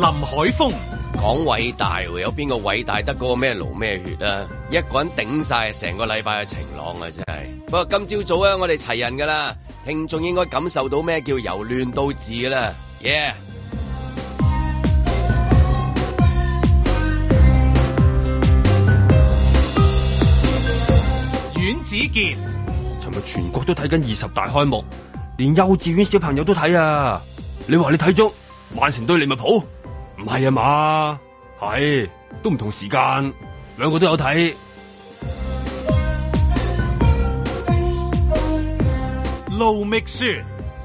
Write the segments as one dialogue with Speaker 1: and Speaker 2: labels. Speaker 1: 海峰、
Speaker 2: 講偉大喎，有邊個偉大得嗰個咩勞咩血啊？一個人頂晒成個禮拜嘅晴朗啊，真係。不過今朝早啊，我哋齊人噶啦，聽眾應該感受到咩叫由亂到治噶啦，yeah！
Speaker 1: 阮子健、
Speaker 3: 尋日全國都睇緊二十大開幕，連幼稚園小朋友都睇啊！你話你睇足曼城對利物浦？唔係啊嘛？係都唔同時間，兩個都有睇。
Speaker 1: 盧覓雪、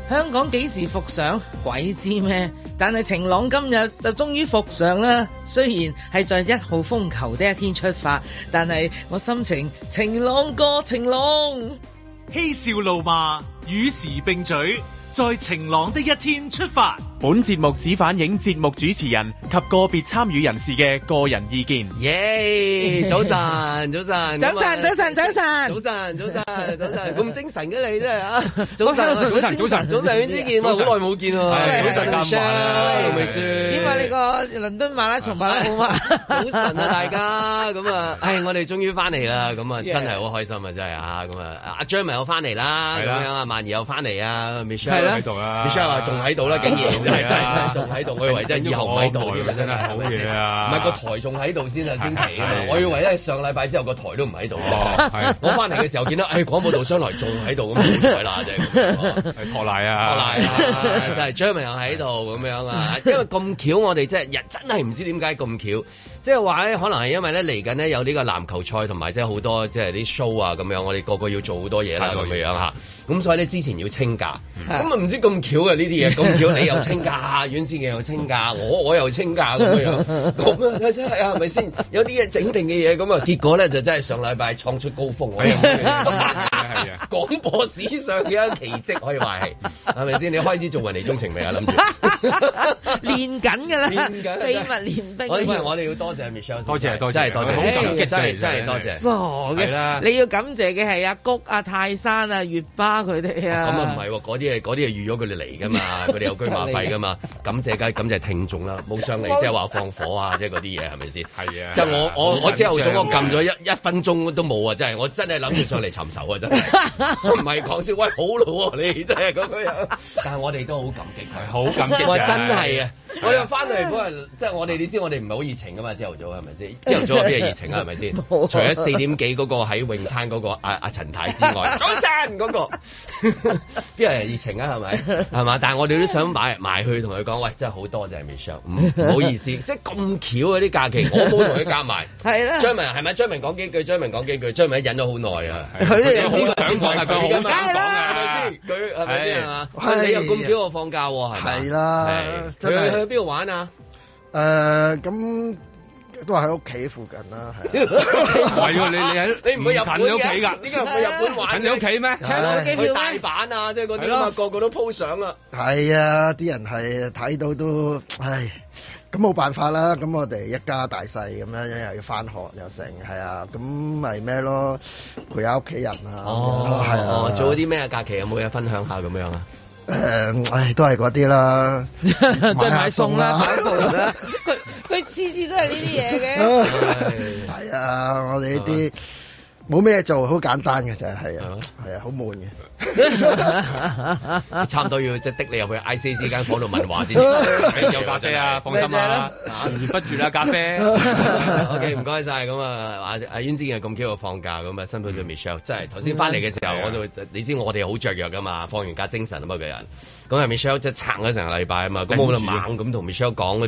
Speaker 4: 香港幾時復常？鬼知咩？但係晴朗今日就終於復常啦。雖然係在一號風球的一天出發，但係我心情晴朗過晴朗。
Speaker 1: 嬉笑怒罵，與時並舉，在晴朗的一天出發。
Speaker 5: 本節目只反映節目主持人及個別參與人士嘅個人意見。
Speaker 2: 耶！早晨，早晨，
Speaker 4: 早晨，早晨，早晨。
Speaker 2: 啊早晨，早晨， 早晨，咁精神嘅你真係 啊！早晨，
Speaker 4: 早晨
Speaker 2: 早晨，早晨，袁之健，哇好耐冇見喎，
Speaker 3: 係
Speaker 4: 早
Speaker 2: 早
Speaker 4: 晨
Speaker 3: 咁晚
Speaker 2: 晨，
Speaker 3: 啊
Speaker 2: 未算。
Speaker 4: 點解你個倫敦馬拉松馬拉松啊？
Speaker 2: 早晨啊，大家咁啊， 唉，我哋終於翻嚟啦，咁啊，真係好開心啊，真係啊，咁啊，阿張咪又翻嚟啦，咁
Speaker 3: 係啦
Speaker 2: 樣啊，萬兒又翻嚟啊
Speaker 4: 係
Speaker 2: ，Michelle
Speaker 4: 啦
Speaker 3: 喺度啊啦
Speaker 2: Michelle 話仲喺度啦，竟然 啊真係真
Speaker 3: 啊
Speaker 2: 係仲喺度，我以為 真係以後唔喺度添啊，真係
Speaker 3: 哎好嘢啊
Speaker 2: 唔係個台仲喺度先啊，星期啊嘛
Speaker 3: 係，
Speaker 2: 我以為咧上禮拜之後個台都唔喺度啊
Speaker 3: 哦係
Speaker 2: 我翻嚟嘅時候見到，唉，廣播道將來仲喺度咁，好彩啦，真係咁樣啊。
Speaker 3: 係托賴啊，
Speaker 2: 好啦，就係張明又喺度咁樣 啊，因為咁巧我哋即係日真係唔知點解咁巧，即係話哎咧，可能係因為咧嚟緊咧有呢個籃球賽同埋即係好多即係啲 show 啊咁樣，我哋個個要做好多嘢啦
Speaker 3: 太多
Speaker 2: 咁
Speaker 3: 嘢
Speaker 2: 樣啊嚇，咁所以咧之前要清假，
Speaker 3: 嗯
Speaker 2: 咁啊唔知咁巧嘅呢 啲嘢，咁巧你又清假，阮先嘅又清假，我我又清假咁樣， 咁啊真係啊，係咪先？有啲嘢整定嘅嘢咁啊，結果咧就真係上禮拜創出高峰，我哋
Speaker 3: 係啊
Speaker 2: 廣播史上嘅一個奇蹟可以話係，係咪先？你開始做雲尼鍾情未 啊？諗住，
Speaker 4: 練緊㗎啦，
Speaker 2: 練緊
Speaker 4: 秘密練兵。
Speaker 2: 啊我以為我哋要多謝 Michelle，
Speaker 3: 多謝多謝
Speaker 2: 真係多謝，
Speaker 3: 好感激
Speaker 2: 真係
Speaker 3: 嘅
Speaker 2: 真係多
Speaker 4: 傻
Speaker 2: 謝。
Speaker 3: 係啦
Speaker 4: 嘅，你要感謝嘅係阿谷、阿泰山、啊、月巴佢哋啊。
Speaker 2: 咁啊唔係喎，嗰啲係嗰啲係預咗佢哋嚟噶 嘛，佢哋有居馬費噶嘛，感謝梗係感謝聽眾啦，冇上嚟即係話放火 啊，即係嗰啲嘢係咪先？
Speaker 3: 係啊
Speaker 2: 即係我我我
Speaker 3: 好緊
Speaker 2: 朝
Speaker 3: 張啊
Speaker 2: 頭早我撳咗一一分鐘都冇啊！真係我真係諗住上嚟尋仇啊！真 係唔係講笑，喂好老喎你真係咁樣，但係我哋都好感激佢，
Speaker 3: 好感激㗎
Speaker 2: 我真係
Speaker 3: 係
Speaker 2: 啊！
Speaker 3: 啊
Speaker 2: 我哋翻到嚟嗰日，即係我哋你知我哋唔係好熱情噶嘛，朝頭早係咪先？朝頭早有邊係熱情啊？係咪 先？除
Speaker 4: 冇
Speaker 2: 咗四點幾嗰個喺泳灘嗰個阿阿陳太之 外，早晨嗰個邊有人熱情啊？係 咪？係嘛？但係我哋都想埋埋去同佢講，喂，真係好多謝 Michelle，唔嗯唔好意 思，即係咁巧啊啲假期，我冇同佢夾埋。
Speaker 4: 係啦。
Speaker 2: 張文係咪？張文講幾句，張文講幾句，張文忍咗好耐啊！
Speaker 4: 佢哋又
Speaker 3: 好想講啊，佢好想
Speaker 4: 梗係
Speaker 3: 講
Speaker 4: 啦
Speaker 3: 啊
Speaker 2: 係咪先？，佢係咪先啊？
Speaker 6: 係
Speaker 2: 喂你又咁巧我放假喎，係咪？
Speaker 6: 係啦
Speaker 2: 係
Speaker 6: 真
Speaker 2: 佢
Speaker 6: 係
Speaker 2: 去邊度玩 啊？
Speaker 6: 誒呃咁都係喺屋企附近啦，係啊。
Speaker 3: 係喎，你你喺
Speaker 2: 你唔去日本
Speaker 3: 近你屋企
Speaker 2: 嘅
Speaker 3: 㗎，
Speaker 2: 點解唔去日本玩
Speaker 3: 近
Speaker 2: 嘅？
Speaker 3: 你屋企咩？
Speaker 4: 搶到機
Speaker 2: 去
Speaker 4: 票
Speaker 2: 大
Speaker 4: 咩？
Speaker 2: 阪啊，即係嗰啲
Speaker 3: 係
Speaker 2: 咁啊，
Speaker 3: 咯
Speaker 2: 個個都 po 相啊。
Speaker 6: 係啊，啲人係睇到都唉，咁冇辦法啦。咁我哋一家大細咁樣，又要翻學又成，係啊，咁咪咩咯？陪下屋企人啊，
Speaker 2: 哦，
Speaker 6: 係啊，
Speaker 2: 哦，做咗啲咩啊？假期有冇嘢分享下咁樣 啊？
Speaker 6: 誒，唉，都係嗰啲 啦，
Speaker 4: 都係買餸啦，買
Speaker 6: 買下
Speaker 4: 餸
Speaker 6: 餸
Speaker 4: 啦
Speaker 6: 啦。
Speaker 4: 佢佢次次都係呢啲嘢 嘅。
Speaker 6: 係啊，我哋呢啲冇咩做，好簡單嘅就係，係啊，係啊，好悶嘅。
Speaker 2: 差唔多要即係滴你入去 ICC 間房度問話先。
Speaker 3: 有咖啡啊，放心啊，源源不絕啊，咖啡。
Speaker 2: OK，唔該晒。咁啊，阿阿袁之健咁幾個放假咁啊，辛苦咗 Michelle。真係頭先翻嚟嘅時
Speaker 3: 嗯
Speaker 2: 候，我就你知我哋好雀躍噶嘛，放完假精神啊嘛個人。咁啊 Michelle 即係撐咗成個禮拜啊嘛，咁我就
Speaker 3: 頂住啊
Speaker 2: 猛咁同 Michelle 講嗰啲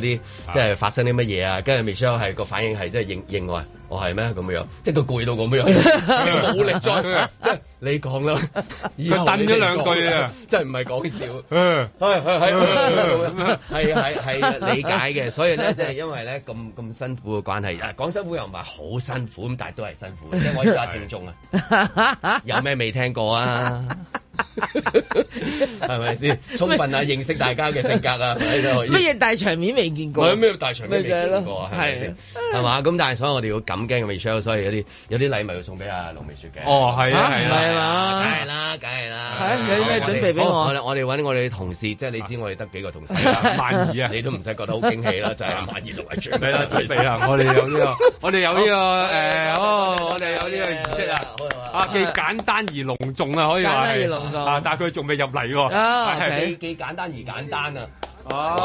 Speaker 2: 即係發生啲乜嘢啊，跟住 Michelle 係個反應係即係認認我係我係咩咁樣，即係佢攰到咁樣， 佢冇力再即係你講啦，以後
Speaker 3: 佢
Speaker 2: 你
Speaker 3: 掟咗
Speaker 2: 哋
Speaker 3: 兩
Speaker 2: 講
Speaker 3: 句啊
Speaker 2: 啦，真係唔係講笑。
Speaker 3: 嗯
Speaker 2: 係係 係係係係理解嘅，所以咧即係因為咧咁咁辛苦嘅關係，啊講辛苦又唔係好辛 à. 苦，咁但係都係辛苦。即係我意思話聽眾啊，有咩未聽過啊？係咪先？充分啊，認識大家嘅性格啊，係咪都可以
Speaker 4: 乜嘢大場面未見過
Speaker 2: 係？咩大場面未
Speaker 4: 咪就係咯
Speaker 2: 見過啊？係咪
Speaker 4: 係
Speaker 2: 先？係嘛？咁但係所以我哋要感激 Michelle，所以有啲有啲禮物要送俾阿盧美雪嘅。
Speaker 5: 哦，係啊，
Speaker 4: 嚇
Speaker 5: 係
Speaker 4: 唔係
Speaker 5: 啦，
Speaker 4: 嘛
Speaker 2: 梗係啦，梗係啦。
Speaker 4: 係有啲咩準備俾我
Speaker 2: 好哋我哋揾我哋同事，即係你知我哋得幾個同事啦，
Speaker 5: 萬兒啊
Speaker 2: 你都唔使覺得好驚喜啦，就係萬二六係最
Speaker 5: 係啦，準備啦，我哋有呢個，我哋有呢個誒，哦，我哋有呢個儀式啊。啊，既簡單而隆重啊，可以話係
Speaker 4: 簡單而隆重
Speaker 5: 啊，但係佢仲未入嚟喎。
Speaker 4: 啊
Speaker 5: 係係
Speaker 2: 幾幾簡單而簡單啊！
Speaker 5: 哦，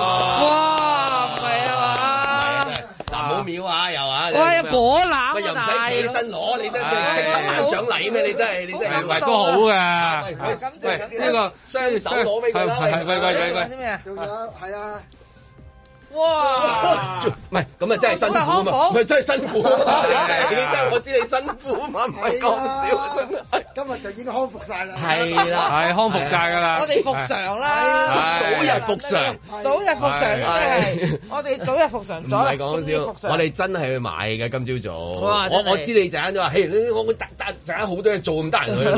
Speaker 4: 哇，唔係啊嘛！
Speaker 2: 嗱，唔好秒啊，又啊！
Speaker 4: 哇，有果籃
Speaker 2: 喂，又
Speaker 4: 啊，
Speaker 2: 唔使起
Speaker 4: 大佬！
Speaker 2: 身攞，你真
Speaker 5: 唉
Speaker 2: 係即刻萬獎禮咩？你真係你真係
Speaker 5: 唔係
Speaker 2: 喂
Speaker 5: 都好嘅。
Speaker 2: 喂
Speaker 5: 啊
Speaker 2: 咁就
Speaker 5: 喂，
Speaker 2: 咁
Speaker 5: 呢個
Speaker 2: 雙手攞俾佢啦
Speaker 5: 係係喂喂喂
Speaker 4: 喂
Speaker 5: 喂
Speaker 4: 啲。咩啊？
Speaker 6: 仲有係啊，
Speaker 4: 哇！
Speaker 2: 唔係咁啊，真係辛苦啊嘛，唔係真係辛苦 啊嘛，你真係你真係我知你辛苦啊嘛，唔係講笑啊真
Speaker 4: 哎
Speaker 2: 係。
Speaker 6: 今日就已經康復晒啦。
Speaker 2: 係啦
Speaker 5: 係康復晒㗎啦。
Speaker 4: 我哋復常啦，
Speaker 5: 係
Speaker 2: 早日復常
Speaker 4: 早日復常真係
Speaker 2: 係，
Speaker 4: 我哋早日復常
Speaker 2: 唔
Speaker 4: 咗啦，
Speaker 2: 係
Speaker 4: 終於
Speaker 2: 講
Speaker 4: 復
Speaker 2: 笑，
Speaker 4: 常
Speaker 2: 我哋真係去買嘅今朝早。
Speaker 4: 哇
Speaker 2: 我
Speaker 4: 真係
Speaker 2: 我知你陣間都話，嘿，你你我我突突陣間好多嘢做，咁得閒 去攞。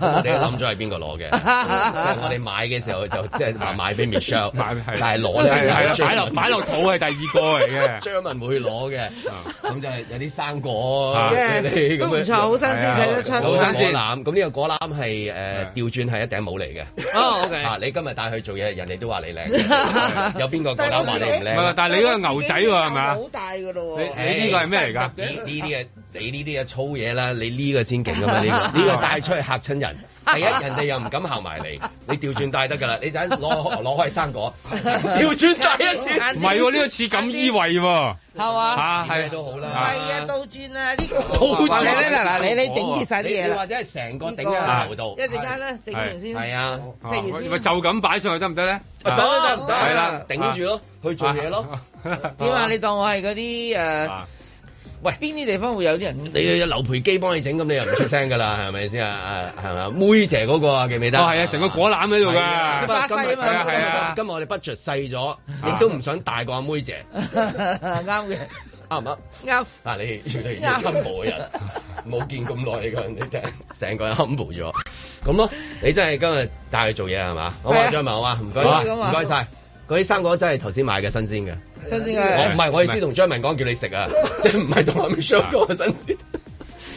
Speaker 2: 我哋都諗咗係邊個攞嘅，即係我哋買嘅時候就即係話買俾 Michelle，
Speaker 5: 買係
Speaker 2: 但係攞咧
Speaker 5: 係
Speaker 2: 就張
Speaker 5: 係啦，擺落擺落肚係第二個嚟嘅。
Speaker 2: 張文會攞嘅，咁就係有啲生果
Speaker 5: 啊，
Speaker 2: 你咁
Speaker 4: 嘅都唔
Speaker 2: 樣
Speaker 4: 錯，好新鮮睇得出。
Speaker 2: 有
Speaker 5: 好
Speaker 2: 果
Speaker 5: 新鮮
Speaker 2: 籃，咁呢個果籃係誒
Speaker 5: 係
Speaker 2: 調轉係一頂帽嚟嘅。
Speaker 4: 哦，OK。
Speaker 2: 啊！你今日帶佢做嘢，人哋都話你靚嘅，有邊個夠膽話你唔
Speaker 5: 唔係唔係
Speaker 2: 靚？
Speaker 5: 但係你嗰個牛仔喎係咪啊
Speaker 4: 好大㗎咯喎。
Speaker 5: 你呢個係咩嚟㗎
Speaker 2: 呢呢啲嘢，你呢啲嘢粗嘢啦，你呢個先勁㗎嘛！呢個呢個帶出去嚇親人，第一人哋又唔敢行埋嚟，你調轉帶得㗎啦，你就攞攞開生果，調轉帶一次，
Speaker 5: 唔係喎，呢個似錦衣衛喎。啊
Speaker 4: 係嘛？
Speaker 5: 嚇
Speaker 2: 咩
Speaker 5: 係
Speaker 2: 都好
Speaker 4: 唔
Speaker 2: 啦。
Speaker 4: 係啊，倒轉啊，呢個
Speaker 2: 轉
Speaker 4: 嗱你咧嗱嗱，你你頂跌晒啲
Speaker 2: 你
Speaker 4: 嘢
Speaker 2: 你或
Speaker 4: 啦。
Speaker 2: 者係成個頂
Speaker 4: 呢
Speaker 2: 喺
Speaker 4: 個
Speaker 2: 頭度
Speaker 4: 一，陣間咧，食完先。
Speaker 2: 係啊，
Speaker 5: 啊
Speaker 4: 食完先
Speaker 5: 喂就咁擺上去得唔得咧？啊
Speaker 2: 得得得，
Speaker 5: 係啦
Speaker 2: 頂住咯，去做嘢咯。。
Speaker 4: 點啊？你當我係嗰啲誒
Speaker 5: 啊
Speaker 4: 邊啲地方會有 啲人？
Speaker 2: 你有劉培基幫你整，咁你又唔出聲㗎 啦，係咪先啊？啊係咪啊？妹姐嗰個啊，記唔記得？
Speaker 5: 哦係啊，成個果籃喺度
Speaker 2: 係啊
Speaker 5: 㗎。
Speaker 4: 巴西啊嘛
Speaker 2: 今日今日
Speaker 5: 係啊
Speaker 2: 今日我哋 budget 細咗，亦都唔想大過阿妹姐，
Speaker 4: 啱嘅，
Speaker 2: 啱唔啱？
Speaker 4: 啱。
Speaker 2: 啊！你越嚟越 humble 嘅人，冇見咁耐個人，你真係成個人 humble 咗。咁咯，你真係今日帶佢做嘢係嘛？好
Speaker 4: 係
Speaker 2: 啊，
Speaker 4: 啊
Speaker 2: 張文好啊，唔該
Speaker 4: 好啊
Speaker 2: 晒，
Speaker 4: 咁啊
Speaker 2: 唔該晒。嗰啲生果真係頭先買嘅新鮮嘅，
Speaker 4: 新鮮
Speaker 2: 我
Speaker 4: 嘅
Speaker 2: 哦哎唔係我意思同張文講叫你食啊， 即係唔係同阿 Michelle 講嘅新鮮。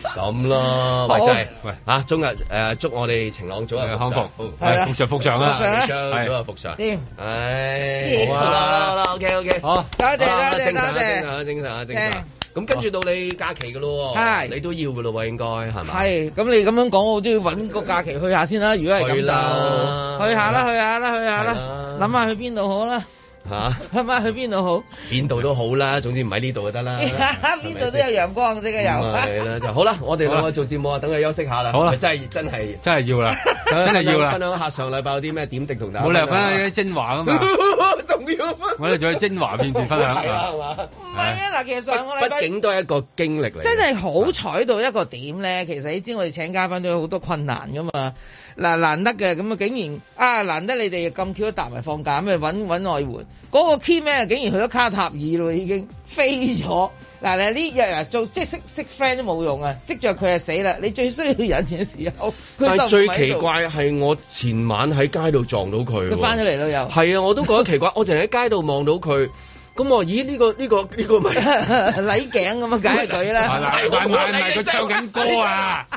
Speaker 2: 咁咯，喂
Speaker 4: 好
Speaker 2: 真係
Speaker 5: 喂
Speaker 2: 嚇，中日誒祝我哋晴朗早日
Speaker 5: 康
Speaker 2: 復
Speaker 5: 復
Speaker 2: 常，
Speaker 4: 係啊
Speaker 5: 係復常復常
Speaker 4: 復
Speaker 5: 啦。
Speaker 4: 常啊
Speaker 2: Michelle 早日復常。
Speaker 4: 添。
Speaker 2: 唉，
Speaker 4: 黐線
Speaker 2: 好啊好啦，OK OK，
Speaker 5: 好，
Speaker 4: 多謝多
Speaker 2: 啊
Speaker 4: 謝
Speaker 2: 正常啊
Speaker 4: 多謝
Speaker 2: 正常啊正常啊正常啊。咁跟住到你假期噶咯喎，
Speaker 4: 係
Speaker 2: 你都要噶咯喎，應該係咪？
Speaker 4: 係，咁你咁樣講，我都要揾個假期去下先啦。如果係咁
Speaker 2: 去
Speaker 4: 就
Speaker 2: 啦
Speaker 4: 去下啦，去下啦，去下
Speaker 2: 係
Speaker 4: 啦
Speaker 2: 啦，
Speaker 4: 諗下去邊度好啦，
Speaker 2: 嚇，
Speaker 4: 諗下去邊度好，
Speaker 2: 邊度都好啦，總之唔喺呢度就得 啦。
Speaker 4: 邊度都有陽光即嘅
Speaker 2: 係
Speaker 4: 有。
Speaker 2: 啦，就好啦。我哋兩個做節目啊，等佢休息下啦。
Speaker 5: 好啦
Speaker 2: 咪真係真係
Speaker 5: 真係要 啦，真係要
Speaker 2: 分
Speaker 5: 啦。
Speaker 2: 享下上禮拜有啲咩點滴同大家。
Speaker 4: 啊
Speaker 5: 冇理由分享啲精華啊嘛，
Speaker 2: 享， 仲要分
Speaker 5: 我哋仲有精華片段分享
Speaker 2: 係啦，
Speaker 5: 啊。
Speaker 2: 係嘛？
Speaker 4: 唔係啊，嗱，其實上個禮
Speaker 2: 畢
Speaker 4: 拜。
Speaker 2: 竟都係一個經歷嚟嘅。
Speaker 4: 真係好彩到一個點咧，其實你知我哋請嘉賓都有好多困難噶嘛，嗱難得嘅咁啊，竟然啊難得你哋咁巧都搭埋放假，咁咪揾揾外援，嗰、個 key man 竟然去咗卡塔爾咯，已經飛咗。嗱你呢日啊做即係識識 friend 都冇用啊，識着佢就死啦。你最需要人嘅時候，佢
Speaker 2: 但
Speaker 4: 就
Speaker 2: 係
Speaker 4: 唔
Speaker 2: 最
Speaker 4: 喺
Speaker 2: 奇
Speaker 4: 度，
Speaker 2: 怪係我前晚喺街度撞到佢喎，
Speaker 4: 佢翻咗嚟咯 又。
Speaker 2: 係啊，我都覺得奇怪，我 淨係喺街度望到佢，咁我咦呢個呢個呢個咪
Speaker 4: 禮頸咁啊，梗係佢
Speaker 5: 係
Speaker 4: 啦。
Speaker 5: 啦，唔係唔係唔係，佢唱緊歌啊，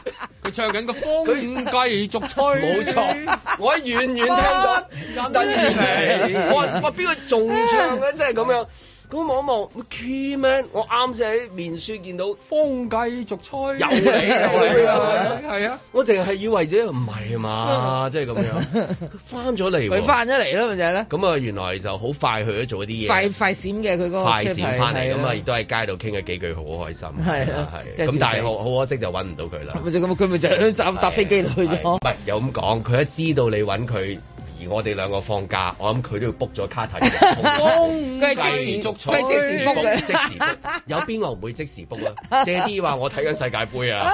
Speaker 5: 佢唱緊個風繼續吹，
Speaker 2: 冇錯， 我喺遠遠聽到，突然嚟，我話哇邊個仲唱 緊，真係咁樣。咁望一望，key man，我啱先喺面書見到，
Speaker 5: 風繼續吹，
Speaker 2: 有你有你
Speaker 5: 係啊係啊，
Speaker 2: 我淨係以為啫，唔係嘛， 即係咁樣，翻咗嚟
Speaker 4: 佢
Speaker 2: 喎，
Speaker 4: 翻咗嚟咯，咪就係咧。
Speaker 2: 咁啊原來就好快去咗做一 啲嘢，
Speaker 4: 快快閃嘅佢嗰個
Speaker 2: 快
Speaker 4: trip 係
Speaker 2: 閃翻嚟
Speaker 4: 係
Speaker 2: 咁
Speaker 4: 啦
Speaker 2: 啊，亦都喺街度傾咗幾句，好開心。
Speaker 4: 係啊
Speaker 2: 係
Speaker 4: 真係
Speaker 2: 咁，但
Speaker 4: 笑
Speaker 2: 係
Speaker 4: 死
Speaker 2: 好好可惜就揾唔到佢啦。
Speaker 4: 咪就咁，佢咪就係搭搭飛機去啊
Speaker 2: 係
Speaker 4: 咗
Speaker 2: 唔。係有咁講，佢一知道你揾佢，而而我哋兩個放假，我諗佢都要 book 咗卡睇。
Speaker 4: 佢啊係即時
Speaker 2: 繼續
Speaker 4: 佢係即時 book 嘅
Speaker 2: 即時 book 有邊個唔會即時 book 啊？借啲話我睇緊世界盃啊，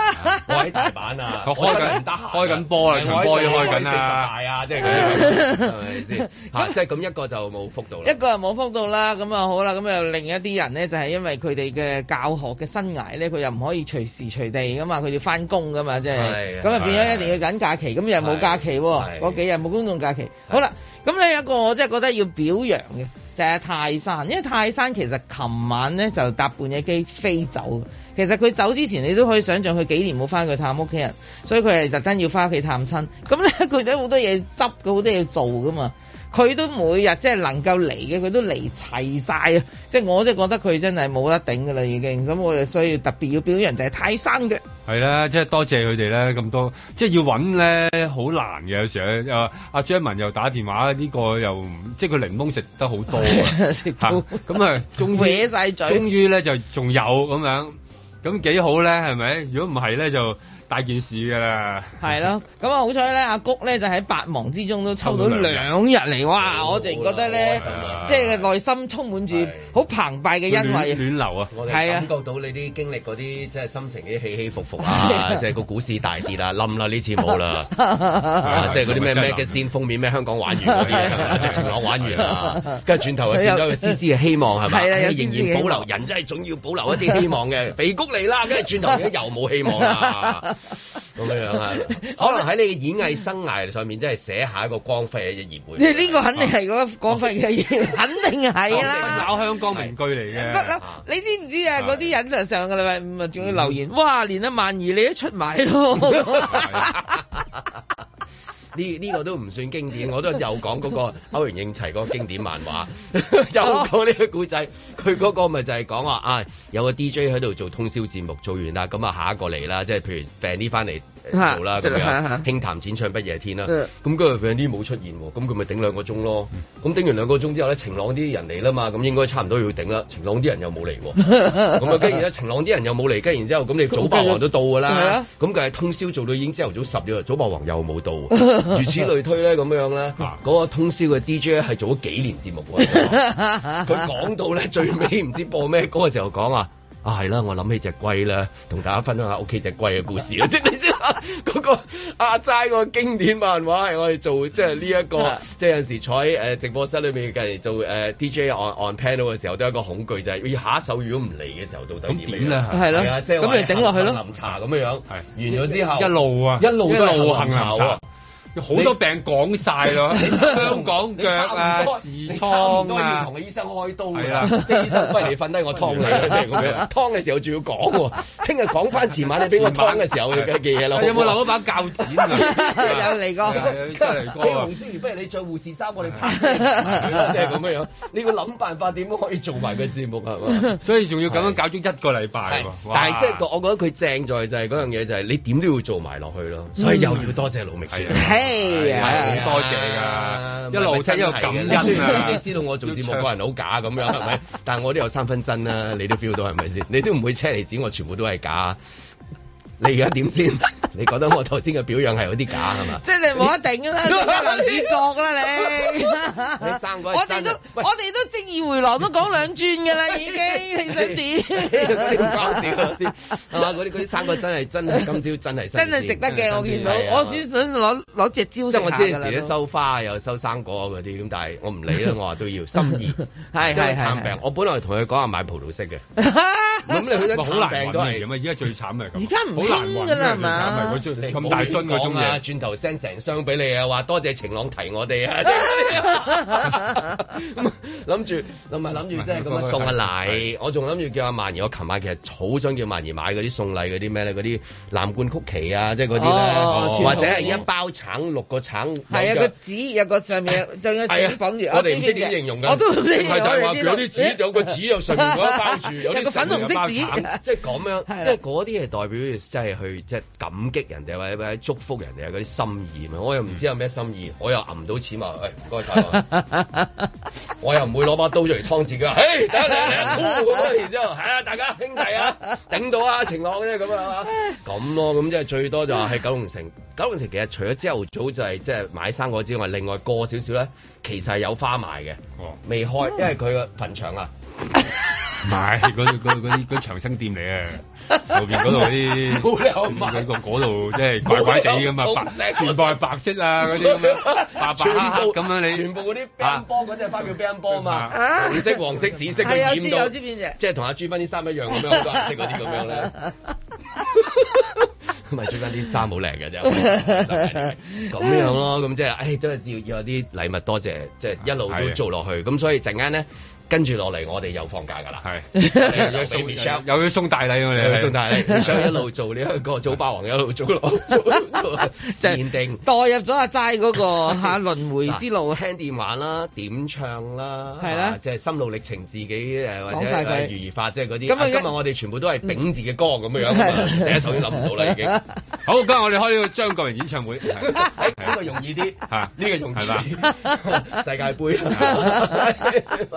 Speaker 2: 我喺大阪啊，
Speaker 5: 佢開緊
Speaker 2: 我真係唔得閒啊，
Speaker 5: 開緊波啦
Speaker 2: 唔係
Speaker 5: 場波要
Speaker 2: 我喺上
Speaker 5: 開緊啊
Speaker 2: 海四十大啊，即係咁樣， 係咪先？嚇，即係咁一個就冇復到啦
Speaker 4: 一。個人冇覆到啦，咁啊好啦，咁啊另一啲人咧就係因為佢哋嘅教學嘅生涯咧，佢又唔可以隨時隨地噶嘛，佢要翻工噶嘛，即係
Speaker 2: 係
Speaker 4: 咁啊變咗
Speaker 2: 係
Speaker 4: 一定要緊假期，咁又冇假期喎，
Speaker 2: 係
Speaker 4: 嗰幾日冇公眾假期。好啦，咁咧有一個我真係覺得要表揚嘅就係、泰山，因為泰山其實琴晚咧就搭半夜機飛走。其實佢走之前，你都可以想象佢幾年冇翻去探屋企人，所以佢係特登要翻屋企探親。咁咧， 佢都好多嘢執嘅，好多嘢做噶嘛。佢都每日即係能夠嚟嘅，佢都嚟齊晒啊！即係我真係覺得佢真係冇得頂㗎啦，已經。咁我哋所以特別要表揚就係泰山嘅，
Speaker 5: 係啦，即係多謝佢哋咧咁多，即係要揾咧好難嘅，有時候咧又阿張文又打電話，呢、個又唔即係佢檸檬食得好 多啊，
Speaker 4: 食
Speaker 5: 嚇
Speaker 4: 到
Speaker 5: 咁啊，終於
Speaker 4: 歪晒
Speaker 5: 終
Speaker 4: 嘴。
Speaker 5: 於咧就仲有咁樣，咁幾好咧係咪？如果唔係咧就大件事㗎啦。
Speaker 4: 係咯，咁啊好彩咧，阿谷咧就喺百忙之中都抽到
Speaker 5: 抽到
Speaker 4: 兩
Speaker 5: 兩
Speaker 4: 日嚟，哇！
Speaker 2: 好
Speaker 4: 我淨覺得咧
Speaker 2: 好開心啊，
Speaker 4: 即係內心充滿住
Speaker 2: 係
Speaker 4: 好澎湃嘅欣慰啊。
Speaker 5: 暖流啊！
Speaker 2: 我哋
Speaker 4: 係啊
Speaker 2: 感覺到你啲經歷嗰啲即係心情啲起起伏伏啊， 即係個股市大跌啦，啊冧啦呢次冇啦，啊即係嗰啲咩
Speaker 5: 真係
Speaker 2: 咩
Speaker 5: 冧
Speaker 2: 嘅先封面咩香港玩完嗰啲啊，即係晴朗玩完啦，跟住轉頭又見到
Speaker 4: 有
Speaker 2: 有絲絲嘅希望係咪？
Speaker 4: 啊係啊啦有絲絲嘅希
Speaker 2: 仍
Speaker 4: 望
Speaker 2: 然保留人真係總要保留一啲希望 嘅，鼻谷嚟啦，跟住轉頭而家又冇希望啦。咁樣樣啊，可能喺你嘅演藝生涯上面，真係寫下一個光輝嘅一頁會。
Speaker 4: 即係 呢個肯定係嗰
Speaker 2: 啊
Speaker 4: 個講法嘅嘢， 肯定係啦。
Speaker 2: 哦
Speaker 5: 搞香港名句嚟
Speaker 4: 不
Speaker 5: 嘅。
Speaker 4: 嬲，你知唔知啊？
Speaker 5: 係
Speaker 4: 嗰啲人就上個禮拜五啊，仲要留言，哇！連阿萬兒你都出埋咯，
Speaker 2: 呢呢個都唔算經典，我都有講嗰 個歐陽應齊嗰個經典漫畫， 有講呢個故仔，佢嗰個咪就係講話啊，有個 DJ 喺度做通宵節目，做完啦，咁啊下一個嚟啦，即係譬如 Van 啲翻嚟呃做啦
Speaker 4: 嚇
Speaker 2: 咁
Speaker 4: 嚇嚇
Speaker 2: 樣，輕談淺唱不夜天啦，
Speaker 4: 嗯
Speaker 2: 咁跟住 Van 啲冇出現喎，咁佢咪頂兩個鐘咯，咁頂完兩個鐘之後咧，晴朗啲人嚟啦嘛，咁應該差唔多要頂啦，晴朗啲人又冇嚟喎。 咁啊，跟住咧，晴朗啲人又冇嚟，跟住然之後，咁你早霸王都到㗎
Speaker 4: 係啊
Speaker 2: 啦，咁佢係通宵做到已經朝頭早十點啦，早霸王又冇到，如此類推咧，咁樣咧，嗰個通宵嘅 DJ 係做咗幾年節目喎，佢講到咧最尾唔知播咩歌嘅時候講啊。啊，係啦，我諗起只龜啦，同大家分享下屋企只龜嘅故事 啦。即係你知啦，嗰、個 阿齋個經典漫畫係我哋做，即係呢一個，即係有陣時坐喺呃誒直播室裏面嘅做誒、呃 DJ on on panel 嘅時候，都有一個恐懼就係、咦下一首如果唔嚟嘅時候，到底
Speaker 5: 咁
Speaker 2: 點
Speaker 5: 點
Speaker 2: 樣
Speaker 5: 咧？
Speaker 4: 係咯
Speaker 2: 係啊，即係話
Speaker 4: 咁你頂落去咯
Speaker 2: 行行臨茶咁樣樣，完咗之後
Speaker 5: 一路啊，
Speaker 2: 一路都係
Speaker 5: 一
Speaker 2: 行
Speaker 5: 行
Speaker 2: 茶
Speaker 5: 茶
Speaker 2: 喎
Speaker 5: 喎。好多病講晒咯，香港腳啊
Speaker 2: 你差唔、多你差唔
Speaker 5: 痔瘡
Speaker 2: 多要
Speaker 5: 啊
Speaker 2: 同，個醫生開刀㗎
Speaker 5: 係
Speaker 2: 啦
Speaker 5: 啦，
Speaker 2: 即係醫生不如你瞓低，我劏你啦，即係啊咁樣。 劏嘅時候仲要講 喎，聽日講翻前晚你俾我劏嘅時候嘅嘢啦。好
Speaker 5: 有冇
Speaker 2: 唔好
Speaker 5: 留咗把鉸剪啊？
Speaker 4: 有 嚟過
Speaker 5: 係有真係嚟
Speaker 2: 嘿
Speaker 5: 過啊
Speaker 2: 洪！思如，不如你着護士衫，我哋 拍戲即係咁樣樣。你要諗辦法點樣可以做埋個節目係嘛？
Speaker 5: 所以仲要咁樣搞足一個禮拜
Speaker 2: 係
Speaker 5: 喎。
Speaker 2: 但係即係
Speaker 5: 個
Speaker 2: 個我覺得佢正在就係嗰樣嘢，就係你點都要做埋落去咯。所以又要多謝老明書
Speaker 5: 係。啊
Speaker 4: 嘿
Speaker 2: à.
Speaker 5: 係
Speaker 4: 啊
Speaker 5: 啊好多謝㗎一路聽一路感恩啊
Speaker 2: 雖然你知道我做節目個人好假咁 樣係咪？但係我都有三分真啦，你都 feel 到係咪先？你都唔會車厘子，我全部都係假。你而家點先？ 你覺得我頭先嘅表揚係有啲假 係嘛？
Speaker 4: 即係你冇得頂㗎啦，做咩男主角啦你？
Speaker 2: 你生嗰日
Speaker 4: 我哋
Speaker 2: 生
Speaker 4: 都
Speaker 2: 日喂
Speaker 4: 我哋都正義回廊都講兩轉㗎啦，已經你想
Speaker 2: 嗰啲唔搞笑
Speaker 4: 點？
Speaker 2: 嗰啲係嘛？嗰啲嗰啲生果真係真係今朝真係新鮮
Speaker 4: 真係值得嘅，我見到
Speaker 2: 係啊
Speaker 4: 我先想攞攞隻
Speaker 2: 即係
Speaker 4: 蕉食
Speaker 2: 我
Speaker 4: 下
Speaker 2: 知有
Speaker 4: 㗎
Speaker 2: 時
Speaker 4: 啦
Speaker 2: 咧
Speaker 4: 都
Speaker 2: 收花又收生果嗰啲咁，但係我唔 理啦，我話都要心意，
Speaker 4: 係
Speaker 2: 即係
Speaker 4: 係
Speaker 2: 探病
Speaker 4: 係。。
Speaker 2: 我本來同佢講話買葡萄適嘅，咁你去得
Speaker 5: 好難
Speaker 2: 探病
Speaker 5: 揾
Speaker 2: 都
Speaker 5: 嚟㗎
Speaker 2: 係。
Speaker 5: 嘛，而家最慘係咁。
Speaker 4: 而家唔
Speaker 5: 好難
Speaker 4: 興
Speaker 5: 揾
Speaker 4: 㗎
Speaker 5: 最
Speaker 4: 啦
Speaker 5: 慘
Speaker 4: 係嘛
Speaker 5: 係嗰樽咁大樽嗰種
Speaker 2: 講啊，
Speaker 5: 嘢。
Speaker 2: 轉頭 send 成箱俾你啊，話多謝晴朗提我 哋啊，咁諗住同埋諗住即係咁樣啊送下禮，我仲諗住叫阿曼兒，我琴晚其實好想叫曼兒買嗰啲送禮嗰啲咩咧，嗰啲藍罐曲奇啊，即係嗰啲
Speaker 4: 哦
Speaker 2: 咧，
Speaker 4: 傳
Speaker 2: 或
Speaker 4: 統
Speaker 2: 者係一包橙六個橙，
Speaker 4: 係啊，
Speaker 2: 有
Speaker 4: 個
Speaker 2: 嘅
Speaker 4: 紙有個上面有仲有
Speaker 2: 係啊
Speaker 4: 紙綁住，
Speaker 2: 我哋唔
Speaker 4: 知
Speaker 2: 知
Speaker 4: 邊
Speaker 2: 點
Speaker 4: 隻
Speaker 2: 形容㗎，
Speaker 4: 我都唔知，
Speaker 2: 淨係就係
Speaker 4: 我
Speaker 2: 話佢
Speaker 4: 哋知道
Speaker 2: 有啲紙，有個 紙有上面嗰一包住，有
Speaker 4: 有個
Speaker 2: 啲
Speaker 4: 粉紅色
Speaker 5: 有包
Speaker 4: 紙
Speaker 5: 橙。
Speaker 2: 即係講咩啊？
Speaker 4: 係啦
Speaker 2: 即係嗰啲係代表即係去即係感激人哋或者或者祝福人哋嗰啲心意嘛，我又唔知有咩心意，我又揞唔到錢嘛，誒唔該晒我。我又唔會攞把刀出嚟劏自己，誒等你嚟啊，咁啊，然之後係啊，大家兄弟 啊，頂到啊，晴朗啫咁啊，咁咯，咁即係最多就係喺九龍城。九龍城其實除咗朝頭早就係即係買生果之外，另外過少少咧，其實係有花賣嘅，
Speaker 5: 哦，
Speaker 2: 未開，因為佢個墳場 啊，
Speaker 5: 唔係嗰度嗰度嗰啲嗰啲長生店嚟啊，後邊嗰度嗰啲
Speaker 2: 冇理由賣
Speaker 5: 嗰個嗰度即係怪怪地咁啊，白全部係白色啊嗰啲咁樣，
Speaker 2: 啊
Speaker 5: 白白黑黑咁樣你
Speaker 2: 全部嗰啲乒乓波嗰只花叫乒乓啊波啊嘛，
Speaker 4: 啊
Speaker 2: 紅色、黃色、紫色佢
Speaker 4: 係啊我
Speaker 2: 染
Speaker 4: 知
Speaker 2: 到
Speaker 4: 我知，邊隻。
Speaker 2: 即係同阿朱芬啲衫一樣咁樣，好多顏色嗰啲咁樣 咧。咪最近啲衫好靚嘅啫，咁樣咯，咁即係，唉，都係要要有啲禮物多謝，即係一路都做落去，咁所以陣間咧跟住落嚟，我哋又放假 㗎啦，
Speaker 5: 係
Speaker 2: 又
Speaker 5: 有
Speaker 2: 俾 Michelle
Speaker 5: 送有要送大禮我
Speaker 2: 又
Speaker 5: 哋，
Speaker 2: 送大禮，Michelle 一路做呢一個早霸王，一路做落做做，
Speaker 4: 就係
Speaker 2: 奠定。
Speaker 4: 代入咗阿齋 嗰個嚇輪迴之路啊！
Speaker 2: 聽電話啦，點唱啦，
Speaker 4: 係啦
Speaker 2: 啊即係心路歷程自己誒或
Speaker 4: 講
Speaker 2: 者
Speaker 4: 晒佢
Speaker 2: 誒如意法，即係嗰啲。
Speaker 4: 咁
Speaker 2: 咁
Speaker 4: 啊
Speaker 2: 啊，今日我哋全部都係丙字嘅歌咁 樣樣啊嘛，第一首已經諗唔到啦已經。
Speaker 5: 好，今日我哋開呢個張國榮 演唱會，係
Speaker 2: 哎呢個容易啲，
Speaker 5: 嚇
Speaker 2: 呢個容易啲，
Speaker 5: 係
Speaker 2: 世界盃。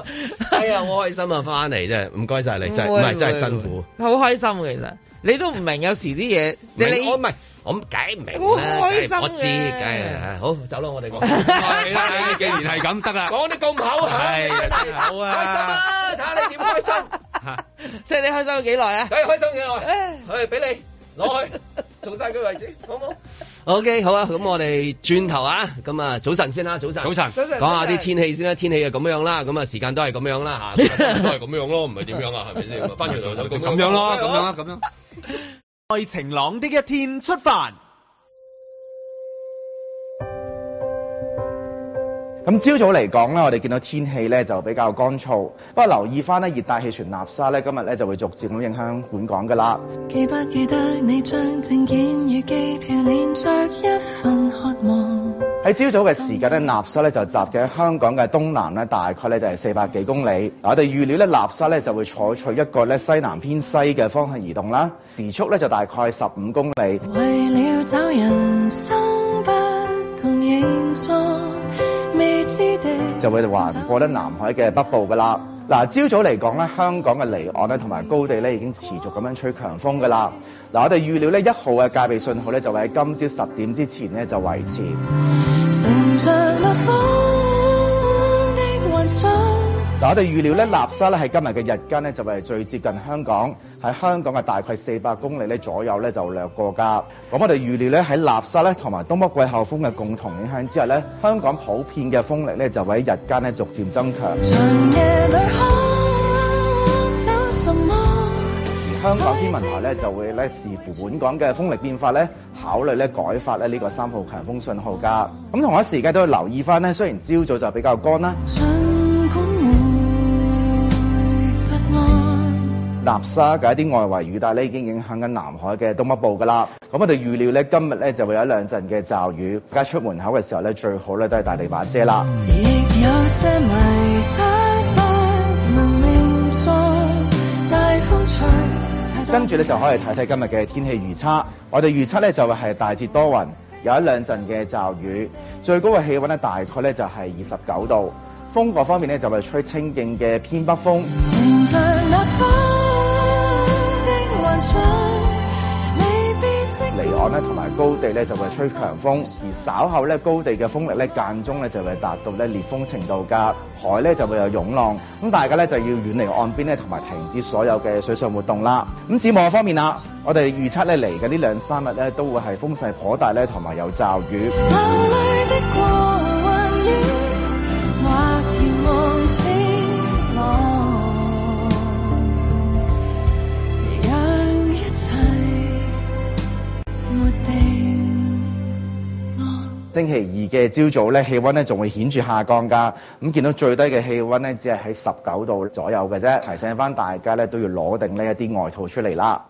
Speaker 2: 哎呀，我開心啊，翻嚟真係，唔該晒
Speaker 4: 嗯
Speaker 2: 你，真係唔係真係辛苦。，
Speaker 4: 好開心嘅其實，你都唔明有時啲嘢，你
Speaker 2: 明我唔
Speaker 4: 你
Speaker 2: 係，我唔解唔明啦。
Speaker 4: 好開心嘅
Speaker 2: 梗係我知，梗係好走啦，我哋講。
Speaker 5: 係啦，係啦既然係咁得啦，
Speaker 2: 講啲咁口係
Speaker 5: 係真係好啊
Speaker 2: 開心 啊！睇下你點開心，
Speaker 4: 即係你開心咗幾 耐啊？
Speaker 2: 哎睇下開心幾耐，去俾你攞去，做晒佢為止， 好唔好？OK，好啊，咁我哋轉頭啊，咁啊，早晨先啦，早晨，
Speaker 5: 早。晨。
Speaker 4: 早
Speaker 2: 講
Speaker 4: 晨
Speaker 2: 下啲天氣先啦，天氣就咁樣啦，咁啊時間都係咁樣啦嚇，都係咁樣咯，唔係點樣啊，係咪先？翻轉頭就咁
Speaker 5: 咁樣咯，咁樣啦，咁樣。
Speaker 7: 在晴朗的一天出發。
Speaker 8: 咁朝早嚟講咧，我哋見到天氣咧就比較乾燥，不過留意翻咧熱帶氣旋納沙咧，今日咧就會逐漸咁影響本港噶啦。
Speaker 9: 記不記得你將證件與機票連着一份渴望？
Speaker 8: 喺朝早嘅時間咧，納沙咧就集嘅香港嘅東南咧，大概咧就係四百幾公里。我哋預料咧，納沙咧就會採取一個咧西南偏西嘅方向移動啦，時速咧就大概十五公里。
Speaker 9: 為了找人生不同形狀，未知的
Speaker 8: 就會橫過咧南海嘅北部噶啦。嗱，朝早嚟講咧，香港嘅離岸咧同埋高地咧已經持續咁樣吹強風噶啦。嗱，我哋預料咧一號嘅戒備信號咧就會喺今朝十點之前咧就維持。
Speaker 9: 乘着那風的幻想，
Speaker 8: 嗱，我哋預料咧納沙咧喺今日嘅日間咧就係最接近香港，喺香港嘅大概四百公里咧左右咧就掠過㗎。咁我哋預料咧喺納沙咧同埋東北季候風嘅共同影響之下咧，香港普遍嘅風力咧就會喺日間咧逐漸增強。
Speaker 9: 長夜裏可找什麼？
Speaker 8: 香港天文台咧就會咧視乎本港嘅風力變化咧，考慮咧改發咧呢個三號強風信號㗎。咁同一時間都要留意翻咧，雖然朝早就比較乾啦，
Speaker 9: 儘管會不安。
Speaker 8: 納沙嘅一啲外圍雨帶咧已經影響緊南海嘅東北部㗎啦。咁我哋預料咧今日咧就會有一兩陣嘅驟雨，大家出門口嘅時候咧最好咧都係帶定把遮啦。
Speaker 9: 亦有些迷失，不能命中。大風吹，太多
Speaker 8: 跟住咧就可以睇睇今日嘅天氣預測。我哋預測咧就會係大致多雲，有一兩陣嘅驟雨，最高嘅氣温咧大概咧就係二十九度。風嗰方面咧就係吹清勁嘅偏北風。
Speaker 9: 乘着那風的幻想，離別的
Speaker 8: 離岸咧同埋高地咧就會吹強風，而稍後咧高地嘅風力咧間中咧就會達到咧烈風程度㗎，海咧就會有湧浪，咁大家咧就要遠離岸邊咧同埋停止所有嘅水上活動啦。咁展望方面啦，我哋預測咧嚟緊呢兩三日咧都會係風勢頗大咧同埋有驟雨。
Speaker 9: 流淚的過幻影，或遙望淺浪，讓一切沒定案。
Speaker 8: 星期二嘅朝早咧，氣温咧仲會顯著下降㗎。咁見到最低嘅氣温咧，只係喺十九度左右嘅啫。提醒翻大家咧，都要攞定呢一啲外套出嚟啦。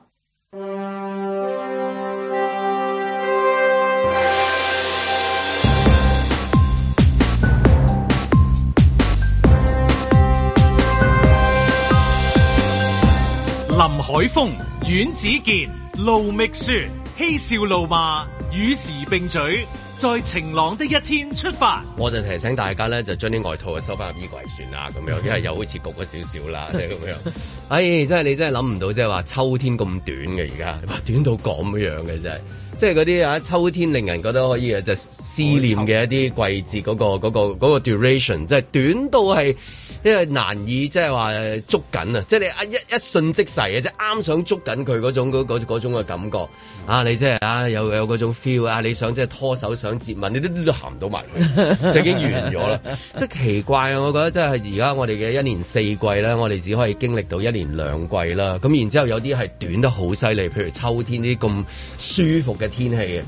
Speaker 7: 林海峰、阮子健、盧覓雪
Speaker 1: 嬉笑怒罵，與時並舉，在晴朗的一天出發。
Speaker 2: 我就提醒大家咧，就將啲外套啊收翻入衣櫃算啦，咁樣，因為又好似焗咗少少啦，即係咁樣。 唉，真係你真係諗唔到，即係話秋天咁短嘅而家，哇，短到咁樣嘅真係。即係嗰啲啊，秋天令人覺得可以啊，就思念嘅一啲季節嗰、個嗰、個嗰、個 duration，即係短到係因為難以即係話捉緊啊！即係你啊一一瞬即逝嘅，即係啱想捉緊佢嗰種嗰嗰嗰種嘅感覺啊！你即係啊有有嗰種 feel 啊！你想即係拖手想接吻，你都都行唔到埋去，就已經完咗啦！即係奇怪啊！我覺得即係而家我哋嘅一年四季咧，我哋只可以經歷到一年兩季啦。咁然之後有啲係短得好犀利，譬如秋天呢啲咁舒服嘅天氣嘅，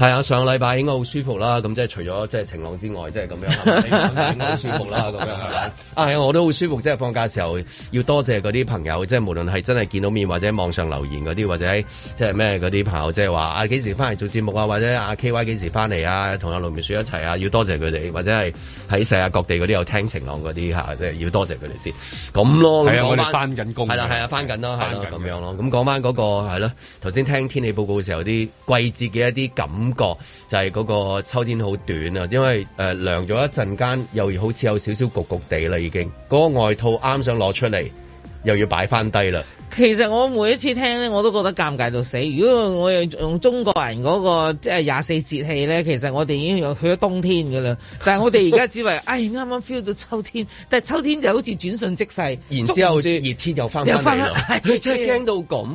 Speaker 2: 係啊，上個禮拜應該好舒服啦。咁即係除咗即係晴朗之外，即係咁樣係咪，應該好舒服啦。咁樣係咪？啊，係啊我都好舒服。即係放假時候要多謝嗰啲朋友，即係無論係真係見到面或者網上留言嗰啲，或者喺即係咩嗰啲朋友，即係話啊幾時翻嚟做節目啊，或者啊 K Y 幾時翻嚟啊，同阿盧明雪一齊啊，要多謝佢哋，或者係喺世界各地嗰啲有聽晴朗嗰啲嚇，即係要多謝佢哋先。咁咯，咁
Speaker 5: 係啊
Speaker 2: 講
Speaker 5: 我哋
Speaker 2: 返
Speaker 5: 返緊工
Speaker 2: 係啦
Speaker 5: 嘅
Speaker 2: 係啊，翻緊咯，係
Speaker 5: 返
Speaker 2: 咯
Speaker 5: 緊嘅
Speaker 2: 咁樣咯。咁講翻嗰個係咯，頭先聽天氣報告嘅時候，啲季節嘅一啲感覺就係嗰個秋天好短啊，因為誒、呃、涼咗一陣間，又好似有少少焗焗地啦，已經嗰、個外套啱想攞出嚟，又要擺翻低啦。
Speaker 4: 其實我每一次聽咧，我都覺得尷尬到死。如果我用用中國人嗰、個即係廿四節氣咧，其實我哋已經有去咗冬天㗎啦。但係我哋而家只為， 唉，啱啱 feel 到秋天，但係秋天就好似轉瞬即逝，
Speaker 2: 然之後
Speaker 4: 捉唔住
Speaker 2: 熱天又翻
Speaker 4: 又
Speaker 2: 返
Speaker 4: 返
Speaker 2: 嚟啦
Speaker 4: 返，
Speaker 2: 你真係驚到咁。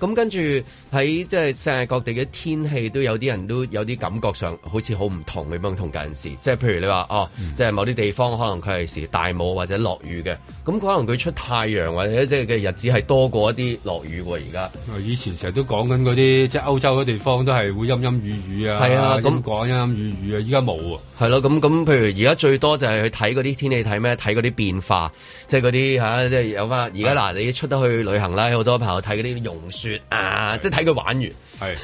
Speaker 2: 咁跟住喺即係世界各地嘅天氣都有啲人都有啲感覺上好似好唔同咁樣同近時，即係譬如你話哦，
Speaker 4: 嗯
Speaker 2: 即係某啲地方可能佢係時大霧或者落雨嘅，咁可能佢出太陽或者即係嘅日子係多過一啲落雨喎而家。
Speaker 5: 以前成日都講緊嗰啲，即係歐洲嗰地方都係會陰陰雨雨啊，
Speaker 2: 係啊咁
Speaker 5: 咁講陰陰雨雨啊，依家冇啊，
Speaker 2: 係咯，咁咁，譬如而家最多就係去睇嗰啲天氣睇咩？睇嗰啲變化，即係嗰啲嚇，即係有翻。而家嗱，你出得去旅行啦，有好多朋友睇嗰啲融雪啊，即係睇佢玩完。
Speaker 5: 係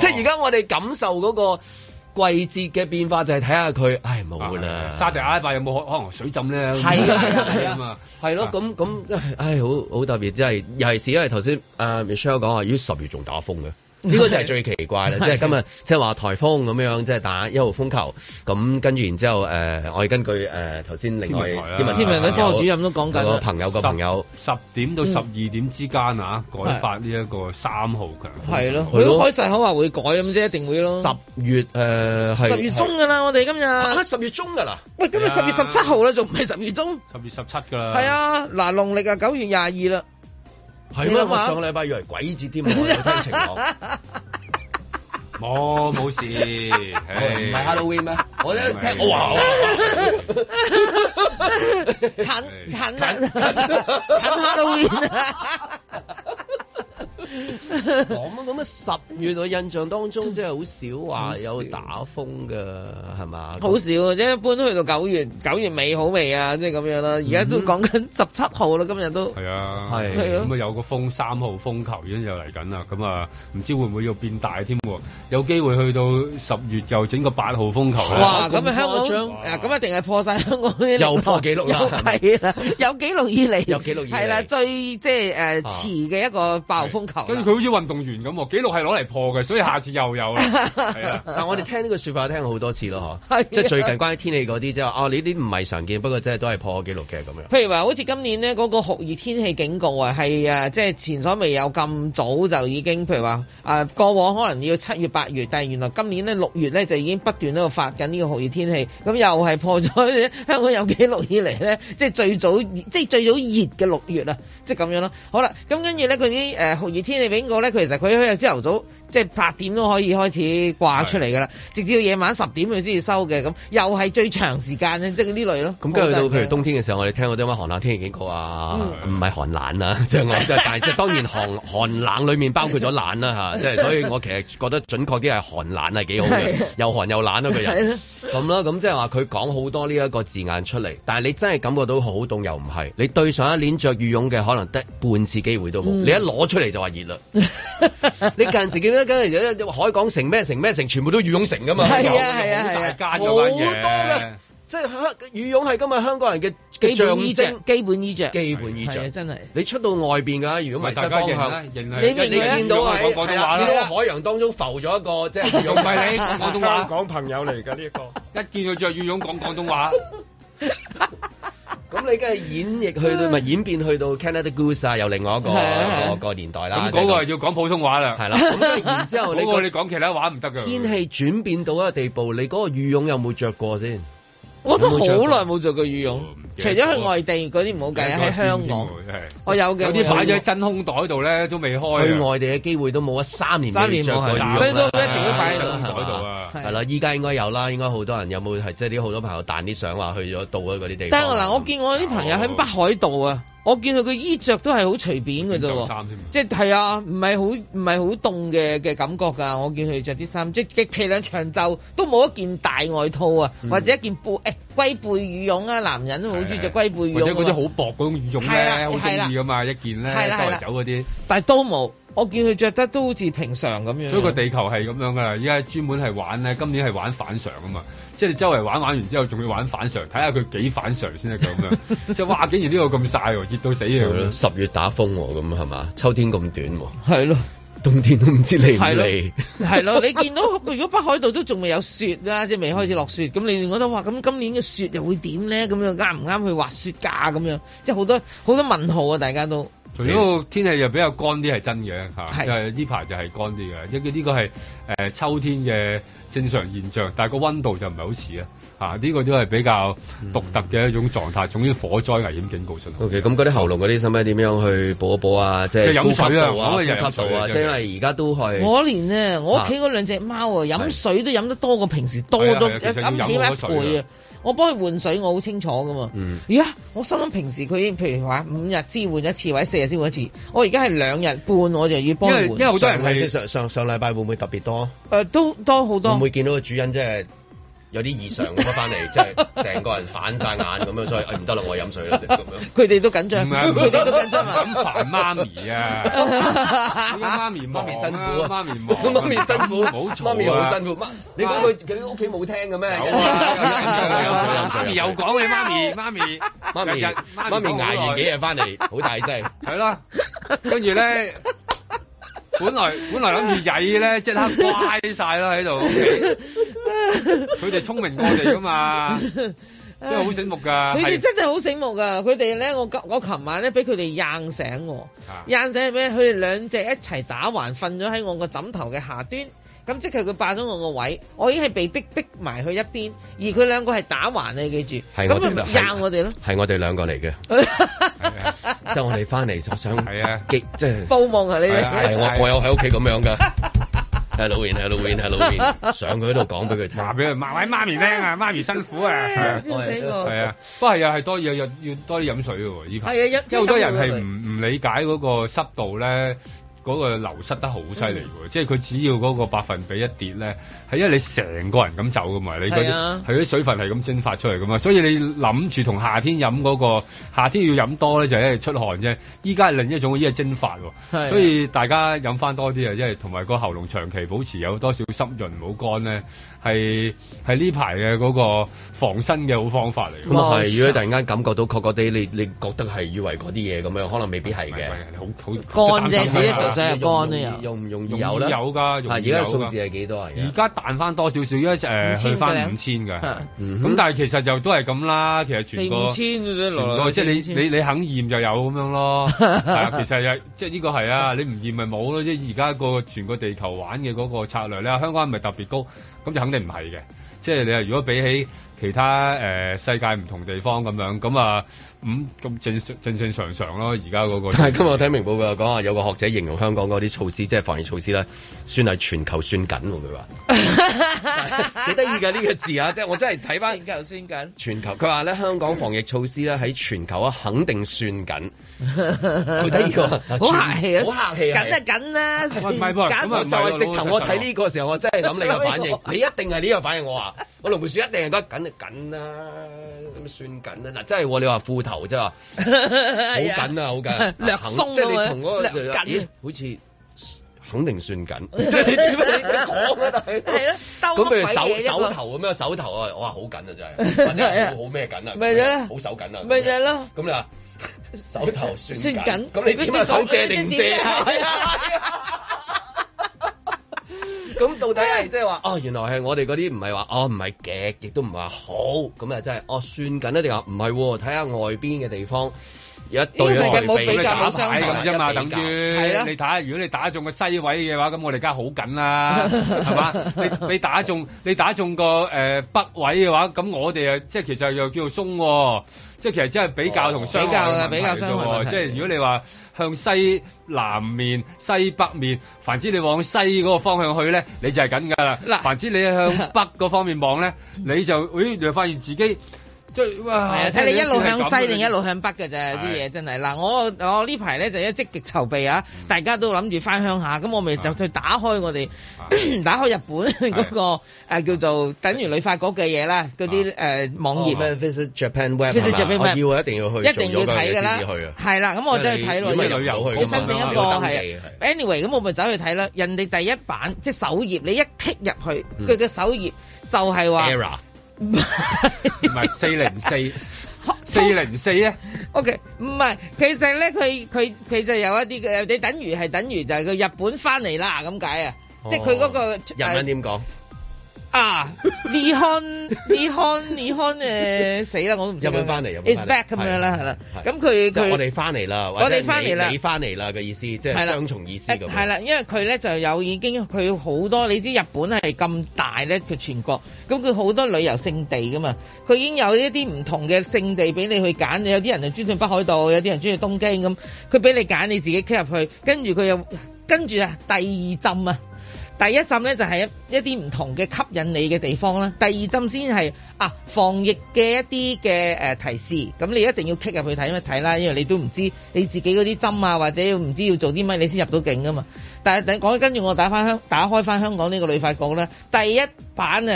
Speaker 2: 即係而家我哋感受嗰個季節嘅變化，就係睇下佢，唉冇
Speaker 4: 啊
Speaker 2: 啦，
Speaker 5: 啊沙地阿拉伯有冇可可能水浸咧？
Speaker 2: 係啊係
Speaker 5: 係
Speaker 2: 啊
Speaker 5: 啊，
Speaker 2: 係咯，咁咁，唉，好好特別，即係尤其是因為頭先啊 Michelle 講話，咦十月仲打風 嘅。呢個就係最奇怪啦，即係今日即係話颱風咁樣，即係打一號風球，咁跟住然之後，誒、呃我係根據誒頭先另外
Speaker 5: 天文台啦
Speaker 4: 天文台科學主任都講緊
Speaker 2: 啊有個
Speaker 4: 啦
Speaker 2: 朋友個朋友，
Speaker 5: 十點
Speaker 4: 嗯
Speaker 5: 到十二點之間啊，改發呢一個三號強風
Speaker 4: 係咯，
Speaker 2: 係咯
Speaker 4: 佢都開晒口話會改咁啫，一定會咯。
Speaker 2: 十月誒係
Speaker 4: 十月中㗎啦，我哋今
Speaker 2: 啊
Speaker 4: 日，
Speaker 2: 十月中㗎啦，
Speaker 4: 喂，今日十
Speaker 5: 係
Speaker 4: 月十
Speaker 5: 啊
Speaker 4: 七號啦，仲唔係十月中？
Speaker 5: 十月十七㗎啦，
Speaker 4: 係，啊，嗱，農曆啊九月廿二啦。
Speaker 2: 係
Speaker 4: 你
Speaker 2: 咩？
Speaker 4: 諗下
Speaker 2: 我上禮拜以為鬼節添，我有聽情 講。
Speaker 5: 冇冇事，唔
Speaker 2: 唔係 Halloween 咩？我一 聽我話哦我
Speaker 4: 近近啊近 Halloween 啊！
Speaker 2: 咁咁啊！十月我印象當
Speaker 4: 嗯
Speaker 2: 中真係好少話有打風嘅係嘛？
Speaker 4: 好少嘅啫，一般都去到九月，九月尾好未啊，即係咁樣啦。而家都講緊十七號啦，今日都
Speaker 5: 係啊，
Speaker 2: 係
Speaker 4: 係啊
Speaker 5: 咁啊有個風三號風球已經又嚟緊啦，咁啊唔知會唔會要變大添喎？有機會去到十月又整個八號風球啦
Speaker 4: 哇！咁
Speaker 2: 咁
Speaker 4: 啊香港
Speaker 2: 誇張
Speaker 4: 啊，咁一定係破晒香港啲
Speaker 2: 又破紀錄啦
Speaker 4: 有
Speaker 2: 係咪
Speaker 4: 係啦，有紀錄以嚟，
Speaker 2: 有紀錄以嚟
Speaker 4: 係啦，最即係誒
Speaker 2: 啊
Speaker 4: 遲嘅一個暴風球啦。啊
Speaker 5: 跟住佢好似運動員咁喎，紀錄係攞嚟破嘅，所以下次又 有啦，係啊。
Speaker 2: 但我哋聽呢個説法聽好多次咯，
Speaker 4: 係
Speaker 2: 嗬
Speaker 4: 啊！
Speaker 2: 即係最近關於天氣嗰啲，即係話哦，你呢啲唔係常見，不過真係都係破紀錄嘅咁樣。
Speaker 4: 譬如話，好似今年呢嗰個酷熱天氣警告啊，係啊，即係前所未有咁早就已經，譬如話啊，過往可能要七月八月，但係原來今年呢六月呢，就已經不斷喺度發緊呢個酷熱天氣，咁又係破咗 香港有紀錄以嚟呢，即係最早即係最早熱嘅六月啊，即係咁樣咯。好啦，咁跟住呢，佢啲誒酷熱天氣警告呢，佢其實佢喺朝頭早即係八點都可以開始掛出嚟㗎啦，直至到夜晚十點佢先至收嘅，咁又係最長時間嘅，即係嗯呢類咯。
Speaker 2: 咁跟住到
Speaker 4: 好得
Speaker 2: 譬
Speaker 4: 意
Speaker 2: 如
Speaker 4: 啊
Speaker 2: 冬天嘅時候，我哋聽過啲乜寒冷天氣警告啊，唔係寒冷啊，即係我即係 但係即係當然寒寒冷裡面包括咗冷啦嚇，即係所以我其實覺得準確啲係寒冷係幾好嘅
Speaker 4: 係啊，
Speaker 2: 又寒又冷咯個
Speaker 4: 係
Speaker 2: 人
Speaker 4: 啊。
Speaker 2: 咁啦，咁即係話佢講好多呢一個字眼出嚟，但係你真係感覺到好凍又唔係，你對上一年着羽絨嘅可能得半次機會都
Speaker 4: 嗯
Speaker 2: 冇，你一攞出嚟就話熱 啦。 你近時見到跟住有海港城咩城咩城，全部都羽絨城㗎嘛。
Speaker 4: 係啊
Speaker 2: 有㗎嘛
Speaker 4: 係啊係啊
Speaker 5: 大間
Speaker 2: 好
Speaker 5: 嗰
Speaker 2: 多
Speaker 5: 間嘢
Speaker 2: 嘅，即係香羽絨係今日香港人嘅嘅
Speaker 4: 基
Speaker 2: 象
Speaker 4: 本衣
Speaker 2: 徵
Speaker 4: 着，，基本衣着，
Speaker 2: 基本衣
Speaker 4: 係啊
Speaker 2: 着。
Speaker 4: 真係。
Speaker 2: 你出到外邊㗎，如果唔
Speaker 5: 咪
Speaker 2: 係
Speaker 5: 大
Speaker 2: 西
Speaker 5: 家
Speaker 2: 方
Speaker 5: 認啦
Speaker 2: 向，，
Speaker 5: 認
Speaker 4: 你
Speaker 5: 係一
Speaker 4: 明
Speaker 2: 你
Speaker 5: 定
Speaker 4: 嘅
Speaker 2: 見到
Speaker 5: 要
Speaker 2: 喺
Speaker 5: 講廣
Speaker 2: 係啊
Speaker 5: 東話
Speaker 2: 啦，見到
Speaker 5: 啦，
Speaker 2: 海洋當中浮咗一個即係羽
Speaker 5: 又 唔
Speaker 2: 絨
Speaker 4: 啊
Speaker 5: 係你講廣東話
Speaker 10: 香港朋友嚟㗎呢個。
Speaker 5: 一見佢着羽絨講廣東話，
Speaker 2: 咁你梗係演繹去到咪演變去到 Canada Goose 啊，又另外一個
Speaker 4: 係啊係啊
Speaker 2: 個個年代啦。
Speaker 5: 咁嗰個
Speaker 2: 即係
Speaker 5: 要講普通話
Speaker 2: 咁係
Speaker 5: 啦。
Speaker 2: 啦，咁啊然之後你
Speaker 5: 嗰個
Speaker 2: 個
Speaker 5: 你講其他話唔得㗎。
Speaker 2: 天氣轉變到一個地步，你嗰個羽絨有冇着過先？
Speaker 4: 我都好
Speaker 2: 有冇着過
Speaker 4: 耐冇做過羽絨
Speaker 5: 哦唔，記
Speaker 4: 除
Speaker 5: 得
Speaker 4: 咗去外地嗰啲唔好計啊，喺香港
Speaker 5: 係
Speaker 4: 我有嘅，
Speaker 5: 有啲擺咗喺真空袋度咧，都未開啊。
Speaker 2: 去外地嘅機會都冇啊，三年
Speaker 4: 三
Speaker 2: 未
Speaker 4: 年
Speaker 2: 着過
Speaker 4: 冇
Speaker 2: 羽
Speaker 4: 係
Speaker 5: 啊
Speaker 2: 絨啦
Speaker 4: 最多一直都擺喺
Speaker 5: 真空
Speaker 4: 度
Speaker 5: 袋度啊。
Speaker 4: 係
Speaker 2: 係啦，依家應該有啦，應該好多人有冇係即係啲好多朋友彈啲相話去咗到咗嗰啲地方。啊
Speaker 4: 但係我嗱，我見我啲朋友喺北海道啊，我見佢個衣着都係好隨便嘅啫
Speaker 5: 就
Speaker 4: 喎。
Speaker 5: 衫添。
Speaker 4: 即係係啊，唔係好唔係好凍嘅嘅感覺㗎。我見佢着啲衫，即係極其量長袖都冇一件大外套啊，或者一件背誒龜背羽絨啊，男人都好中意着龜背羽
Speaker 5: 或者
Speaker 4: 絨啊
Speaker 5: 嗰啲
Speaker 4: 㗎嘛，
Speaker 5: 好薄嗰種羽絨
Speaker 4: 係啦
Speaker 5: 咧，好
Speaker 4: 係啦
Speaker 5: 中意噶嘛，一件咧周
Speaker 4: 係啦係啦
Speaker 5: 圍走嗰啲，
Speaker 4: 但係都冇。我見佢着得都好似平常咁樣。
Speaker 5: 所以個地球係咁樣噶啦。依家專門係玩咧，今年係玩反常啊嘛，即係你周圍玩玩完之後，仲要玩反常，睇下佢幾反常先得咁樣。即係哇，竟然呢度咁晒喎，熱到死
Speaker 2: 係咯
Speaker 5: 啊！
Speaker 2: 十月打風喎，咁係嘛？秋天咁短喎，
Speaker 4: 係咯。
Speaker 2: 冬天都唔知嚟唔
Speaker 4: 係咯
Speaker 2: 嚟。
Speaker 4: 係 咯，你見到如果北海道都仲未有雪啦，即係未開始落雪，咁你覺得哇，咁今年嘅雪又會點咧？咁樣啱唔啱去滑雪㗎？咁樣即係好多好多問號啊！大家都
Speaker 5: 除咗個天氣又比較乾啲係真嘅
Speaker 4: 係
Speaker 5: 嚇，就係呢排就係乾啲嘅，因為呢個係誒秋天嘅正常現象，但係個温度就唔係好似啊嚇，呢個都係比較獨特嘅一種狀態。總之火災危險警告信號。
Speaker 2: OK，咁嗰啲喉嚨嗰啲使唔使點樣去補一補啊？即
Speaker 5: 即
Speaker 2: 係
Speaker 5: 係飲
Speaker 2: 呼吸
Speaker 5: 水啊
Speaker 2: 道啊，
Speaker 5: 我
Speaker 2: 呼
Speaker 5: 覺
Speaker 2: 吸
Speaker 5: 得又係飲
Speaker 2: 道啊，
Speaker 5: 水啊
Speaker 2: 即係因為而家都係
Speaker 4: 我連啊，我屋企嗰兩隻貓啊，飲水都飲得多過平時多
Speaker 5: 係啊
Speaker 4: 到
Speaker 5: 係啊其實要
Speaker 4: 咁起
Speaker 5: 飲好
Speaker 4: 碼
Speaker 5: 多水㗎
Speaker 4: 一倍啊！我幫佢換水，我好清楚噶嘛。
Speaker 2: 嗯
Speaker 4: 而家我心諗平時佢譬如話五日先換一次，或者四日先換一次，我而家係兩日半，我就要幫佢
Speaker 5: 因
Speaker 4: 換
Speaker 5: 為因為好多人係
Speaker 2: 上上上禮拜會唔會特別多？
Speaker 4: 誒都多好
Speaker 2: 會唔
Speaker 4: 多
Speaker 2: 會。見到個主人即係有啲異常咁樣翻 嚟，即係成個人反晒眼咁樣，所以哎唔得啦，我飲水 啦咁樣。
Speaker 4: 佢哋都緊張，
Speaker 5: 唔係唔係
Speaker 4: 佢哋都緊張
Speaker 5: 咁
Speaker 4: 啊！
Speaker 5: 煩媽咪啊！佢媽咪
Speaker 2: 媽
Speaker 5: 忙啊
Speaker 2: 咪辛苦啊，
Speaker 5: 媽咪忙啊，
Speaker 2: 媽咪辛苦，
Speaker 5: 唔好嘈
Speaker 2: 媽
Speaker 5: 啊
Speaker 2: 咪好辛苦。媽，你估佢佢屋企冇聽嘅咩？
Speaker 5: 有啊，
Speaker 2: 有有有有有有有有有
Speaker 5: 媽咪又講你媽咪，媽咪，
Speaker 2: 媽咪
Speaker 5: 日日
Speaker 2: 媽咪捱完幾日翻 嚟，好大劑。
Speaker 5: 係啦，跟住咧，本來本來諗住曳咧，即刻乖晒啦喺度屋企，佢哋聰明過我哋噶嘛，真係好醒目噶，
Speaker 4: 佢
Speaker 5: 係
Speaker 4: 哋真係好醒目噶，佢哋咧，我我琴晚咧俾佢哋掗醒我
Speaker 5: 啊，
Speaker 4: 掗醒係咩？佢哋兩隻一齊打橫瞓咗喺我個枕頭嘅下端，咁即係佢霸咗我個位，我已經係被逼逼埋去一邊，而佢兩個係打橫你記住，
Speaker 2: 係
Speaker 4: 咁
Speaker 2: 我
Speaker 4: 咪
Speaker 2: 哋兩
Speaker 4: 掗我哋咯，
Speaker 2: 係我哋兩個嚟 嘅，即係我哋翻嚟，我想
Speaker 5: 係啊
Speaker 2: 激即係
Speaker 4: 報夢啊你
Speaker 5: 係
Speaker 4: 哋
Speaker 5: 啊。
Speaker 2: 係我我有喺屋企咁樣㗎。係老 a 係老 a 係老 a 上佢嗰度講俾佢聽。
Speaker 5: 話俾佢媽，喂媽咪聽啊，媽咪辛苦啊，係啊
Speaker 4: 笑死
Speaker 5: 係
Speaker 4: 我！
Speaker 5: 啊，不過又係多要要要多啲飲水嘅喎，依排。
Speaker 4: 係啊，
Speaker 5: 即係好多人係
Speaker 4: 係
Speaker 5: 唔唔理解嗰個濕度咧，嗰、個流失得好犀利
Speaker 4: 嗯
Speaker 5: 喎。即係佢只要嗰個百分比一跌咧，係因為你成個人咁走噶嘛，你嗰
Speaker 4: 係
Speaker 5: 啲
Speaker 4: 啊
Speaker 5: 係嗰啲水分係咁蒸發出嚟噶嘛，所以你諗住同夏天飲嗰、個夏天要飲多咧，就係因哎為出汗啫。依家係另一種，依係蒸發
Speaker 4: 係啊
Speaker 5: 喎，所以大家飲翻多啲啊，因為同埋個喉嚨長期保持有多少濕潤唔好乾咧，係係呢排嘅嗰個防身嘅好方法嚟
Speaker 2: 咁
Speaker 5: 嘅。
Speaker 2: 啊係，如果突然間感覺到確確地，你你覺得係以為嗰啲嘢咁樣，可能未必係嘅。
Speaker 5: 唔係，唔係，啊好好
Speaker 4: 乾啫，自己
Speaker 2: 啊
Speaker 4: 純粹係乾都有。
Speaker 2: 容唔容易
Speaker 5: 容易
Speaker 2: 有咧？
Speaker 5: 有㗎，
Speaker 2: 啊
Speaker 5: 容
Speaker 2: 而
Speaker 5: 易有
Speaker 2: 家
Speaker 5: 㗎
Speaker 2: 數字係幾多嚟
Speaker 5: 而
Speaker 2: 㗎？
Speaker 5: 家彈翻多少少，一
Speaker 4: 五
Speaker 5: 誒
Speaker 4: 千
Speaker 5: 去
Speaker 4: 嘅
Speaker 5: 翻五千嘅，
Speaker 4: 啊
Speaker 2: 嗯
Speaker 5: 咁
Speaker 2: 哼
Speaker 5: 但係其實就都係咁啦。其實
Speaker 4: 四
Speaker 5: 全
Speaker 4: 五
Speaker 5: 個
Speaker 4: 千嘅啫，
Speaker 5: 全
Speaker 4: 來來
Speaker 5: 個
Speaker 4: 去
Speaker 5: 即
Speaker 4: 去
Speaker 5: 係你 你你肯驗就有咁 樣咯，係啊，其實又即係呢個係啊，你唔驗咪冇咯。即係而家個全個地球玩嘅嗰個策略咧，香港唔係特別高，咁就肯定唔係嘅。即係你話如果比起其他誒、呃世界唔同地方咁樣，咁啊咁咁正常正正常常咯。而家嗰個
Speaker 2: 但係今日我睇明報嘅講話，有個學者形容香港嗰啲措施，即係防疫措施咧，算係全球算緊喎。佢 話幾得意㗎呢個字啊！即係我真係睇翻
Speaker 4: 全球算緊。
Speaker 2: 全球，佢話咧香港防疫措施咧喺全球啊肯定算緊。佢得意 個，
Speaker 4: 好客氣啊！
Speaker 2: 好客氣啊！
Speaker 4: 緊啊緊啦，，
Speaker 5: 喂唔係噃咁啊
Speaker 2: 就係直頭我睇呢個時候，我真係諗你個反應 你一定係呢個反應。我話我龍門樹一定係得緊就緊啦，咁算緊啦。嗱，真係喎你話褲頭真係話
Speaker 4: 好 Dạ.
Speaker 2: 好緊啊，好緊啊，
Speaker 4: 哎 略鬆
Speaker 2: 即係
Speaker 4: 咁樣
Speaker 2: 你同嗰個
Speaker 4: 略緊
Speaker 2: 咦好似肯定算緊， 即係你點解你講啊？大佬
Speaker 4: 係咯兜
Speaker 2: 咁譬
Speaker 4: 乜
Speaker 2: 如
Speaker 4: 鬼嘢啫
Speaker 2: 手
Speaker 4: 嘛
Speaker 2: 手頭咁樣，手頭啊，哇好緊啊真 係，或者
Speaker 4: 係啊
Speaker 2: 好好咩緊啊？
Speaker 4: 咪就係
Speaker 2: 好手緊啊？
Speaker 4: 咪就係咯。
Speaker 2: 咁你話 手頭算
Speaker 4: 算緊
Speaker 2: 咁你點啊？
Speaker 4: 你講
Speaker 2: 手借定唔借
Speaker 4: 你點
Speaker 2: 啊
Speaker 4: 啊？
Speaker 2: 係啊係啊 咁到底係即係 話哦，原來係我哋嗰啲唔係話哦唔係極，亦都唔係話好，咁啊真係哦算緊一定話唔係喎，睇下外邊嘅地方有
Speaker 5: 哦
Speaker 2: 一對
Speaker 4: 呢個世界冇
Speaker 2: 對
Speaker 4: 比較
Speaker 5: 打
Speaker 4: 冇相
Speaker 5: 牌咁
Speaker 4: 反
Speaker 5: 啫嘛，
Speaker 2: 一比較
Speaker 5: 等於
Speaker 4: 係啊
Speaker 5: 你打，如果你打中個西位嘅話，咁我哋梗係好緊 啦，係嘛？你你打中你打中個誒、呃北位嘅話，咁我哋啊即係其實又叫做鬆喎，即係其實真係比較同相
Speaker 4: 哦比較啦
Speaker 5: 嘅問題
Speaker 4: 比較相
Speaker 5: 啫
Speaker 4: 害
Speaker 5: 喎
Speaker 4: 問題
Speaker 5: 即係如果你話向西南面、西北面，凡之你往西嗰個方向去咧，你就係緊㗎啦。
Speaker 4: 嗱
Speaker 5: 凡之你向北嗰方面望咧，你就咦，你就發現自己即係
Speaker 4: 係
Speaker 5: 哇！
Speaker 4: 啊，睇你一路向西定一
Speaker 5: 路。
Speaker 4: 路向北嘅啫，
Speaker 5: 係
Speaker 4: 啲嘢真係嗱，我我呢排咧就一積極籌備啊，大家都諗住翻鄉下，咁我咪就去打開我哋 打開日本嗰個誒叫做等於旅發局嘅嘢啦，嗰啲誒網頁
Speaker 2: 哦
Speaker 4: 啊
Speaker 2: 咩 Visit Japan Web
Speaker 4: Visit
Speaker 2: 係嘛
Speaker 4: Japan
Speaker 2: 我
Speaker 4: Web
Speaker 2: 要啊一定要去，
Speaker 4: 一定要
Speaker 2: 做咗佢
Speaker 4: 睇㗎啦
Speaker 2: 先至去啊，。
Speaker 4: 係啦，咁我真係睇
Speaker 2: 因為入
Speaker 4: 咯。
Speaker 2: 唔到去㗎嘛
Speaker 5: 你
Speaker 4: 佢申請一個
Speaker 2: 要登記
Speaker 4: 係
Speaker 2: 嘅係
Speaker 4: anyway，咁我咪走去睇啦。人哋第一版即係首頁，你一 click 入去，
Speaker 2: 嗯
Speaker 4: 佢嘅首頁就係話
Speaker 2: Era
Speaker 4: 唔係
Speaker 5: 唔 係四零四四零四咧，
Speaker 4: O K，唔係，其實咧，佢佢佢就有一啲嘅，你等於係等於就係佢日本翻嚟啦咁解啊，
Speaker 2: 哦
Speaker 4: 即係佢嗰個
Speaker 2: 日文點講？
Speaker 4: 啊 n 康 h 康 n 康誒死啦，我都唔知
Speaker 2: 日本翻嚟日本
Speaker 4: is
Speaker 2: 翻嚟
Speaker 4: back 咁樣啦，係啦，
Speaker 2: 係啊
Speaker 4: 咁佢
Speaker 2: 即係我
Speaker 4: 佢。
Speaker 2: 哋翻嚟啦，
Speaker 4: 我哋
Speaker 2: 或
Speaker 4: 返
Speaker 2: 者
Speaker 4: 嚟啦
Speaker 2: 你你翻嚟啦嘅意思，即係
Speaker 4: 係啦
Speaker 2: 雙重意思
Speaker 4: 誒
Speaker 2: 咁樣。
Speaker 4: 係啦，因為佢咧就有已經佢好多，你知日本係咁大咧，佢全國咁佢好多旅遊勝地噶嘛，佢已經有一啲唔同嘅勝地俾你去揀，有啲人就專去北海道，有啲人專去東京咁，佢俾你揀，你自己 click 入去，跟住佢又跟住啊第二浸啊。第一浸咧就係一一啲唔同嘅吸引你嘅地方啦，第二浸先係啊防疫嘅一啲嘅誒提示，咁你一定要 click 入去睇一睇啦，因為你都唔知你自己嗰啲針啊，或者唔知要做啲乜，你先入到境噶嘛。但係等講跟住我打翻香打開翻香港呢個旅發局咧，第一版啊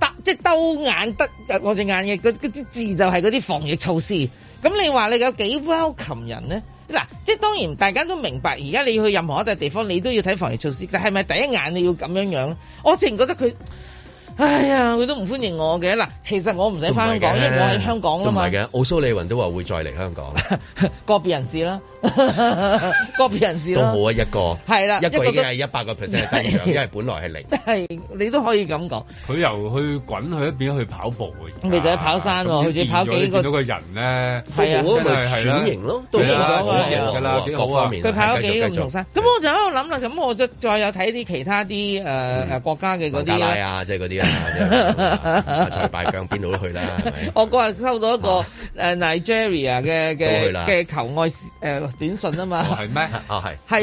Speaker 4: 〜得即係兜眼得呃我隻眼嘅嗰嗰啲字就係嗰啲防疫措施。咁你話你有幾 welcome 人呢？嗱，即係當然大家都明白，而家你去任何一笪地方，你都要睇防疫措施，但係咪第一眼你要咁樣樣咧？我淨覺得佢。哎呀，佢都唔歡迎我嘅嗱，其實我唔使翻香港，因為我喺香港啊
Speaker 2: 都唔
Speaker 4: 嘛
Speaker 2: 係，嘅，奧蘇利雲都話會再嚟香港，
Speaker 4: 個別人士啦， 個別人士
Speaker 2: 都
Speaker 4: 啦
Speaker 2: 好，啊一個，
Speaker 4: 係啦
Speaker 2: 一個已
Speaker 4: 一
Speaker 2: 經
Speaker 4: 個
Speaker 2: 係一百個 percent 嘅
Speaker 4: 啊
Speaker 2: 增長，因為本來係零。
Speaker 4: 係 你都可以咁講。
Speaker 5: 佢由去滾去一邊去跑步嘅，
Speaker 4: 咪就係跑山喎
Speaker 5: 咁
Speaker 4: 佢仲要跑幾
Speaker 5: 變咗你
Speaker 4: 個
Speaker 5: 見到個人咧，
Speaker 4: 係啊
Speaker 2: 都冇啊咪
Speaker 5: 真係係啦
Speaker 2: 轉型咯，
Speaker 5: 轉
Speaker 4: 型咗
Speaker 2: 好啊
Speaker 4: 轉
Speaker 5: 型㗎啦
Speaker 2: 好啊
Speaker 5: 幾好
Speaker 2: 各
Speaker 5: 啊
Speaker 2: 方面
Speaker 4: 佢跑咗
Speaker 2: 係繼續
Speaker 4: 幾個唔
Speaker 2: 繼續
Speaker 4: 同山，咁我就喺度諗啦，咁我就再有睇啲其他啲誒誒國家嘅嗰
Speaker 2: 嗯孟
Speaker 4: 啲
Speaker 2: 加拉
Speaker 4: 啦。
Speaker 2: 啊，即係嗰啲 啊，即係塞拜疆邊度都去啦，係咪？啊
Speaker 4: 我嗰日收到一個誒 Nigeria 嘅
Speaker 2: 都去
Speaker 4: 嘅
Speaker 2: 啦
Speaker 4: 嘅求愛視誒短信啊
Speaker 5: 哦
Speaker 4: 嘛，
Speaker 5: 係咩？
Speaker 2: 啊係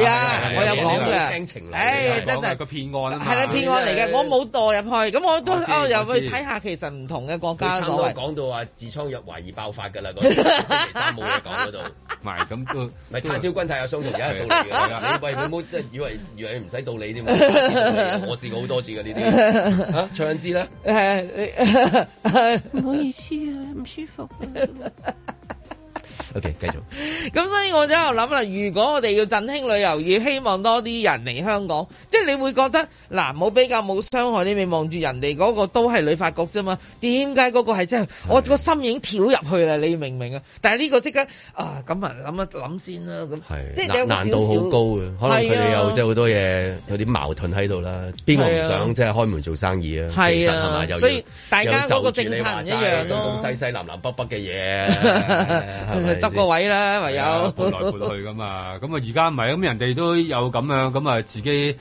Speaker 4: 係
Speaker 2: 啊
Speaker 4: 啊
Speaker 2: 係啊，
Speaker 4: 我有
Speaker 2: 有
Speaker 4: 講
Speaker 2: 有有聽
Speaker 4: 嘅
Speaker 2: 情，侶啊
Speaker 4: 唉
Speaker 2: 有
Speaker 4: 真
Speaker 5: 係
Speaker 4: 係
Speaker 5: 個。騙案啊嘛，
Speaker 4: 係啦，騙案
Speaker 2: 哎
Speaker 4: 嚟嘅，我冇墮入去，咁我都
Speaker 5: 我知
Speaker 4: 哦又
Speaker 5: 我知
Speaker 4: 去睇下，其實唔同嘅國
Speaker 2: 佢
Speaker 4: 家
Speaker 2: 差唔
Speaker 4: 所
Speaker 2: 多
Speaker 4: 謂，
Speaker 2: 講到話痔瘡藥懷疑爆發㗎啦，嗰個星期三冇嘢講嗰度。
Speaker 5: 唔係咁都
Speaker 2: 咪
Speaker 5: 都
Speaker 2: 他朝君太有相同，有一道理
Speaker 5: 係 啊
Speaker 2: 嘅。你喂，你冇即係以為以為唔使道理添喎。我試過好多次嘅呢啲。嚇，唱人知啦，
Speaker 4: 誒
Speaker 11: 唔好意思啊，唔舒服啊。
Speaker 2: OK，繼續。
Speaker 4: 咁所以我就喺度諗啦，如果我哋要振興旅遊業，希望多啲人嚟香港，即係你會覺得嗱冇比較冇傷害，你咪望住人哋嗰個都係旅發局啫嘛，點解嗰個係真係我個心已經跳入去啦？你明唔明啊？但係呢個即刻啊咁啊諗一諗先啦，咁即係你有
Speaker 2: 難
Speaker 4: 個
Speaker 2: 難
Speaker 4: 少
Speaker 2: 度好
Speaker 4: 少
Speaker 2: 高嘅，可能佢哋有
Speaker 4: 係啊
Speaker 2: 即係好多嘢有啲矛盾喺度啦。邊個唔想即係開門做生意啊？
Speaker 4: 啊係啊
Speaker 2: 其實係咪又要
Speaker 4: 所以大家
Speaker 2: 又要
Speaker 4: 嗰個
Speaker 2: 就住你話
Speaker 4: 政策唔一樣咯
Speaker 2: 齋東東西西南南北北 嘅嘢，係咪啊
Speaker 4: 執個位
Speaker 5: 啊
Speaker 4: 啦，唯啊有
Speaker 5: 撥來撥去噶嘛。咁啊，而家唔係咁，人哋都有咁樣，咁啊自己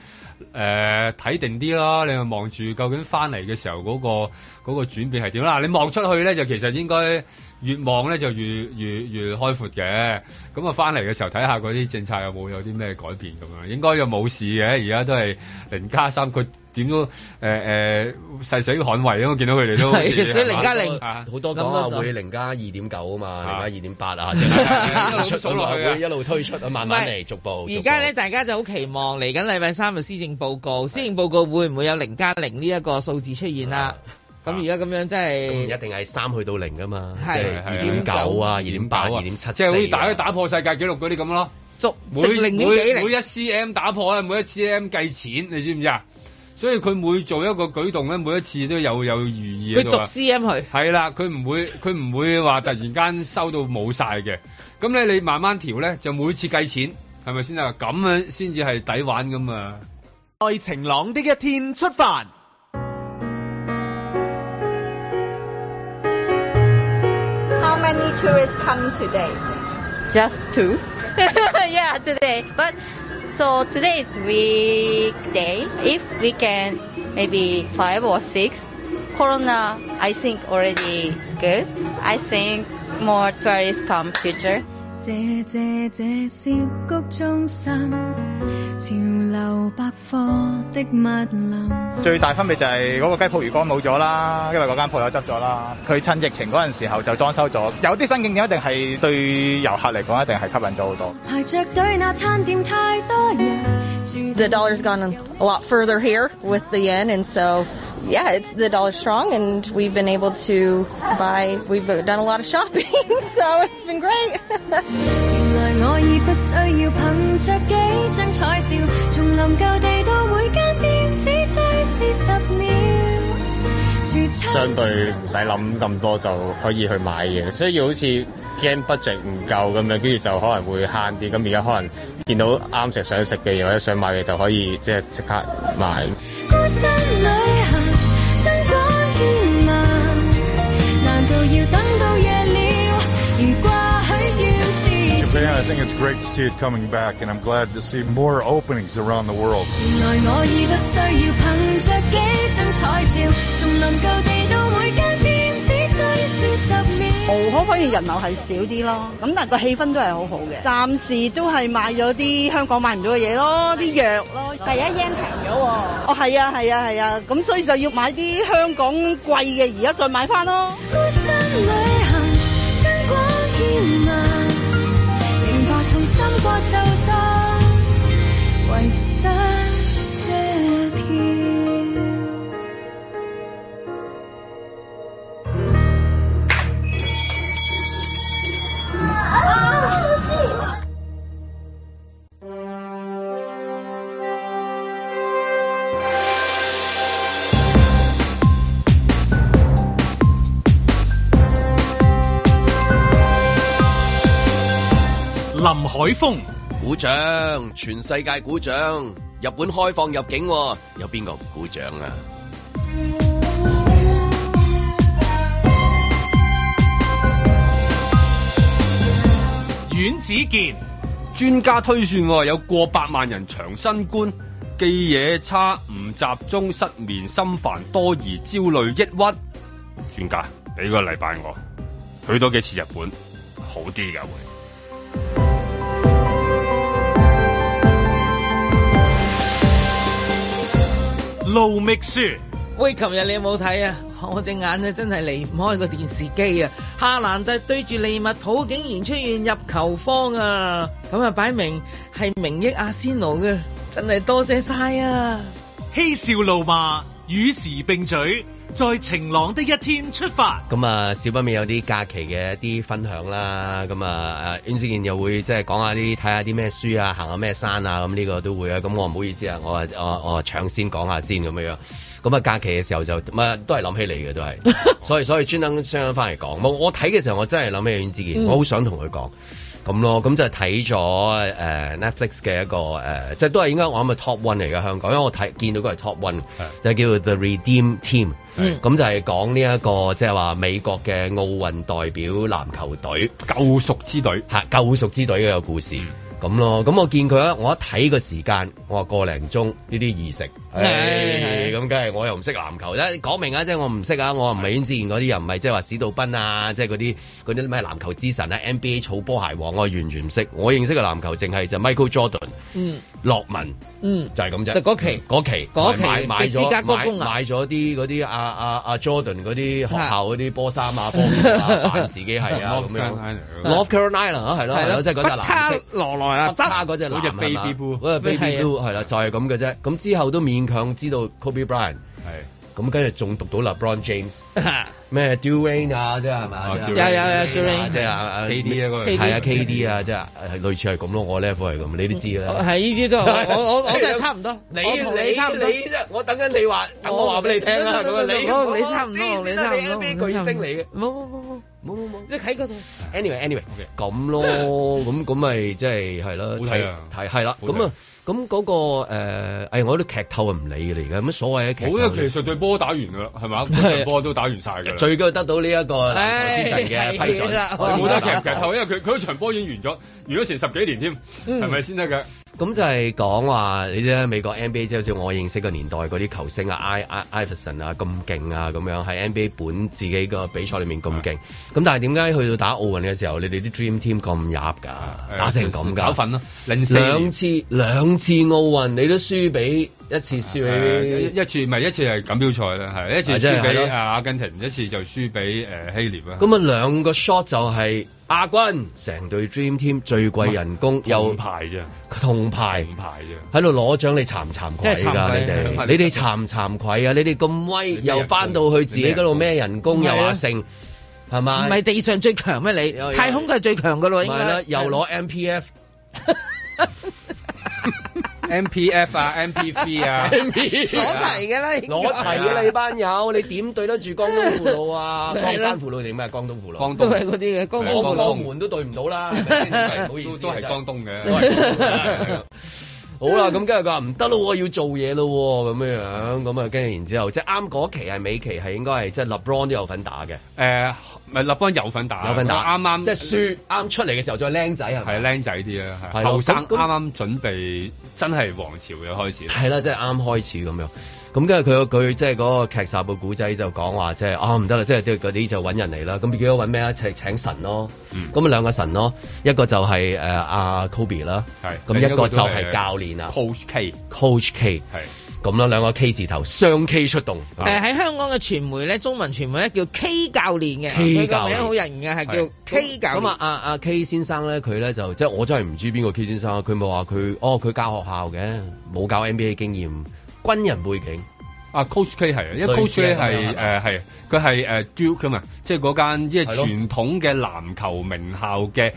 Speaker 5: 誒睇定啲咯。你咪望住究竟翻嚟嘅時候嗰、個嗰、個轉變係點啦。你望出去咧，就其實應該越望咧就越越越開闊嘅。咁啊，翻嚟嘅時候睇下嗰啲政策有冇有啲咩改變咁樣，應該又冇事嘅。而家都係零加三，佢點都誒呃誒誓死捍衞啊！我見到佢哋都好似
Speaker 4: 係所以
Speaker 5: 係嘛
Speaker 4: 零加零
Speaker 5: 啊
Speaker 2: 好多講啊，
Speaker 4: 諗多咗
Speaker 2: 會零加二點九啊嘛，
Speaker 5: 啊
Speaker 2: 零加二點八 啊，
Speaker 5: 係
Speaker 2: 即係出
Speaker 5: 一路數落去啊
Speaker 2: 會一路推出啊，慢慢嚟，逐步。
Speaker 4: 而家咧，大家就好期望嚟緊禮拜三嘅施政報告，施政報告會唔會有零加零呢一個數字出現啦？咁
Speaker 5: 啊
Speaker 4: 而家咁樣真
Speaker 2: 咁唔一
Speaker 4: 係
Speaker 2: 定係三去到零噶嘛，即
Speaker 4: 係
Speaker 2: 係二點
Speaker 5: 係
Speaker 2: 九啊，二點八、二點七，
Speaker 5: 即係好似打打破世界紀錄嗰啲咁咯。
Speaker 4: 逐
Speaker 5: 每
Speaker 4: 直零
Speaker 5: 每
Speaker 4: 點幾
Speaker 5: 每一
Speaker 4: 零，
Speaker 5: cm 打破咧，每一 cm 計錢，你知唔知啊？所以佢每做一個舉動咧，每一次都有有寓意
Speaker 4: 佢
Speaker 5: 喺度
Speaker 4: 逐
Speaker 5: 啊。
Speaker 4: CM 去。
Speaker 5: 係啦，佢唔會佢唔會話突然間收到冇晒嘅。咁咧你慢慢調咧，就每次計錢，係咪先啊？咁樣先至係抵玩噶嘛。
Speaker 1: 在晴朗的一天出發。
Speaker 10: How many tourists come today?
Speaker 9: Just two. yeah, today. But so today is weekday. If we can, maybe five or six. Corona, I think already good. I think more tourists come future.
Speaker 11: 謝謝這小谷中心，潮流百貨的密林。
Speaker 12: 最大分別就係嗰個雞泡魚乾冇咗啦，因為嗰間鋪頭執咗啦。佢趁疫情嗰陣時候就裝修咗，有啲新景點一定係對遊客嚟講一定係吸引咗好多。
Speaker 11: 排着隊那餐店太多人，住
Speaker 9: The dollar's gone a lot further here with the yen, and so yeah, it's the dollar's strong, and we've been able to buy. We've done a lot of shopping, so it's been great.
Speaker 11: 原來我已不需要憑着幾張彩照，從臨舊地到每間店只追四十秒。住餐
Speaker 13: 相對唔使諗咁多就可以去買嘢，所以好似驚 budget 唔夠咁樣，跟住就可能會慳啲。咁而家可能見到啱食想食嘅嘢或者想買嘅就可以即係即刻買。
Speaker 11: 孤身旅行，增廣見聞，難道要等到夜了，如掛許願之
Speaker 14: Japan,
Speaker 11: 前
Speaker 14: I？think it's great to see it coming back, and I'm glad to see more openings around the world.
Speaker 11: 原來我已不需要憑着幾張彩照，從臨舊地到每間店只追四十秒。
Speaker 15: 無可否認人流係少啲咯，咁但係個氣氛都係好好嘅。暫時都係買咗啲香港買唔到嘅嘢咯，啲藥咯。第一 yen 平咗喎。哦，係啊，係啊，係啊，咁所以就要買啲香港貴嘅，而家再買翻咯。
Speaker 11: 孤身旅行，增廣見聞，明白痛心過就當遺 失車票。
Speaker 2: 林海峰，鼓掌！全世界鼓掌！日本開放入境喎，有邊個唔鼓掌啊？
Speaker 1: 阮子健，
Speaker 5: 專家推算喎有過百
Speaker 3: 百萬人長新冠，記嘢差，唔集中，失眠，心煩多疑，焦慮，抑鬱。專家，俾個禮拜我去多幾次日本，好啲㗎會。
Speaker 1: 盧覓雪，
Speaker 4: 喂，琴日你有冇睇啊？我隻眼咧真係離唔開個電視機啊！哈蘭特對住利物浦竟然出現入球荒啊！咁啊，擺明係明益阿仙奴嘅，真係多謝晒啊！
Speaker 1: 嬉笑怒罵，與時並舉，在晴朗的一天出發。
Speaker 2: 咁啊，少不免有啲假期嘅一啲分享啦。咁啊，誒，阮志健又會即係講下啲睇下啲咩書啊，行下咩山啊，咁呢個都會啊。咁我唔好意思啊，我啊我我搶先講下先咁樣樣。咁啊，假期嘅時候就咁啊，都係諗起你嘅都係，所以所以專登將翻嚟講。我我睇嘅時候，我真係諗起阮志健，
Speaker 4: 嗯
Speaker 2: 我好想同佢講。咁咯，咁就睇咗誒 Netflix 嘅一個誒、呃即係都係應該我諗係 top one 嚟嘅香港，因為我睇見到佢係 top one，就叫做 The Redeem Team。
Speaker 4: 嗯
Speaker 2: 咁就係講呢一個即係話美國嘅奧運代表籃球隊
Speaker 5: 救贖之隊
Speaker 2: 嚇救贖之隊嘅一個故事。咁咯，咁我見佢咧，我一睇個時間，我話個零鐘呢啲易食，唉咁梗係我又唔識籃球咧，講明啊，即係我唔識啊，我唔係之前嗰啲，又唔係即係話史道斌啊，即係嗰啲嗰啲咩籃球之神啊，NBA 草波鞋王，我完全唔識，我認識嘅籃球淨係就 Michael Jordan、
Speaker 4: 嗯
Speaker 2: 洛文。
Speaker 4: 嗯，
Speaker 2: 就係咁啫，
Speaker 4: 就嗰期
Speaker 2: 嗰期
Speaker 4: 嗰期
Speaker 2: 買買
Speaker 4: 芝加
Speaker 2: 咗
Speaker 4: 啊哥
Speaker 2: 買
Speaker 4: 公牛
Speaker 2: 買咗啲嗰啲阿阿阿 Jordan 嗰啲學校嗰啲波衫啊、波褲 啊，扮自己係啊
Speaker 5: North
Speaker 2: 咁樣
Speaker 5: Carolina。
Speaker 2: North Carolina 啊，係咯係
Speaker 4: 係
Speaker 2: 咯，
Speaker 4: 咯
Speaker 2: 即係嗰隻藍色
Speaker 4: 北。卡羅來納
Speaker 2: 北卡嗰隻藍
Speaker 5: 啊嗰隻 baby blue
Speaker 2: 嗰隻 baby
Speaker 4: 係啊
Speaker 2: blue 係啦，就係咁嘅啫。咁之後都勉強知道 Kobe Bryant
Speaker 5: 係
Speaker 2: 咁跟住仲讀到 LeBron James 咩 d u r a n 啊，即係係
Speaker 5: 哦
Speaker 2: 嘛？
Speaker 4: 有有有 Durant
Speaker 2: 即係啊
Speaker 5: KD 啊嗰個
Speaker 2: 係啊 KD 啊，即係誒類似係咁咯，我 level 係咁，你都知啦。
Speaker 4: 嗯哦係啊呢啲 都係我我我 都係差唔多，
Speaker 2: 你
Speaker 4: 我同你差唔多。
Speaker 2: 你啫，我等緊你話，等我話俾你聽啊，咁樣你
Speaker 4: 哦我同你差唔多，你差唔多，
Speaker 2: 你 NBA 巨星嚟嘅。
Speaker 4: 冇冇冇
Speaker 2: 冇
Speaker 4: 冇
Speaker 2: 冇冇，
Speaker 4: 即係喺嗰度。
Speaker 2: anyway，anyway，咁咯，咁咁咪即係係啦，
Speaker 5: 好睇啊
Speaker 2: 睇係啦，
Speaker 5: 好睇
Speaker 2: 咁啊，咁嗰個誒，哎，我啲劇透啊唔理嘅嚟嘅，咁所謂嘅劇
Speaker 5: 好啊，
Speaker 2: 透
Speaker 5: 其
Speaker 2: 呢。
Speaker 5: 實對波打完噶啦，係嘛？ 對波都打完晒㗎啦。
Speaker 2: 最緊要得到呢一個籃球之神嘅
Speaker 5: 唉
Speaker 2: 批准，
Speaker 5: 係啦冇得
Speaker 2: 哦
Speaker 5: 劇劇透，因為佢佢嗰場波已經完咗，
Speaker 2: 嗯
Speaker 5: 完咗成十幾年添，係咪先得㗎？
Speaker 2: 咁就係講話你知啦，美國 NBA 即係好似我認識嘅年代嗰啲球星啊，I I Iverson 啊咁勁啊咁樣，喺 NBA 本自己個比賽裏面咁勁。咁但係點解去到打奧運嘅時候，你哋啲 Dream Team 咁入㗎，打成咁㗎？
Speaker 5: 炒粉咯，零四
Speaker 2: 兩
Speaker 5: 年
Speaker 2: 次兩次奧運你都輸俾一次輸
Speaker 5: 誒
Speaker 2: 俾
Speaker 5: 一一次唔係一次係錦標賽啦，係一次
Speaker 2: 啊真係
Speaker 5: 輸俾
Speaker 2: 係
Speaker 5: 誒
Speaker 2: 咯
Speaker 5: 阿根廷，一次就輸俾誒希臘啦。
Speaker 2: 咁啊兩個 shot 就係亞軍，成隊 Dream Team 最貴人工又
Speaker 5: 銅牌啫，
Speaker 2: 銅牌
Speaker 5: 銅牌 啫，
Speaker 2: 喺度攞獎，你慚唔慚愧
Speaker 5: 真係慚
Speaker 2: 㗎？
Speaker 5: 愧
Speaker 2: 你
Speaker 5: 慚
Speaker 2: 哋
Speaker 5: 愧
Speaker 2: 你哋慚唔慚愧啊？你哋咁威又翻到去自己嗰度咩人工又
Speaker 4: 係
Speaker 2: 話
Speaker 4: 啊
Speaker 2: 剩係嘛？
Speaker 4: 唔係地上最強咩？你
Speaker 2: 有
Speaker 4: 太空都係最強噶咯，應
Speaker 2: 咪係啦
Speaker 4: 該。
Speaker 2: 又 攞 MPF
Speaker 5: MPF 啊，MPV 啊
Speaker 2: MPV
Speaker 4: 攞齊嘅啦，應該
Speaker 2: 攞齊嘅你班友，你點對得住江東父老啊？
Speaker 4: 係啦
Speaker 2: 江山父老定咩？江東父老？
Speaker 5: 江
Speaker 4: 都
Speaker 5: 東
Speaker 4: 係嗰啲嘅，江
Speaker 5: 江
Speaker 4: 湖
Speaker 5: 湖
Speaker 2: 江江門都對唔到啦，係咪先真係唔好意思
Speaker 5: 都都 係江東嘅
Speaker 2: 真係都係江東嘅。好啦，咁跟住佢話唔得咯，要做嘢咯，咁樣樣，咁啊，跟住然之後，即係啱嗰期係美期係應該係即係 LeBron 都有份打嘅，
Speaker 5: 誒，咪立邦有份打，
Speaker 2: 有份打，
Speaker 5: 啱啱
Speaker 2: 即係輸啱出嚟嘅時候再僆仔係咪？
Speaker 5: 係僆仔啲啦，
Speaker 2: 係
Speaker 5: 係
Speaker 2: 咯
Speaker 5: 後生
Speaker 2: 咁
Speaker 5: 啱啱準備，真係王朝嘅開始。
Speaker 2: 係啦，即係啱開始咁樣。咁跟住佢佢即係嗰個劇集嘅古仔就講話，即係啊唔得啦，即係嗰啲就揾人嚟啦。咁結果揾咩啊？請請神咯。咁啊兩個神咯，一個就係誒阿 Kobe 啦，咁一個就係教練啊
Speaker 5: Coach K。
Speaker 2: Coach 嗯 K。咁啦，兩個 K 字頭，雙 K 出動。
Speaker 4: 誒喺香港嘅傳媒咧，中文傳媒咧叫 K 教練嘅，
Speaker 2: K
Speaker 4: 佢
Speaker 2: 教練
Speaker 4: 個名好人嘅，係
Speaker 2: 係
Speaker 4: 叫 K 教
Speaker 2: 咁啊
Speaker 4: 練。，
Speaker 2: 阿阿 K 先生咧，佢咧就即係我真係唔知邊個 K 先生啊，佢咪話佢哦，佢教學校嘅，冇教 NBA 經驗，軍人背景。
Speaker 5: 啊，Coach K 係啊，因為
Speaker 2: 類
Speaker 5: Coach
Speaker 2: 似
Speaker 5: K
Speaker 2: 係咁樣
Speaker 5: 係誒係，佢係誒 Duke 啊嘛，即係嗰間即係
Speaker 2: 係咯
Speaker 5: 傳統嘅籃球名校嘅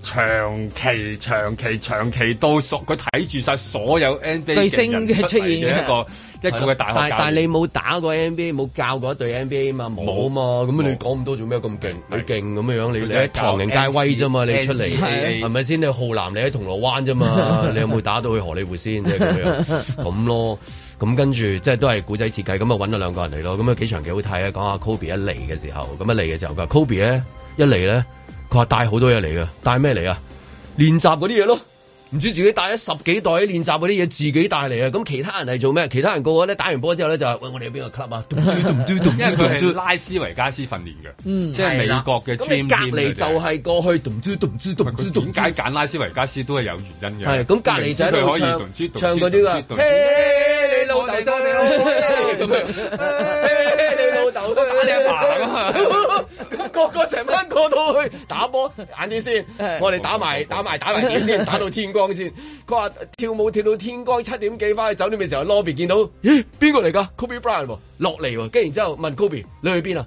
Speaker 5: 長期、長期、長期到熟，佢睇住晒所有 NBA
Speaker 2: 巨星
Speaker 5: 人
Speaker 2: 嘅
Speaker 5: 出
Speaker 2: 出現
Speaker 5: 嚟
Speaker 2: 嘅
Speaker 5: 嘅一個一個嘅大學
Speaker 2: 但
Speaker 5: 教
Speaker 2: 但
Speaker 5: 練
Speaker 2: 你冇打過 NBA，冇教過一隊 NBA 嘛，冇啊嘛，咁你講咁多做咩咁勁？你勁咁樣，你你喺唐人街威啫嘛，你出嚟
Speaker 5: NCAA
Speaker 2: 係咪先？你浩南，你喺銅鑼灣啫 嘛，你有冇打到去荷里活先？即係咁樣咁咯。咁跟住即係都係古仔設計，咁啊揾咗兩個人嚟咯。咁啊幾場幾好睇啊！講下 Kobe 一嚟嘅時候，咁一嚟嘅時候，佢話 Kobe 咧一嚟咧，佢話帶好多嘢嚟嘅，帶咩嚟啊？練習嗰啲嘢咯。唔知自己帶咗十幾袋練習嗰啲嘢，自己帶嚟啊！咁其他人係做咩？其他人個個咧打完波之後咧就係喂，我哋去邊個 club 啊？嘟嘟嘟嘟嘟
Speaker 5: 因為佢
Speaker 2: 嘟
Speaker 5: 係拉斯維加斯訓練嘅，
Speaker 2: 嗯
Speaker 5: 即係美國
Speaker 2: 係啦
Speaker 5: 嘅
Speaker 2: 咁
Speaker 5: dream
Speaker 2: 你
Speaker 5: team
Speaker 2: 隔離
Speaker 5: 嚟
Speaker 2: 就係過去咚嘟咚嘟咚嘟
Speaker 5: 點解揀拉斯維加斯都係有原因嘅。
Speaker 2: 係咁隔離就喺
Speaker 5: 佢
Speaker 2: 度
Speaker 5: 可以
Speaker 2: 唱
Speaker 5: 同知
Speaker 2: 唱嗰啲啊，嘿你老豆真係好咁樣， 嘿你老豆都打你阿爸咁啊！個個成班過到去打波，晏啲先，我哋打埋打埋打埋點先，打到天光先。佢話跳舞跳到天光七點幾翻去酒店嘅時候，lobby 見到咦邊個嚟㗎？Kobe Bryant 喎落嚟喎，跟住然之後問 Kobe 你去邊啊？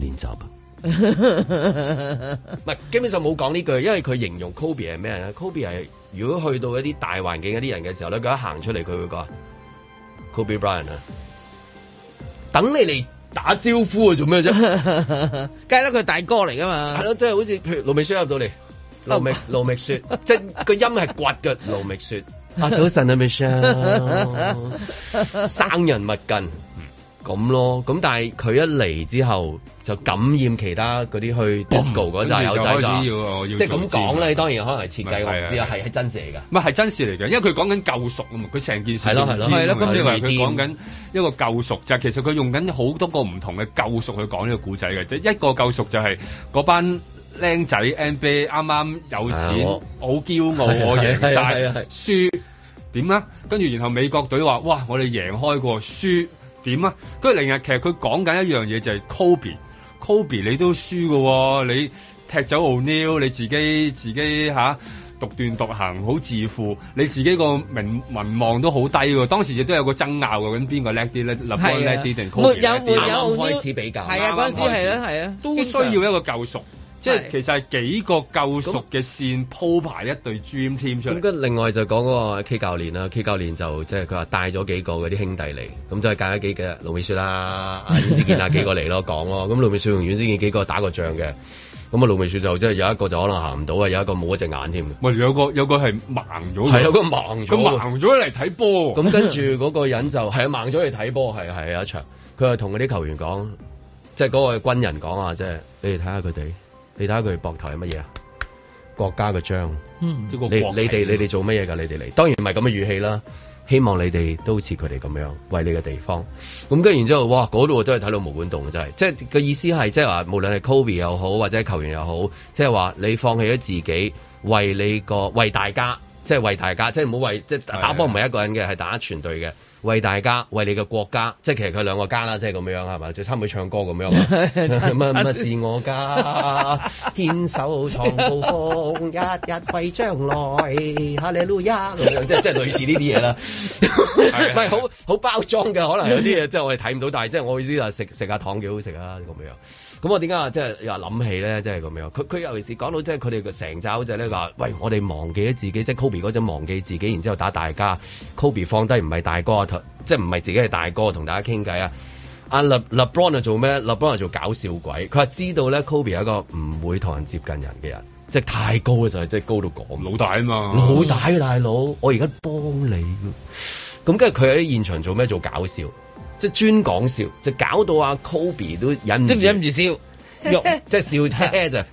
Speaker 2: 練習啊！唔係，基本上冇講呢句，因為佢形容 Kobe 係咩人咧？Kobe 係如果去到一啲大環境嗰啲人嘅時候咧，佢一行出嚟，佢會講 Kobe Bryant 啊，等你嚟打招呼啊，做咩啫？
Speaker 4: 梗係啦，佢大哥嚟噶嘛。
Speaker 2: 係咯，即係好似譬如盧覓雪入到嚟，盧覓盧覓雪，即係個音係掘嘅盧覓雪。啊，早晨啊，Michelle，生人勿近。咁咯，咁但係佢一嚟之後就感染其他嗰啲去 disco 嗰扎友仔
Speaker 5: 跟住就開始
Speaker 2: 就
Speaker 5: 要我要
Speaker 2: 即係
Speaker 5: 做
Speaker 2: 咁講
Speaker 5: 尖
Speaker 2: 咧，當然可能係設計，
Speaker 5: 咪係
Speaker 2: 我唔知啊
Speaker 5: 係，
Speaker 2: 係係真事嚟㗎。
Speaker 5: 唔係係真事嚟嘅，因為佢講緊救贖啊嘛，佢成件事
Speaker 2: 係咯係咯係咯咁
Speaker 5: 咁即係話
Speaker 2: 佢
Speaker 5: 佢講緊一個救贖，就係其實佢用緊好多個唔同嘅救贖去講呢個故仔嘅，即係一個救贖就係嗰班。僆仔 NBA 啱啱
Speaker 2: 係
Speaker 5: 有錢
Speaker 2: 啊，
Speaker 5: 好驕傲，
Speaker 2: 係啊
Speaker 5: 我贏
Speaker 2: 係啊係啊係
Speaker 5: 晒
Speaker 2: 啊
Speaker 5: 輸點啊？跟住然後美國隊話：哇，我哋贏開過輸點啊？跟住另日其實佢講緊一樣嘢就係 Kobe，Kobe 你都輸嘅喎，你踢走 O'Neal，你自己自己吓。獨斷獨行，好自負，你自己個名民望都好低喎。當時亦都有個爭拗嘅，咁邊個叻啲咧？立
Speaker 4: 係啊
Speaker 5: 邦叻啲定
Speaker 4: 沒有
Speaker 5: Kobe 叻啲
Speaker 4: 沒有啱啱開 O'Neal
Speaker 2: 始比較
Speaker 4: 係啊嗰陣時係啊係啊
Speaker 5: 都
Speaker 4: 經
Speaker 5: 需
Speaker 4: 常
Speaker 5: 要一個救贖。即係
Speaker 4: 係
Speaker 5: 其實係幾個救贖嘅線鋪排一隊 dream team 出
Speaker 2: 咁
Speaker 5: 嚟，
Speaker 2: 跟另外就講嗰個 K 教練啦，K 教練就即係佢話帶咗幾個嗰啲兄弟嚟，咁都係揀咗幾個盧美雪啦、阿阮之健啊幾個嚟咯，講咯。咁盧美雪同阮之健幾個打過仗嘅，咁啊盧啊美雪就即係有一個就可能行唔到啊，有一個冇一隻眼添嘅。
Speaker 5: 喂有個有個係盲咗嘅，
Speaker 2: 係有個盲咗
Speaker 5: 佢
Speaker 2: 嘅
Speaker 5: 盲咗嚟睇波喎。
Speaker 2: 咁跟住嗰個人就係啊盲咗嚟睇波，係係有一場，佢係同嗰啲球員講，即係嗰個軍人講啊，即係你哋睇下佢哋，你睇下佢哋膊頭係乜嘢啊？國家嘅章，
Speaker 4: 嗯
Speaker 5: 即係個
Speaker 2: 你
Speaker 5: 國旗啊
Speaker 2: 你哋你哋做乜嘢㗎？你哋嚟，當然唔係咁嘅語氣啦。希望你哋都好似佢哋咁樣，為你嘅地方。咁跟住然之後，哇！嗰度都係睇到毛管動嘅真係，即係個意思係即係話，無論係 Kobe 又好，或者係球員又好，即係話你放棄咗自己，為你個為大家，即係為大家，即係唔好為即係打波唔係一個人嘅，係打全隊嘅，為大家，為你嘅國家，即係其實佢兩個家啦，即係咁樣係咪？最差唔多唱歌咁樣啊， 乜乜是我家，牽手創高峰，一日為將來，哈利路亞咁 樣，即係即係類似呢啲嘢啦。唔係啊好好包裝嘅，可能有啲嘢即係我哋睇唔到，但係即係我意思就係食食下糖幾好食啊咁樣。咁我點解話即係又諗起咧？即係咁樣，佢佢尤其是講到即係佢哋個成爪就咧話，喂，我哋忘記咗自己，即係 Kobe 嗰陣忘記自己，然之後打大家，Kobe 放低唔係大哥啊，同即係唔係自己係大哥同大家傾偈啊。阿 Le LeBron 啊做咩？LeBron 啊做搞笑鬼，佢話知道咧 Kobe 係一個唔會同人接近人嘅人，即係太高嘅就係即係高到
Speaker 4: 嗯
Speaker 2: 講
Speaker 5: 老大啊嘛，
Speaker 2: 老大嘅大佬，我而家幫你。咁跟住佢喺現場做咩？做搞笑，即係專講笑，就搞到阿 Kobe 都忍唔
Speaker 4: 都忍唔住笑， 肉
Speaker 2: 即係笑嘿 嘿咋，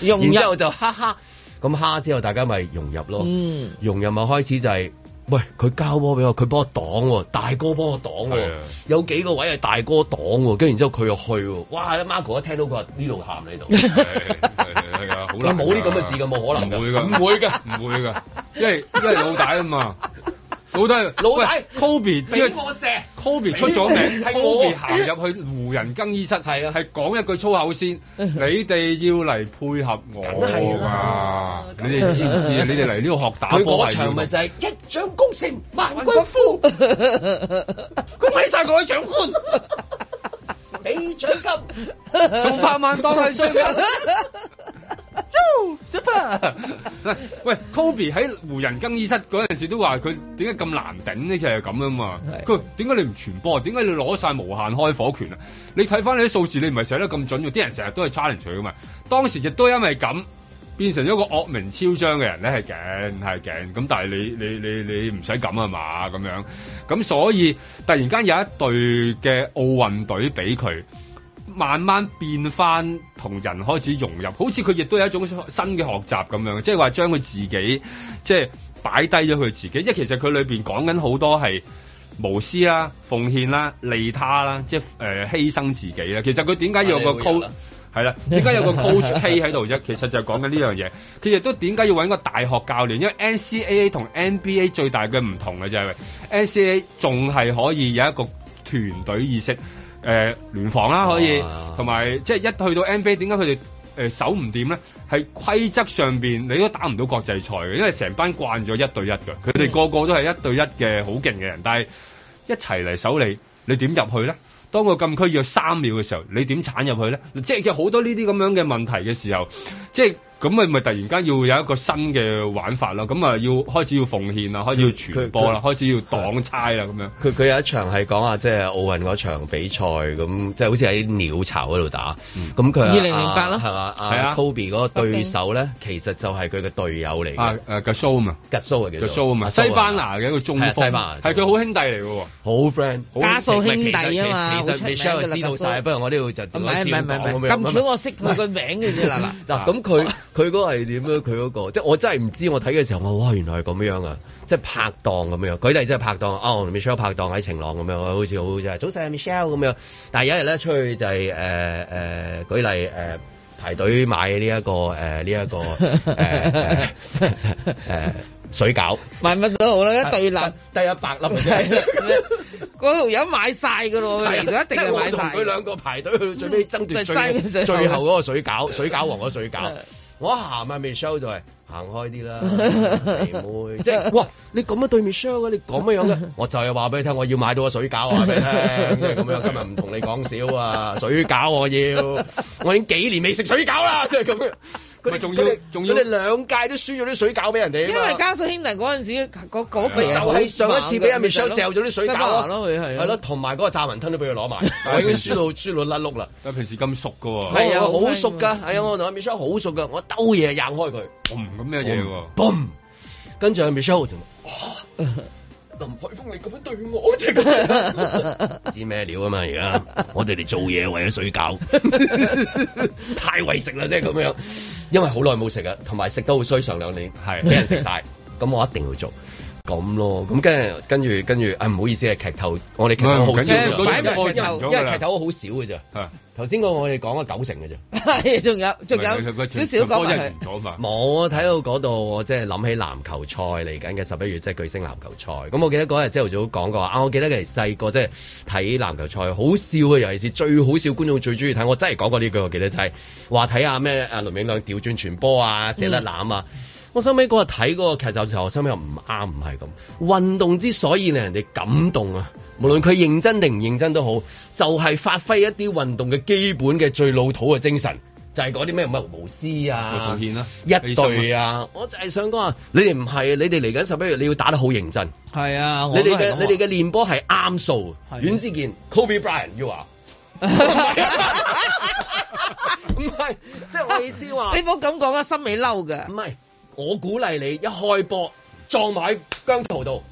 Speaker 4: 融入
Speaker 2: 然之後就哈哈，咁哈之後大家咪融入咯，
Speaker 4: 嗯
Speaker 2: 融入咪開始就係、喂，佢交波俾我，佢幫我擋喎，大哥幫我擋喎
Speaker 5: 係啊，
Speaker 2: 有幾個位係大哥擋喎，跟住然之後佢又去喎，哇！Marco 一聽到佢話呢度喊呢度，
Speaker 5: 係啊，好
Speaker 2: 你
Speaker 5: 難㗎。
Speaker 2: 冇呢咁嘅事嘅，冇可能㗎，
Speaker 5: 唔會㗎，
Speaker 2: 唔會㗎。
Speaker 5: 唔會㗎，因為因為老大啊嘛，老大
Speaker 2: 老大
Speaker 5: 喂 Kobe 只
Speaker 2: 俾我射
Speaker 5: Kobe 出咗名
Speaker 2: 係我
Speaker 5: ，Kobe 行入去湖人更衣室係啊，係講一句粗口 先，你哋要嚟配合我啊！你哋知唔知啊？你哋嚟呢度學打
Speaker 2: 佢
Speaker 5: 波
Speaker 2: 嗰
Speaker 5: 係要
Speaker 2: 場咪
Speaker 5: 咁
Speaker 2: 就係啊一將功成萬骨枯，恭喜晒各位 長官，俾獎金，
Speaker 16: 送百萬當係商品。
Speaker 5: super！喂，Kobe 喺湖人更衣室嗰陣時都話佢點解咁難頂呢？就係咁啊嘛。佢話點解你唔傳波？點解你攞晒無限開火權啊？你睇翻你啲數字，你唔係寫得咁準嘅。啲人成日都係 challenge 佢噶嘛。當時亦都因為咁。變成咗個惡名昭彰嘅人咧，係勁係勁咁，但係你你你你唔使咁啊嘛咁樣，咁所以突然間有一隊嘅奧運隊俾佢，慢慢變翻同人開始融入，好似佢亦都有一種新嘅學習咁樣，即係話將佢自己即係擺低咗佢自己，即係其實佢裏邊講緊好多係。無私啦、奉獻啦、利他啦，即係誒、呃、犧牲自己啦。其實佢點解要有個
Speaker 2: 反你會
Speaker 5: coach
Speaker 2: 人啊
Speaker 5: 係啦？點解有個 coach K 喺度啫？其實就係講緊呢樣嘢。佢亦都點解要揾個大學教練？因為 NCAA 同 NBA 最大嘅唔同嘅就係、NCAA 仲係可以有一個團隊意識，誒、呃、聯防啦可以
Speaker 2: 哇，
Speaker 5: 同埋即係一去到 NBA 點解佢哋？誒守唔掂咧，係規則上邊你都打唔到國際賽嘅，因為成班慣咗一對一嘅，佢哋個個都係一對一嘅好勁嘅人，但係一齊嚟守你，你點入去咧？當個禁區要三秒嘅時候，你點鏟入去咧？即係有好多呢啲咁樣嘅問題嘅時候，即係咁咪咪突然間要有一個新嘅玩法啦，咁啊要開始要奉獻啦，開始要傳波啦，開始要擋差啦咁樣。
Speaker 2: 佢佢有一場係講啊，即係奧運嗰場比賽咁，即係好似喺鳥巢嗰度打。咁佢
Speaker 4: 2008咯
Speaker 2: 係嘛？
Speaker 5: 嗯係
Speaker 2: 啊
Speaker 5: 啊
Speaker 2: Kobe 嗰個對手咧，其實就係佢嘅隊友嚟
Speaker 5: 啊
Speaker 2: 嘅，
Speaker 5: 誒 Gasol 嘛
Speaker 2: ，Gasol 啊嘅
Speaker 5: ，Gasol 啊嘛，西班牙嘅一個中
Speaker 2: 係
Speaker 5: 鋒，
Speaker 2: 啊西班牙
Speaker 5: 係佢好兄弟嚟嘅喎，
Speaker 2: 好 friend，
Speaker 5: 好
Speaker 4: 加數兄弟啊嘛，
Speaker 2: 其實
Speaker 4: 好出名
Speaker 2: Michelle
Speaker 4: 㗎
Speaker 2: 就
Speaker 4: 啦
Speaker 2: 知道晒，不
Speaker 4: 個
Speaker 2: 過我呢度就
Speaker 4: 數唔係唔係唔係唔係，咁巧我識佢個名嘅 啫嗱嗱。
Speaker 2: 嗱，咁佢佢嗰個係點咧？佢嗰個即係我真係唔知，我睇嘅時候我哇，原來係咁樣啊！即係拍檔咁樣，舉例即係拍檔哦我同，Michelle 拍檔喺晴朗咁樣，好似好好啫。早晨，Michelle 啊咁樣，但係有一日咧出去就係誒誒舉例誒。呃排隊買呢、一個誒呢一個誒誒誒水餃，
Speaker 4: 買乜都好啦， 一對立
Speaker 2: 得一百粒嘅
Speaker 4: 係
Speaker 2: 啫
Speaker 4: 啊。 嗰條友買晒㗎咯，嚟到一定係
Speaker 2: 啊即
Speaker 4: 買
Speaker 2: 係我
Speaker 4: 晒。嗯
Speaker 2: 同佢兩個排隊去到最尾爭奪
Speaker 4: 就爭
Speaker 2: 最
Speaker 4: 最後
Speaker 2: 最後嗰個水餃，水餃王嗰個水餃。我一行啊 Michelle 就係、行開啲 啦，肥妹，即係哇！你咁樣對面 s h a r e 你咁樣 樣嘅，我就係話俾你聽，我要買到個水餃，啊話俾你聽，即係咁樣。今日唔同你講少啊，水餃我 要，我已經幾年未食水餃啦，即係咁樣。佢仲要仲要，你兩屆都輸咗啲水餃俾人哋啊
Speaker 4: 因
Speaker 2: 嘛
Speaker 4: 為加數兄弟嗰陣時，嗰嗰
Speaker 2: 啊就
Speaker 4: 皮係好
Speaker 2: 係上一次俾阿
Speaker 4: 猛㗎
Speaker 2: Michelle 嚼咗啲水
Speaker 4: 西
Speaker 2: 餃
Speaker 4: 班牙
Speaker 2: 啊
Speaker 4: 咯，佢係
Speaker 2: 係咯，同埋嗰個炸雲吞都俾佢攞埋，我已經輸到輸到甩碌啦。
Speaker 5: 但平時咁熟噶喎，
Speaker 2: 係啊，好熟㗎，係啊，我同阿 Michelle 好熟㗎，我兜嘢硬開佢，
Speaker 5: 我哦唔咁咩嘢喎。
Speaker 2: 嘣，跟住阿 Michelle 同
Speaker 16: 林海峰，你咁樣對我，
Speaker 2: 我即係咁樣 知咩料啊嘛？而家我哋嚟做嘢為咗水餃，太為食啦，即係咁樣。因為好耐冇食啊，同埋食得好衰，上兩年係俾人食晒，咁我一定要做。咁咯，咁跟住跟住跟住，啊唔好意思啊，劇透，我哋劇透好
Speaker 5: 唔緊
Speaker 2: 少
Speaker 5: 要
Speaker 2: 㗎，
Speaker 5: 嗰場
Speaker 2: 因為
Speaker 5: 劇透咗㗎
Speaker 2: 因
Speaker 5: 啦
Speaker 2: 為劇透好少嘅啫。頭先個我哋講咗九成嘅啫。
Speaker 4: 係仲有仲
Speaker 2: 唔係佢
Speaker 4: 有
Speaker 2: 佢
Speaker 4: 少少講埋佢。
Speaker 5: 咗嘛？
Speaker 2: 冇啊！睇到嗰度，我即係諗起籃球賽嚟緊嘅十一月，即係巨星籃球賽。咁我記得嗰日朝頭早講過啊，我記得其實細個即係睇籃球賽好笑啊，尤其是最好笑觀眾最中意睇。我真係講過呢句，我記得就係話睇下咩啊林永亮調轉傳波啊，射得籃啊。我收尾嗰日睇嗰個劇集嘅時候，我收尾又唔啱，唔係咁。運動之所以令人哋感動啊，無論佢認真定唔認真都好，就係、發揮一啲運動嘅基本嘅最老土嘅精神，就係嗰啲咩乜無私啊、
Speaker 5: 套片啦，
Speaker 2: 一隊啊！我就係想講啊，你哋唔係，你哋嚟緊十一月你要打得好認真。
Speaker 7: 係啊，
Speaker 2: 你
Speaker 7: 我都
Speaker 2: 哋
Speaker 7: 係
Speaker 2: 嘅你
Speaker 7: 咁
Speaker 2: 哋
Speaker 7: 話
Speaker 2: 嘅練波係啱數。阮之健、Kobe Bryant、You are。唔 係，即係我意思話，
Speaker 4: 你唔好咁講啊，心美嬲㗎。
Speaker 2: 唔係，我鼓勵你一開波撞埋姜濤度，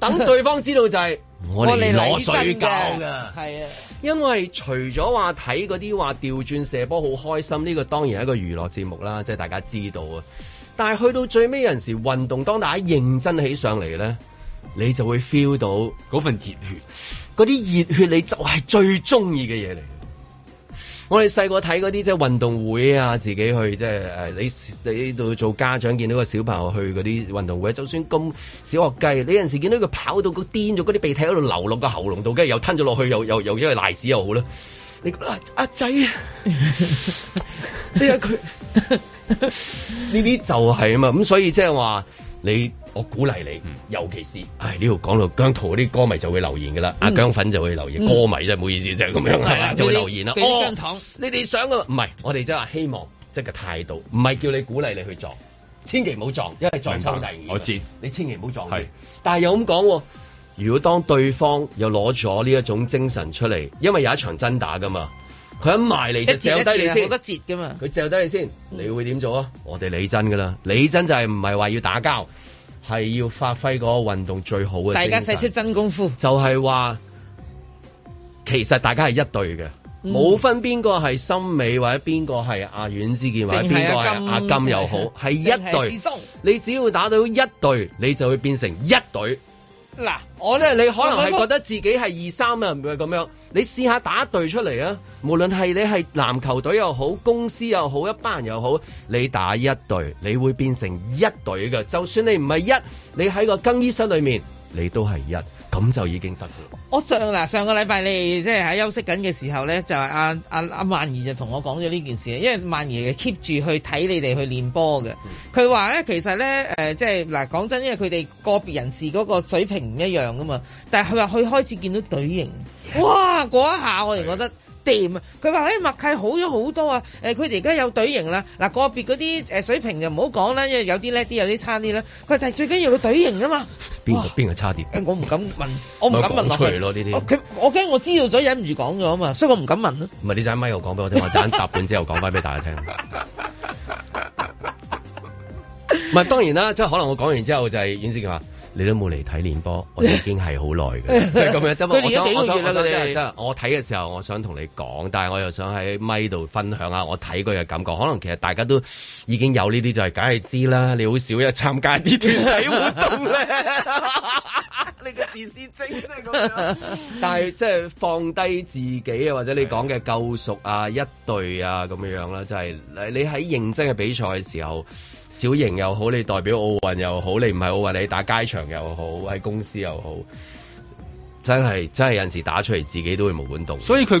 Speaker 2: 等對方知道就係我哋攞水餃㗎。
Speaker 4: 係啊，
Speaker 2: 因為除咗話睇嗰啲話調轉射波好開心，呢、個當然係一個娛樂節目啦，即係大家知道啊。但係去到最尾有陣時，運動當大家認真起上嚟咧，你就會 feel 到
Speaker 5: 嗰份熱血，
Speaker 2: 嗰啲熱血你就係最中意嘅嘢嚟。我哋細個睇嗰啲即係運動會啊，自己去即係誒，你你度做家長見到個小朋友去嗰啲運動會，就算咁小學雞，你有陣時見到佢跑到個癲咗，嗰啲鼻涕喺度流落個喉嚨度，跟住又吞咗落去，又又又因為瀨屎又好啦。你覺得啊阿仔 啊，你啊佢 呢啲就係啊嘛，咁所以即係話你，我鼓勵你，
Speaker 7: 嗯
Speaker 2: 尤其是唉呢度講到姜濤嗰啲歌迷就會留言噶啦，阿姜粉就會留言，
Speaker 7: 嗯
Speaker 2: 歌迷真係唔好意思，就係咁樣係
Speaker 7: 係
Speaker 2: 啦，
Speaker 7: 啊
Speaker 2: 就會留言啦。
Speaker 7: 對於
Speaker 2: 哦
Speaker 7: 姜糖
Speaker 2: 你哋想嘅唔係，我哋真係話希望即係個態度，唔係叫你鼓勵你去撞，千祈唔好撞，因為撞抽第二。
Speaker 5: 我知，
Speaker 2: 你千祈唔好撞佢。但係又咁講喎，如果當對方又攞咗呢一種精神出嚟，因為有一場真打㗎嘛，佢一埋嚟就
Speaker 4: 一截
Speaker 2: 掟低你
Speaker 4: 一截
Speaker 2: 先
Speaker 4: 冇。得嗯截㗎嘛。
Speaker 2: 佢嚼低你先，你會點做啊？我哋理真噶啦，理真就係唔係話要打交，係要發揮嗰個運動最好嘅精
Speaker 4: 大
Speaker 2: 神。
Speaker 4: 家使出真功夫。
Speaker 2: 就係話，其實大家係一隊嘅。
Speaker 4: 嗯
Speaker 2: 冇分邊個係森美或者邊個係阿阮之健或者
Speaker 4: 淨係
Speaker 2: 邊個
Speaker 4: 阿
Speaker 2: 係
Speaker 4: 金
Speaker 2: 阿金又 好，係一
Speaker 4: 淨係志
Speaker 2: 隊
Speaker 4: 忠。
Speaker 2: 你只要打到一隊，你就會變成一隊。
Speaker 4: 嗱，
Speaker 2: 我咧，你可能
Speaker 4: 我
Speaker 2: 係覺得自己係二三啊，唔係咁樣。你試下打一隊出嚟啊！無論係你係籃球隊又好，公司又好，一班人又好，你打一隊，你會變成一隊嘅。就算你唔係一，你喺個更衣室裏面，你都係一，咁就已經得㗎啦。
Speaker 4: 我上嗱上個禮拜你即係喺休息緊嘅時候咧，就係阿阿阿曼兒就同我講咗呢件事，啊因為曼兒係 keep 住去睇你哋去練波嘅。
Speaker 2: 嗯
Speaker 4: 佢話咧其實咧誒、呃即係嗱講真，因為佢哋個別人士嗰個水平唔一樣噶嘛，但係佢話佢開始見到隊形哇！嗰一下我哋覺得。掂啊！佢話誒默契好咗好多啊！誒佢哋而家有隊形啦，嗱個別嗰啲誒水平就唔好講啦，因為有啲叻啲，有啲差啲啦。佢話但係最緊要個隊形啊嘛。
Speaker 2: 邊個邊個差啲？
Speaker 4: 誒我唔敢問，我唔敢問落
Speaker 2: 講出
Speaker 4: 去
Speaker 2: 嚟咯呢啲
Speaker 4: 我佢我驚我知道咗，忍唔住講咗啊嘛，所以我唔敢問咯。
Speaker 2: 唔係你陣間咪又講俾我聽，我陣間答半之後講翻俾大 家聽。唔係當然啦，即係可能我講完之後就係阮思健話：你都冇嚟睇練波，我已經係好耐 嘅，即係咁樣。得嘛
Speaker 4: 佢
Speaker 2: 我
Speaker 4: 練咗
Speaker 2: 想
Speaker 4: 幾
Speaker 2: 我想我想
Speaker 4: 個月啦佢
Speaker 2: 即
Speaker 4: 哋
Speaker 2: 係即係我睇嘅時候，我想同你講，但係我又想喺咪度分享下我睇過嘅感覺。可能其實大家都已經有呢啲，就係梗係知啦。你好少一參加啲團體活動 咧。
Speaker 4: 你個自私精都係咁樣。
Speaker 2: 但係即係放低自己啊，或者你講嘅救贖啊、一隊啊咁樣樣啦，就係、你你喺認真嘅比賽嘅時候，小型又好，你代表奧運又好，你唔係奧運你打街場又好，喺公司又好，真係真係有陣時打出嚟自己都會冇管動。
Speaker 5: 所以佢嗰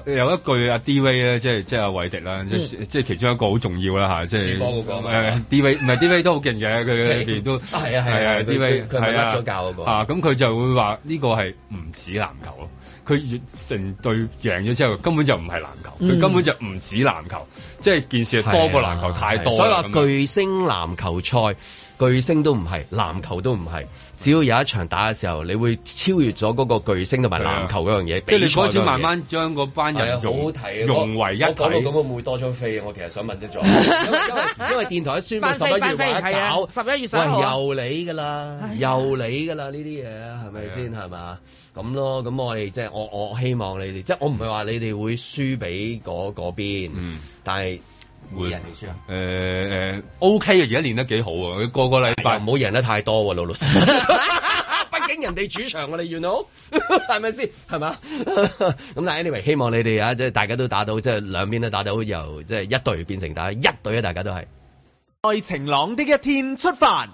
Speaker 5: 度有一句阿 D V 咧，即係即係阿韋迪啦，即係即係其中一個好重要啦嚇，即係
Speaker 2: 試波嗰個嘛
Speaker 5: 誒 D V 唔係 D V 都好 勁嘅，佢
Speaker 2: 係
Speaker 5: 佢都
Speaker 2: 啊係啊係啊佢
Speaker 5: D V
Speaker 2: 佢佢咪甩咗教嗰個
Speaker 5: 啊，咁佢就會話呢個係唔止籃球咯。佢越成隊贏咗之後，根本就唔係籃球，佢
Speaker 2: 嗯
Speaker 5: 根本就唔止籃球，即係件事係多過籃球太多
Speaker 2: 啊
Speaker 5: 啦。
Speaker 2: 所以話
Speaker 5: 咁啊樣
Speaker 2: 巨星籃球賽，巨星都唔係，籃球都唔係。只要有一場打嘅時候，你會超越咗嗰個巨星同埋籃球嗰樣嘢。
Speaker 5: 即係你
Speaker 2: 比賽嗰樣
Speaker 5: 開始
Speaker 2: 嘢
Speaker 5: 慢慢將嗰班
Speaker 2: 係啊
Speaker 5: 人
Speaker 2: 好好
Speaker 5: 融
Speaker 2: 睇啊
Speaker 5: 融為一體。
Speaker 2: 我講到咁會唔會多張飛啊？我其實想問一 咗，因為因為因為電台一宣布
Speaker 4: 班
Speaker 2: 十
Speaker 4: 飛
Speaker 2: 一月
Speaker 4: 班飛
Speaker 2: 話一
Speaker 4: 係啊
Speaker 2: 搞，
Speaker 4: 11月11
Speaker 2: 喂
Speaker 4: 號啊
Speaker 2: 又你㗎啦，又你㗎啦呢啲嘢係咪先係啊嘛？咁咯，咁我哋即係我我希望你哋，即係我唔係話你哋會輸俾嗰嗰邊，但係會人哋輸啊。
Speaker 5: 誒誒 OK 嘅，而家練得幾好啊！佢個個禮拜
Speaker 2: 唔好贏得太多喎，老老實實。畢竟人哋主場我哋原佬，係咪先？係嘛？ 咁但係 anyway，希望你哋啊，即係大家都打到，即係兩邊都打到，由即係一隊變成打一隊啊！大家都係。
Speaker 1: 在晴朗的一天出發。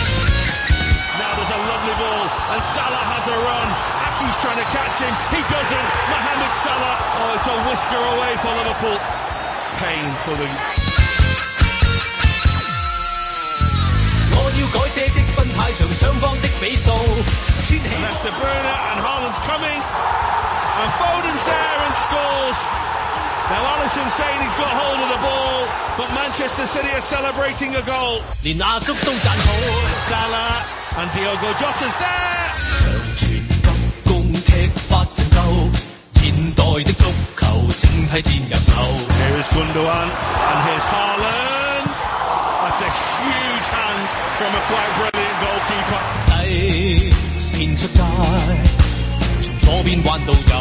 Speaker 7: Now there's a lovely ball, and Salah has a run. Aki's trying to catch him. He doesn't. Mohamed Salah. Oh, it's a whisker away for Liverpool. Pain for the
Speaker 17: 我要改寫積分太上雙方的比數，千禧
Speaker 7: De Bruyne, and Haaland's coming. And Foden's there and scores. Now Allison saying he's got hold of the ball, but Manchester City are celebrating a goal.
Speaker 17: 連阿叔都讚好。
Speaker 7: Salah and Diogo Jota's there.
Speaker 17: 長傳急攻踢法盡夠，現代的足球整體佔有手。
Speaker 7: Here's Gundogan and here's Haaland. That's a huge hand from a quite brilliant goalkeeper.
Speaker 17: 底線出界，從左邊彎到右，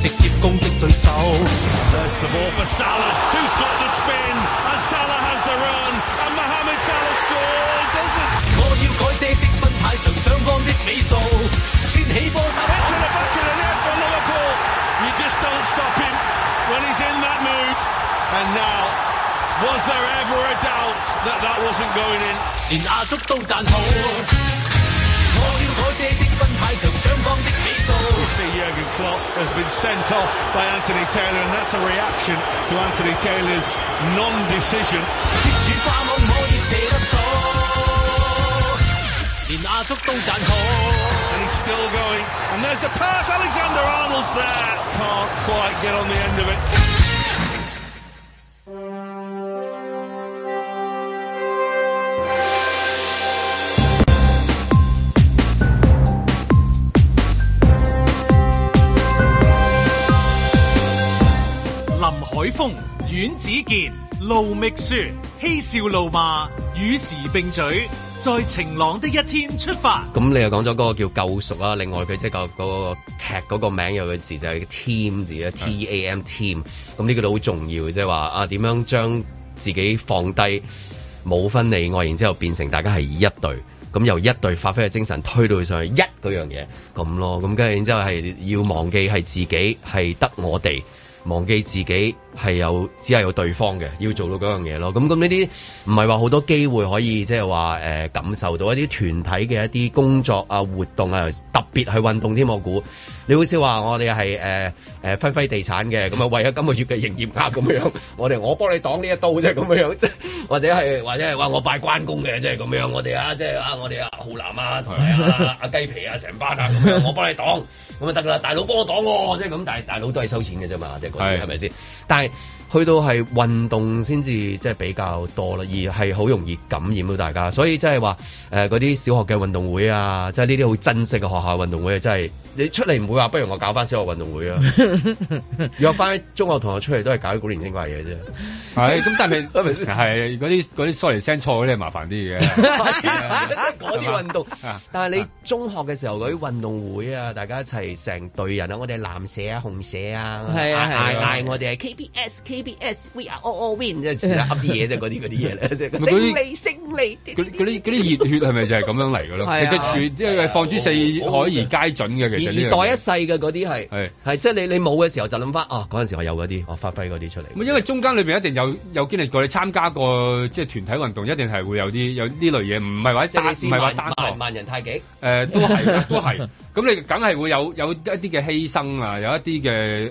Speaker 17: 直接攻擊對手。
Speaker 7: There's the ball for Salah, who's got the spin, and Salah has the run, and Mohamed Salah scored, does it?
Speaker 17: 我要改寫積分太上雙方的比數，千禧波手。
Speaker 7: To the back of the net for Liverpool. You just don't stop him when he's in that mood. And now, was there ever a doubt that that wasn't going in?
Speaker 17: 連阿叔都讚好。我要改寫積分太上雙方的比數。
Speaker 7: See, Jurgen Klopp has been sent off by Anthony Taylor, and that's a reaction to Anthony Taylor's non-decision.
Speaker 17: 主花網可以射得到，連阿叔都讚好。
Speaker 7: And he's still going. And there's the pass. Alexander Arnold's there. Can't quite get on the end of it.
Speaker 1: 林海峰、阮子健、盧覓雪，嬉笑怒罵，與時並舉，在晴朗的一天出發。
Speaker 2: 咁你又講咗嗰個叫救贖啦，另外佢即係個嗰個劇嗰個名有個字就係 team 字啊，T A M team。咁呢個都好重要，即係話啊點樣將自己放低，冇分你我，然之後變成大家係一隊。咁由一隊發揮嘅精神推到上去一嗰樣嘢咁咯，咁跟住然之後係要忘記係自己係得我哋，忘記自己係有只係有對方嘅，要做到嗰樣嘢咯。咁咁呢啲唔係話好多機會可以即係話誒感受到一啲團體嘅一啲工作啊活動啊，特別係運動添。我估你好少話我哋係誒誒輝輝地產嘅，咁啊為咗今個月嘅營業額咁樣， 我哋我幫你擋呢一刀啫咁樣，即係或者係或者係話我拜關公嘅，即係咁樣我哋啊，即係啊我哋啊浩南啊同埋啊阿雞皮啊成班啊咁樣，我幫你擋咁啊得㗎啦，大佬幫我擋喎，即係咁，但係大佬都係收錢嘅啫嘛，即係嗰啲係咪先？但係去到係運動先至即係比較多啦，而係好容易感染到大家，所以即係話誒嗰啲小學嘅運動會啊，即係呢啲好珍惜嘅學校運動會啊，真係你出嚟唔會話不如我搞翻小學運動會啊，約翻中學同學出嚟都係搞啲古靈精怪嘢啫。
Speaker 5: 係咁，但係係嗰啲嗰啲 sorry 聲錯嗰啲係麻煩啲嘅。
Speaker 2: 啊
Speaker 5: 啊
Speaker 2: 嗰啲運動，但係你中學嘅時候嗰啲運動會啊，大家一齊成隊人啊，我哋係藍社啊、紅社啊，
Speaker 4: 係啊係啊
Speaker 2: 嗌嗌嗌我哋係 KPS K
Speaker 18: ABS We are all all win
Speaker 2: 即係噏啲嘢啫，嗰啲嗰啲嘢咧，即係
Speaker 18: 勝利勝利。
Speaker 5: 嗰啲嗰啲嗰啲熱血係咪就係咁樣嚟嘅
Speaker 2: 係啊
Speaker 5: 咯？其實全即係放諸四海而皆準嘅，其實呢樣嘢
Speaker 2: 而而代一世嘅嗰啲係係係即係你你冇嘅時候就諗翻啊嗰陣時我有嗰啲，我發揮嗰啲出嚟。
Speaker 5: 咁因為中間裏邊一定有有經歷過，你參加過即係團體運動，一定係會有啲有呢類嘢，唔係話
Speaker 2: 即係
Speaker 5: 單
Speaker 2: 你
Speaker 5: 唔
Speaker 2: 先
Speaker 5: 係話
Speaker 2: 萬
Speaker 5: 單
Speaker 2: 萬
Speaker 5: 項。
Speaker 2: 萬人太極，
Speaker 5: 誒、都係 嘅都係，咁你梗係會有有一啲嘅犧牲啊，有一啲嘅誒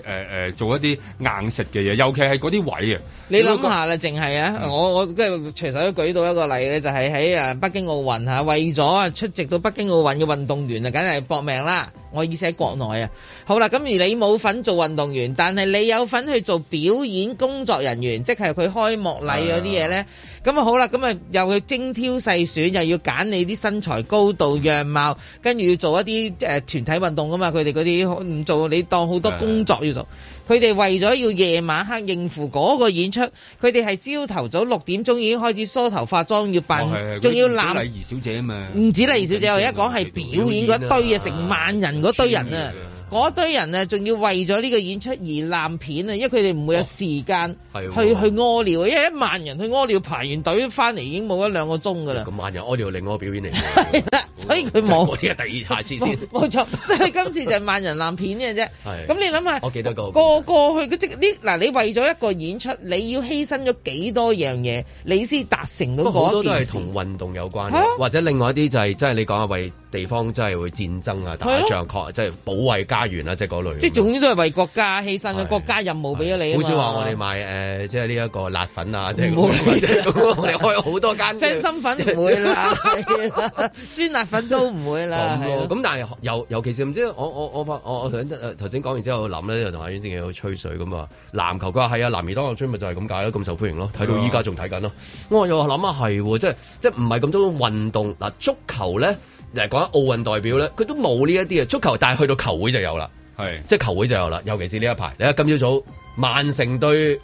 Speaker 5: 誒做一啲硬食嘅嘢，尤其係嗰啲位啊。
Speaker 4: 你諗下啦，淨係啊，我我即係隨手都舉到一個例咧，就係喺啊北京奧運嚇，為咗啊出席到北京奧運嘅運動員啊，梗係搏命啦。我意思喺國內啊，好啦，咁而你冇份做運動員，但係你有份去做表演工作人員，即係佢開幕禮嗰啲嘢咧。咁啊好啦，咁啊又要精挑細選，又要揀你啲身材、高度、樣貌，跟住要做一啲誒、呃、團體運動噶嘛。佢哋嗰啲唔做，你當好多工作要做。佢哋為咗要夜晚黑應付嗰個演出，佢哋係朝頭早六點鐘已經開始梳頭化妝，要
Speaker 5: 哦係
Speaker 4: 扮，
Speaker 5: 係
Speaker 4: 仲、要
Speaker 5: 嗰啲
Speaker 4: 攬
Speaker 5: 禮儀小姐啊嘛。嗯
Speaker 4: 唔止黎小姐，我一講係表演嗰堆啊，成萬人嗰堆人啊，嗰堆人啊，仲要為咗呢個演出而爛片啊，因為佢哋唔會有時間
Speaker 2: 係
Speaker 4: 去
Speaker 2: 喎
Speaker 4: 去屙尿，因為一萬人去屙尿排完隊翻嚟已經冇一兩個鐘㗎啦，
Speaker 2: 咁哦萬人屙尿另外一個表演嚟嘅，
Speaker 4: 所以 佢冇
Speaker 2: 我呢個第二下次 先。
Speaker 4: 冇錯，所以今次就係萬人爛片嘅啫。
Speaker 2: 係
Speaker 4: 咁你諗下，
Speaker 2: 我記得個
Speaker 4: 個過去嘅即呢嗱，你為咗一個演出，你要犧牲咗幾多樣嘢，你先達成到
Speaker 2: 不過好
Speaker 4: 嗰
Speaker 2: 多都
Speaker 4: 件
Speaker 2: 係
Speaker 4: 事。
Speaker 2: 同運動有關
Speaker 4: 係啊
Speaker 2: 嘅，或者另外一啲就係即係你講啊，為地方真係會戰爭啊、打仗、確即係保衛家園啊啦，即係嗰類。
Speaker 4: 即係總之都係為國家犧牲嘅，國家任務俾咗你啊
Speaker 2: 好
Speaker 4: 嘛。
Speaker 2: 少話我哋賣誒，即係呢一個辣粉啊，即係
Speaker 4: 冇啦
Speaker 2: 即係咁我哋開好多 間。
Speaker 4: 傷心粉唔會 啦，係啦酸辣粉都唔會啦，
Speaker 2: 咁
Speaker 4: 係咯
Speaker 2: 咯，咁但係尤尤其是唔知我我我我我我頭先頭先講完之後諗咧，就同阿袁正有吹水咁啊。籃球佢話係啊，男兒當入樽咪就係咁解咯，咁受歡迎咯，睇到依家仲睇緊咯。
Speaker 4: 嗯
Speaker 2: 我又諗下係喎，即係即係唔係咁多運動嗱，足球咧嚟講奧運代表咧，佢都冇呢一啲嘅啊足球，但係去到球會就有啦，
Speaker 5: 係
Speaker 2: 即係球會就有啦，尤其是呢一排。你睇今朝早曼城對。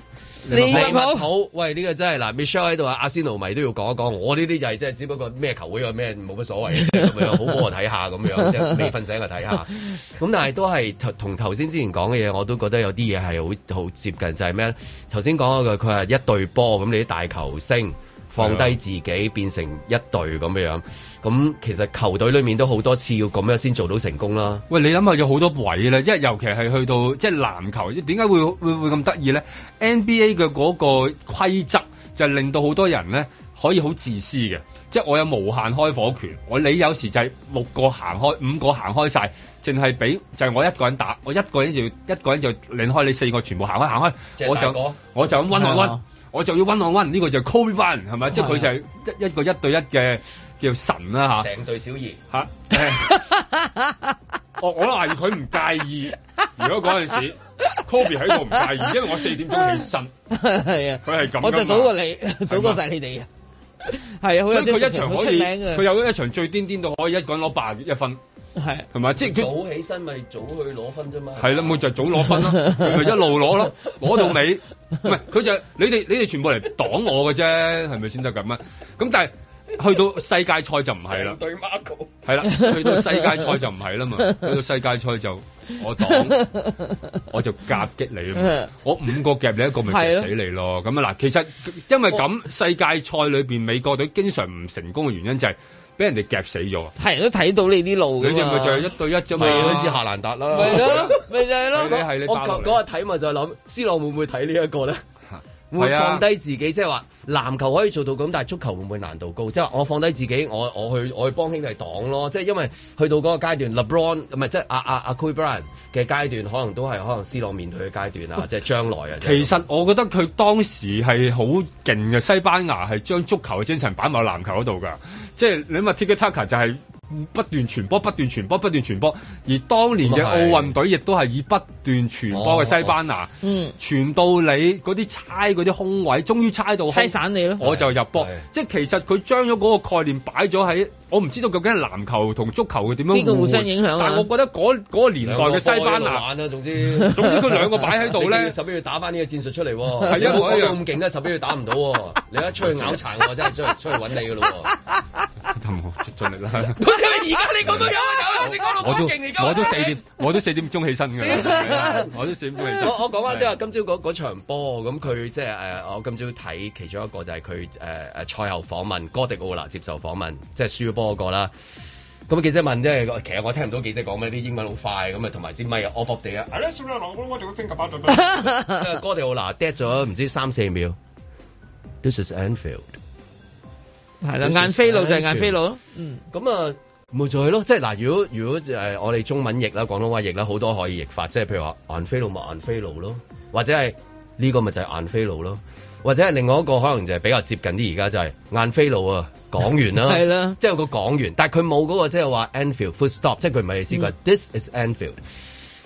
Speaker 4: 利物浦
Speaker 2: 好，喂，呢、個真係嗱，Michelle 喺度啊，阿仙奴迷都要講一講。我呢啲就係即係只不過咩球會有咩冇乜所謂， 咁樣好好我睇下咁樣，即係未瞓醒就睇下。咁但係都係頭同頭先之前講嘅嘢，我都覺得有啲嘢係好好接近，就係咩咧？頭先講嗰個佢係一隊波，咁你啲大球星。放
Speaker 5: 啊
Speaker 2: 低自己變成一隊咁樣樣，咁其實球隊裏面都好多次要咁樣先做到成功啦。
Speaker 5: 喂，你諗下有好多位咧，即係尤其係去到即係籃球，點解會會會咁得意咧？NBA 嘅嗰個規則就令到好多人咧可以好自私嘅，即係我有無限開火權，我你有時就係六個行開，五個行開晒，淨係俾就係我一個人打，我一個人就要一個人就擰開你四個全部行開行
Speaker 2: 即
Speaker 5: 開，
Speaker 2: 係
Speaker 5: 我
Speaker 2: 大哥
Speaker 5: 就我就咁温
Speaker 2: 係
Speaker 5: 我
Speaker 2: 啊
Speaker 5: 温。我就要 one on one，呢個就係 Kobe one 係咪？即係佢就係一一個一對一嘅叫神啦嚇。
Speaker 2: 成隊小兒
Speaker 5: 嚇，我哦我懷疑佢唔介意。如果嗰陣時 Kobe 喺度唔介意，因為我四點鐘起身，
Speaker 4: 係啊，
Speaker 5: 佢係咁㗎嘛。
Speaker 4: 我就早過你，早過晒你哋啊，係啊，好
Speaker 5: 所
Speaker 4: 有
Speaker 5: 以佢
Speaker 4: 啲
Speaker 5: 一場
Speaker 4: 好出
Speaker 5: 可以，
Speaker 4: 名嘅，
Speaker 5: 佢有一場最癲癲到可以一個人攞八十一分，
Speaker 4: 係
Speaker 5: 係咪？即係佢
Speaker 2: 早起身咪早去攞分啫嘛。
Speaker 5: 係啦，咪就係早攞分咯，佢咪一路攞 咯，攞到尾。唔係佢就係你哋你哋全部嚟擋我嘅啫，係咪先得咁啊？咁但係去到世界賽就唔係 啦。
Speaker 2: 對 Marco
Speaker 5: 係啦，去到世界賽就唔係啦嘛，去到世界賽就我 擋， 我就夾擊你 啊嘛，我五個夾你一個咪夾死你咯，咁啊嗱，其實因為咁世界賽裏邊美國隊經常唔成功嘅原因就係俾人哋夾死咗，
Speaker 4: 係人都睇到你啲路
Speaker 5: 你
Speaker 4: 㗎
Speaker 5: 哋咪就係
Speaker 4: 嘛
Speaker 5: 一。對一啫嘛，啊
Speaker 2: 咪好似夏蘭達啦。
Speaker 4: 咪咯，咪就係
Speaker 2: 我
Speaker 4: 咯。
Speaker 5: 係你
Speaker 2: 啊我
Speaker 5: 爆
Speaker 2: 嗰
Speaker 5: 落嚟
Speaker 2: 嗰日睇咪就係諗，斯朗會唔會睇呢一個咧？會唔會
Speaker 5: 係啊
Speaker 2: 放低自己，即係話籃球可以做到咁，但係足球會唔會難度高？即係我放低自己，我我去我去幫兄弟擋咯。即係因為去到嗰個階段，LeBron 唔係即係阿阿阿 Kobe Bryant 嘅階段，可能都係可能斯朗面對嘅階 段啊，即係將來啊。即係
Speaker 5: 其實我覺得佢當時係好勁嘅，西班牙係將足球嘅精神擺埋喺籃球嗰度㗎，即係你咪 t i k t a k 就係不斷傳波、不斷傳波、不斷傳波，而當年嘅
Speaker 2: 咁啊係哦
Speaker 5: 奧運隊亦都係以不斷傳波嘅西班牙，
Speaker 4: 嗯，
Speaker 5: 傳到你嗰啲猜嗰啲空位，終於猜到空
Speaker 4: 猜散你咯
Speaker 5: 我就入波。即係其實佢將咗嗰個概念擺咗喺，我唔知道究竟係籃球同足球嘅點樣
Speaker 4: 邊個互相
Speaker 5: 換
Speaker 4: 影響啊
Speaker 5: 但係我覺得嗰嗰個年代嘅西
Speaker 2: 兩個波喺
Speaker 5: 班
Speaker 2: 度
Speaker 5: 牙
Speaker 2: 玩。啊，總之
Speaker 5: 總之佢兩個擺喺度 咧
Speaker 2: 你十一要打翻呢個戰術出嚟喎，
Speaker 5: 係一啊模一樣
Speaker 2: 你冇講到咁勁啊，十一要打唔到喎，你一出去咬殘我真係出去出去揾你噶咯喎。
Speaker 5: 咁我盡力啦。
Speaker 16: 而家你講到有啊有啊，你講到
Speaker 5: 我
Speaker 16: 咁
Speaker 5: 都
Speaker 16: 勁而家
Speaker 5: 我都四點，我都四點鐘起身㗎， 我都四點鐘起身。
Speaker 2: 我我講翻即係今朝嗰嗰場波，咁佢即係誒，我今朝睇其中一個就係佢誒誒賽後訪問，哥迪奧拿接受訪問，即係輸波嗰個啦。咁記者問即係，呃其實我聽唔到記者講咩，啲英文好快咁啊，同埋支咪又 off off 地啊。呃哥迪奧拿 dead 咗唔知三四秒。This is Anfield。
Speaker 4: 係啦，晏飛路就係晏飛路咯。嗯，
Speaker 2: 咁啊。咪就係咯，即係嗱，如果如果誒、呃我哋中文譯啦、廣東話譯啦，好多可以譯法，即係譬如話晏飛路咪晏飛路咯，或者係呢、個咪就係晏飛路咯，或者係另外一個可能就係比較接近啲而家就係、晏飛路啊，講完啦，
Speaker 4: 係啦，
Speaker 2: 即係有個講完，但係佢冇嗰個即係話 Anfield full stop，即係佢唔係意思
Speaker 4: 嗯
Speaker 2: 佢、This is Anfield。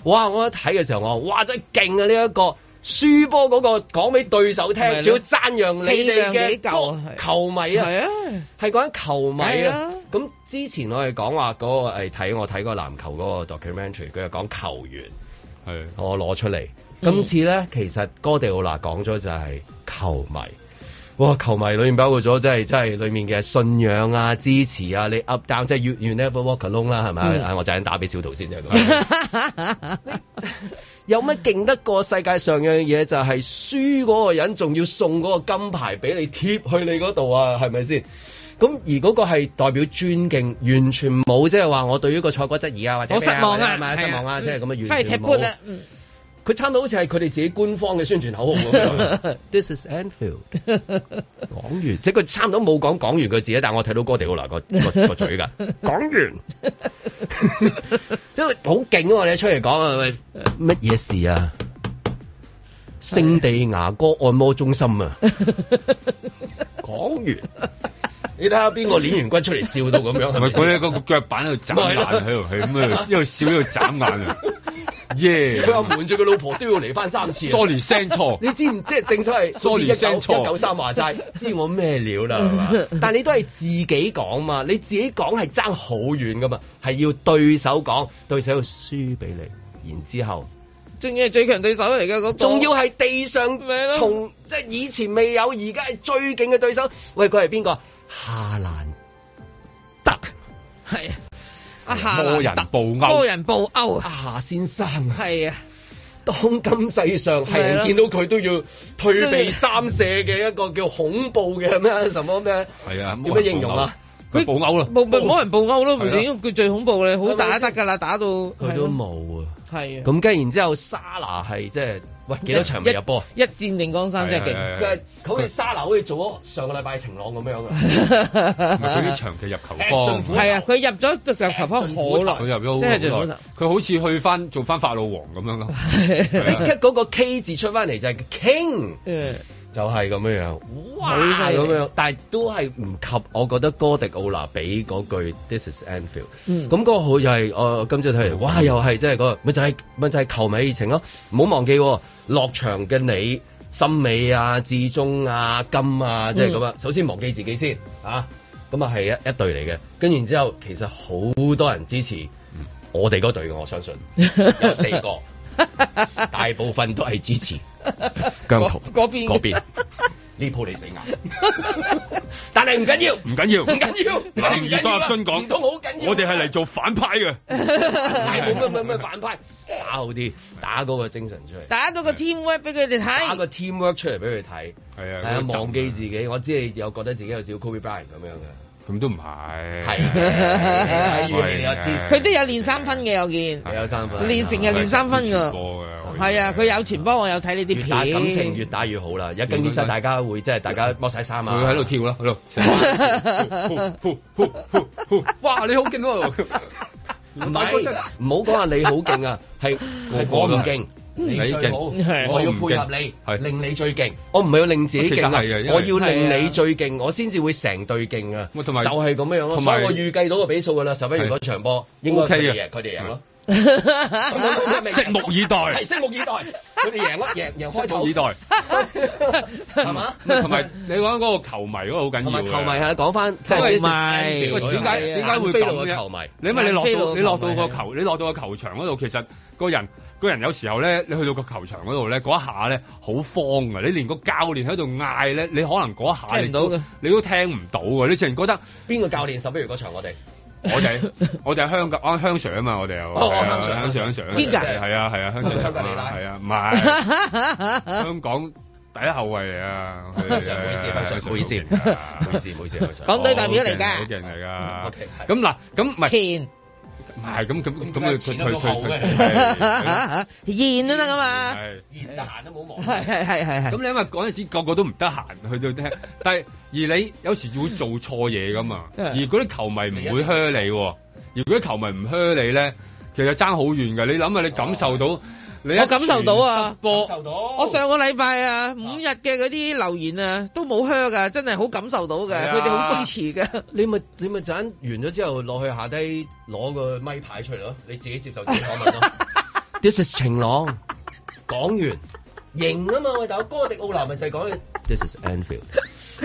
Speaker 2: 哇！我一睇嘅時候，我話哇真係勁啊！呢、一個輸波嗰個講俾對手聽，
Speaker 4: 係咯
Speaker 2: 仲要讚揚你
Speaker 4: 氣量
Speaker 2: 哋
Speaker 4: 幾
Speaker 2: 嘅
Speaker 4: 夠啊
Speaker 2: 谷球迷啊，
Speaker 4: 係啊，
Speaker 2: 係講緊球迷
Speaker 4: 係
Speaker 2: 啊
Speaker 4: 啊。
Speaker 2: 咁之前我哋講話嗰個誒睇我睇個籃球嗰個 documentary，佢係講球員，
Speaker 5: 係
Speaker 2: 我攞出嚟。
Speaker 4: 嗯
Speaker 2: 今次咧其實哥迪奧拿講咗就係球迷。哇！球迷裏面包括咗即係即係裏面嘅信仰啊、支持啊、你 up down，即係 you, you never walk alone 啦，係咪、
Speaker 4: 嗯
Speaker 2: 啊我就咁打俾小桃先啫。有乜勁得過世界上樣嘢就係輸嗰個人，仲要送嗰個金牌俾你貼去你嗰度啊？係咪先？咁而嗰個係代表尊敬，完全冇即係話我對於個賽果質疑啊，或者
Speaker 4: 好失望啊
Speaker 2: 係咪失望啊，
Speaker 4: 嗯
Speaker 2: 即係咁嘅完
Speaker 4: 翻嚟踢
Speaker 2: 全
Speaker 4: 波
Speaker 2: 冇。
Speaker 4: 啦，嗯
Speaker 2: 佢差唔多好似係佢哋自己官方嘅宣傳口號咁 樣。This is Anfield。講完，即係佢差唔多冇講講完佢自己，但我睇到哥迪奧拿個個個嘴㗎。 講完， 因為好勁喎！你出嚟講啊，喂乜嘢事 啊？聖地牙哥按摩中心 啊！講完，你睇下邊個攣完骨出嚟笑到咁樣，係
Speaker 5: 咪
Speaker 2: 咪
Speaker 5: 佢
Speaker 2: 先？
Speaker 5: 喺嗰個腳板喺度眨眼喺度，係咁喺度，一路笑一路眨 眼啊！耶！
Speaker 2: 佢話瞞住佢老婆都要嚟翻三次啊。
Speaker 5: sorry 聲錯，
Speaker 2: 你知唔知？正所 謂
Speaker 5: Sorry，
Speaker 2: 一九
Speaker 5: 聲錯
Speaker 2: 一九三話齋，知我咩料 啦，係嘛？但你都係自己講嘛，你自己講係爭好遠噶嘛，係要對手講，對手要輸俾你，然之後
Speaker 4: 仲要係最強對手嚟嘅嗰個，
Speaker 2: 仲要係地上
Speaker 4: 咪咯
Speaker 2: 從即係以前未有，而家係最勁嘅對手。喂，佢係邊個？夏蘭特
Speaker 4: 係啊，夏
Speaker 2: 魔
Speaker 4: 蘭
Speaker 2: 人
Speaker 4: 特
Speaker 2: 布
Speaker 4: 魔
Speaker 2: 歐，
Speaker 4: 人布歐啊，
Speaker 2: 夏先生啊，
Speaker 4: 係啊，
Speaker 2: 當今世上係人見到佢都要退避三舍嘅一個叫恐怖嘅咩啊什麼咩？
Speaker 5: 係啊，
Speaker 2: 點樣形容啊？
Speaker 5: 佢暴嘔啦，
Speaker 4: 冇冇冇人布歐咯，
Speaker 2: 係啊
Speaker 4: 其實佢最恐怖咧，好打得㗎啦，打到
Speaker 2: 佢
Speaker 4: 佢
Speaker 2: 都冇啊。
Speaker 4: 係啊，
Speaker 2: 咁跟住然之後，沙拿係即係喂幾多場未入波？啊
Speaker 4: 一戰定江山真係
Speaker 5: 係
Speaker 4: 勁。
Speaker 2: 佢係好似沙拿好似做咗上個禮拜晴朗咁樣啊！
Speaker 5: 咪佢啲長期入球
Speaker 2: 誒
Speaker 5: 方
Speaker 2: 進。虎
Speaker 4: 係啊，佢入咗入球方好
Speaker 5: 佢
Speaker 4: 耐，
Speaker 5: 入
Speaker 4: 真係
Speaker 5: 咗
Speaker 4: 進
Speaker 5: 好
Speaker 4: 虎
Speaker 5: 耐
Speaker 4: 神，
Speaker 5: 佢好似去翻做翻法老王咁樣咯，
Speaker 2: 即刻嗰個 K 字出翻嚟就係 King，
Speaker 4: 誒
Speaker 2: 就係咁樣樣，哇
Speaker 4: 好犀利
Speaker 2: 咁樣，但係都係唔及我覺得哥迪奧拿俾嗰句 This is Anfield。咁
Speaker 4: 嗯
Speaker 2: 嗰個好又係我今朝睇嚟，哇！又係即係嗰個，咪就係咪就係球迷熱情咯。唔好忘記喎落場嘅你、森美啊、志忠啊、金啊，即係咁啊。首先忘記自己先啊，咁啊係一一隊嚟嘅。跟住然之後，其實好多人支持我哋嗰隊嘅，我相信有四個，大部分都係支持姜濤
Speaker 4: 啊嗰嗰邊
Speaker 2: 嗰邊。呢鋪你死硬，但係唔緊要，唔
Speaker 5: 唔緊要，
Speaker 2: 緊要，
Speaker 5: 嗱，
Speaker 2: 唔
Speaker 5: 而
Speaker 2: 緊
Speaker 5: 多
Speaker 2: 要
Speaker 5: 入
Speaker 2: 啦
Speaker 5: 樽
Speaker 2: 唔
Speaker 5: 講，
Speaker 2: 通好緊要啊，
Speaker 5: 我哋係啊嚟做反派嘅，
Speaker 2: 係冇乜乜乜反派，打好啲，打嗰個精神出嚟，
Speaker 4: 打到個 teamwork 俾佢哋
Speaker 2: 打個
Speaker 4: 睇，
Speaker 2: teamwork 出嚟俾佢睇，
Speaker 5: 係啊
Speaker 2: 係啊，忘記自
Speaker 5: 己，
Speaker 2: 己，我知你有覺得自己有少少 Kobe Bryant 咁樣嘅，
Speaker 5: 咁都唔係，啊
Speaker 2: 係係如果你有知
Speaker 4: 佢都有練三分嘅，我見
Speaker 2: 你有
Speaker 5: 啊
Speaker 2: 三分，
Speaker 4: 練成日練三分㗎，
Speaker 5: 波嘅，
Speaker 4: 係啊，佢有傳波，我有睇你啲
Speaker 2: 越打
Speaker 4: 片，
Speaker 2: 感情 越打越好啦，一更衣室大家會即係大家剝晒衫啊，
Speaker 5: 佢喺度跳啦，喺度成晚，呼呼呼呼呼哇！你好勁喎，
Speaker 2: 唔係，唔好講話你好勁啊，係係我唔勁。你最好，我要配合你，令你最勁。我唔係要令自己勁啊，我要令你最勁，我先至會成隊勁啊。就係咁樣樣咯。所以我預計到個比數㗎啦，十一月嗰場波應該佢哋贏，佢哋贏咯。拭
Speaker 5: 目以待
Speaker 2: 係拭目以待。佢哋贏咯，贏贏開
Speaker 5: 拭
Speaker 2: 到
Speaker 5: 目以待，
Speaker 2: 係 嘛？
Speaker 5: 同埋你講嗰個球迷嗰個好緊要啊
Speaker 2: 同埋
Speaker 5: 嘅
Speaker 2: 球迷係講翻，即係啊
Speaker 5: 球迷喂點解點解會
Speaker 2: 飛
Speaker 5: 咁
Speaker 2: 路
Speaker 5: 嘅
Speaker 2: 嘅球迷？
Speaker 5: 你因為你落
Speaker 2: 飛路
Speaker 5: 到
Speaker 2: 嘅
Speaker 5: 你落
Speaker 2: 球
Speaker 5: 到
Speaker 2: 迷
Speaker 5: 個球，你落到個球場嗰度，其實個人個人有時候咧，你去到個球場嗰度咧，嗰一下咧好慌啊！你連個教練喺度嗌咧，你可能嗰一下
Speaker 2: 聽唔
Speaker 5: 你
Speaker 2: 到
Speaker 5: 都
Speaker 2: 嘅
Speaker 5: 你都聽唔到嘅，你自然覺得
Speaker 2: 邊個教練受？不如嗰場我哋。
Speaker 5: 我 哋我哋係香港啊香 Sir 啊嘛，我哋有
Speaker 2: 哦
Speaker 5: 係啊
Speaker 2: 香 Sir，
Speaker 5: 香 Sir 香 Sir
Speaker 2: 邊個
Speaker 5: 係啊係啊香 Sir
Speaker 2: 香格里拉
Speaker 5: 係啊唔係香港第一後衞 啊，佢哋
Speaker 2: 香 Sir，唔好意思
Speaker 5: 係啊
Speaker 2: 香 Sir，唔好意思唔好意思唔好意思 香 Sir
Speaker 4: 港隊代表嚟㗎
Speaker 5: 哦
Speaker 4: 嗯
Speaker 5: 好勁嚟㗎
Speaker 2: OK，。係
Speaker 5: 咁嗱咁唔係
Speaker 4: 前
Speaker 5: 唔係咁咁咁佢佢
Speaker 2: 前
Speaker 5: 佢
Speaker 2: 後
Speaker 5: 佢
Speaker 2: 嘅
Speaker 5: 佢
Speaker 4: 現都得噶嘛，
Speaker 5: 係。
Speaker 2: 現得閒都冇望。
Speaker 4: 係係係係係
Speaker 5: 咁你因為嗰陣時個個都唔得閒去到聽，但係而你有時會做錯嘢噶 嘛，
Speaker 2: 嗯
Speaker 5: 而嗰啲球迷唔會靴你喎，而嗰啲球迷唔靴你咧，其實爭好遠㗎。你諗下，你感受到，你一
Speaker 4: 我感受到啊
Speaker 5: 傳波
Speaker 4: 感受我上個禮拜啊，五日嘅嗰啲留言啊，都冇靴噶，真係好感受到嘅，
Speaker 2: 係啊
Speaker 4: 佢哋好支持嘅。
Speaker 2: 你咪你咪陣完咗之後落去下低攞個咪牌出嚟咯，你自己接受自己訪 問咯。This is 晴朗，講完型啊嘛，喂大佬哥迪奧拿咪就係講嘅 This is Anfield，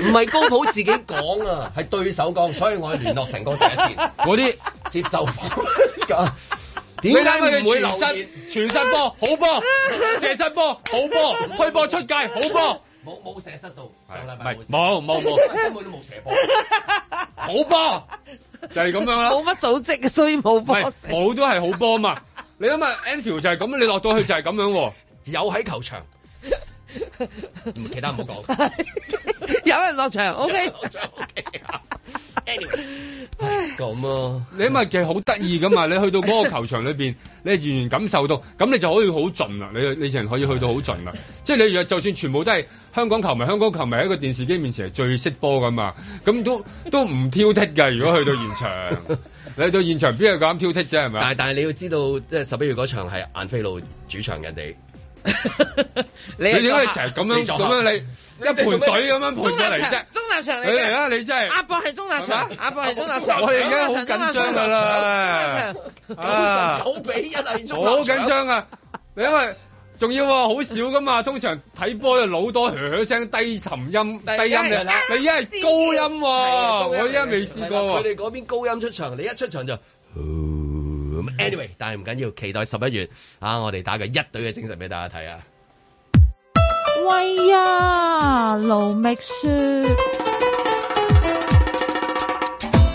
Speaker 2: 唔係高普自己講啊，係對手講，所以我聯絡成個第一線
Speaker 5: 嗰啲
Speaker 2: 接受訪問。
Speaker 5: 你
Speaker 2: 點
Speaker 5: 睇
Speaker 2: 解
Speaker 5: 下佢
Speaker 2: 唔會
Speaker 5: 全
Speaker 2: 留
Speaker 5: 身
Speaker 2: 言？
Speaker 5: 全身波好 波，射失波好波，推波出界好波。
Speaker 2: 冇冇射失到，上禮拜冇
Speaker 5: 係
Speaker 2: 射
Speaker 5: 冇冇
Speaker 2: 根
Speaker 5: 冇
Speaker 2: 本都冇射波。
Speaker 5: 好波，就係咁樣啦。
Speaker 4: 冇乜組織，所以冇波
Speaker 5: 唔係
Speaker 4: 射。
Speaker 5: 冇都係好波嘛。你諗下 Anfield 就係咁，你落到去就係咁樣喎。
Speaker 2: 有喺球場，唔其他唔好講。
Speaker 4: 有人落場，OK。
Speaker 2: 啊咁啊咯，
Speaker 5: 你因為其實好得意噶嘛，你去到 嗰個球場裏邊，你係完全感受到，咁你就可以好盡啦，你你自然可以去到好盡啦。即係你就算全部都係香港球迷，香港球迷喺個電視機面前係最識波噶嘛，咁都都唔挑剔㗎。如果去到現場， 你去到現場邊有咁挑剔啫？係咪啊
Speaker 2: 但係但係你要知道，即係十一月嗰場係晏菲路主場人哋。
Speaker 5: 你點解成日咁樣
Speaker 2: 你作
Speaker 5: 咁
Speaker 2: 客
Speaker 5: 樣你一盆水咁樣
Speaker 4: 中
Speaker 5: 潑上
Speaker 4: 立
Speaker 5: 嚟啫
Speaker 4: 場？，中立場嚟
Speaker 5: 你嚟
Speaker 4: 嘅。
Speaker 5: 啦，你真係
Speaker 4: 阿博係中立場，阿博係中立場。
Speaker 5: 我哋而家好緊張㗎啦 啊
Speaker 2: 九比一係中立場
Speaker 5: 好緊張啊！你因為仲要喎，好少噶嘛。通常睇波就老多嘘嘘聲、低沉音、低音嘅。你依家係高音喎，我依家未試過
Speaker 2: 佢哋
Speaker 5: 喎。
Speaker 2: 嗰邊高音出場，你一出場就。咁 anyway，但係唔緊要，期待十一月啊！我哋打嘅一隊嘅精神俾大家睇啊！
Speaker 19: 喂呀，啊盧覓雪。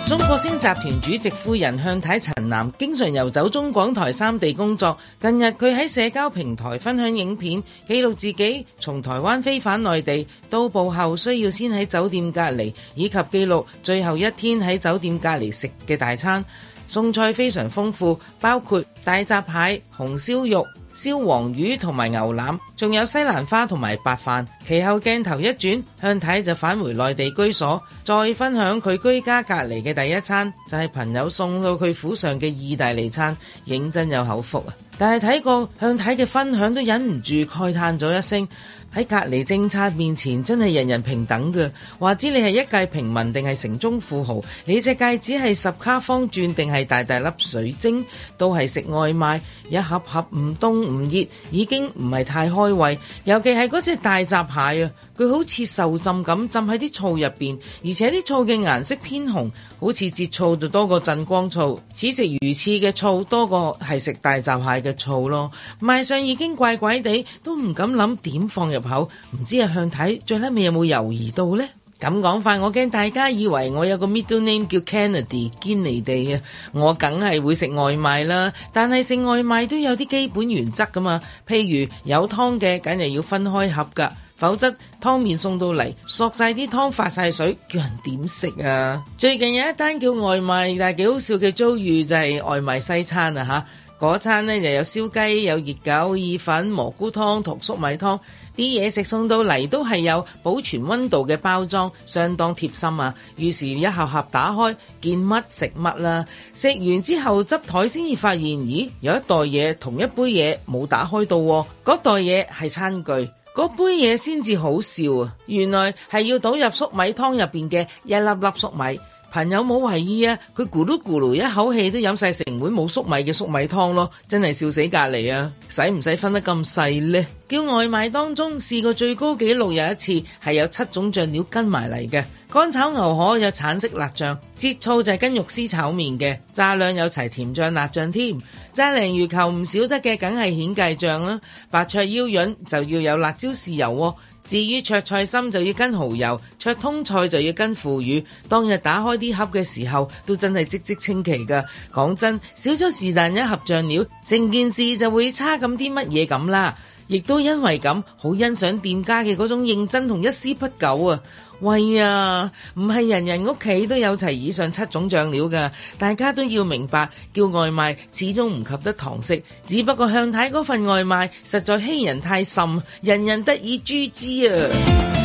Speaker 4: 中國星集團主席夫人向太陳南經常遊走中港台三地工作。近日佢喺社交平台分享影片，記錄自己從台灣飛返內地，到埗後需要先喺酒店隔離，以及記錄最後一天喺酒店隔離食嘅大餐。餸菜非常豐富，包括大閘蟹、紅燒肉、燒黃魚同埋牛腩，仲有西蘭花同埋白飯。其後鏡頭一轉，向太就返回內地居所，再分享佢居家隔離嘅第一餐，就係、朋友送到佢府上嘅意大利餐，認真有口福啊！但係睇過向太嘅分享，都忍唔住慨嘆咗一聲。喺隔離政策面前，真係人人平等嘅。話知你係一介平民定係城中富豪，你隻戒指係十卡方鑽定係大大粒水晶，都係食外賣，一盒盒唔凍唔熱，已經唔係太開胃。尤其係嗰隻大閘蟹啊，佢好似受浸咁浸喺啲醋入邊，而且啲醋嘅顏色偏紅，好似節醋就多過鎮光醋。似食魚翅嘅醋多過係食大閘蟹嘅醋咯。賣相已經怪怪地，都唔敢諗點放入口，唔知係向睇最後尾有冇猶豫到呢？咁講法，我驚大家以為我有個 middle name 叫 Kennedy 堅尼地啊，我梗係會食外賣啦。但係食外賣都有啲基本原則噶嘛，譬如有湯嘅，梗係要分開盒噶，否則湯麵送到嚟，索晒啲湯發晒水，叫人點食啊？最近有一單叫外賣，但係幾好笑嘅遭遇就係外賣西餐啊吓。嗰餐呢就有燒雞、有熱狗、意粉、蘑菇湯同粟米湯，啲嘢食送到嚟都係有保存溫度嘅包裝，相當貼心啊！於是，一盒盒打開，見乜食乜啦。食完之後執台先至發現，咦，有一袋嘢同一杯嘢冇打開到喎，嗰袋嘢係餐具。嗰杯嘢先至好笑啊！原來係要倒入粟米湯入邊嘅一粒粒粟米，朋友冇為意啊，佢咕嚕咕嚕一口氣都飲晒成碗冇粟米嘅粟米湯咯，真係笑死隔離啊！使唔使分得咁細呢？叫外賣當中試過最高紀錄有一次係有七種醬料跟埋嚟嘅，乾炒牛河有橙色辣醬，節醋就係跟肉絲炒麵嘅，炸兩有齊甜醬辣醬添，炸鯪魚球唔少得嘅，梗係顯介醬啦，白灼腰潤就要有辣椒豉油喎、至於灼菜心就要跟蠔油，灼通菜就要跟腐乳。當日打開啲盒嘅時候，都真係嘖嘖稱奇㗎。講真，少咗是但一盒醬料，成件事就會差咁啲乜嘢咁啦。亦都因為咁，好欣賞店家嘅嗰種認真同一絲不苟啊！喂呀，唔係人人屋企都有齊以上七種醬料㗎，大家都要明白，叫外賣始終唔及得堂食。只不過向太嗰份外賣實在欺人太甚，人人得以誅之啊！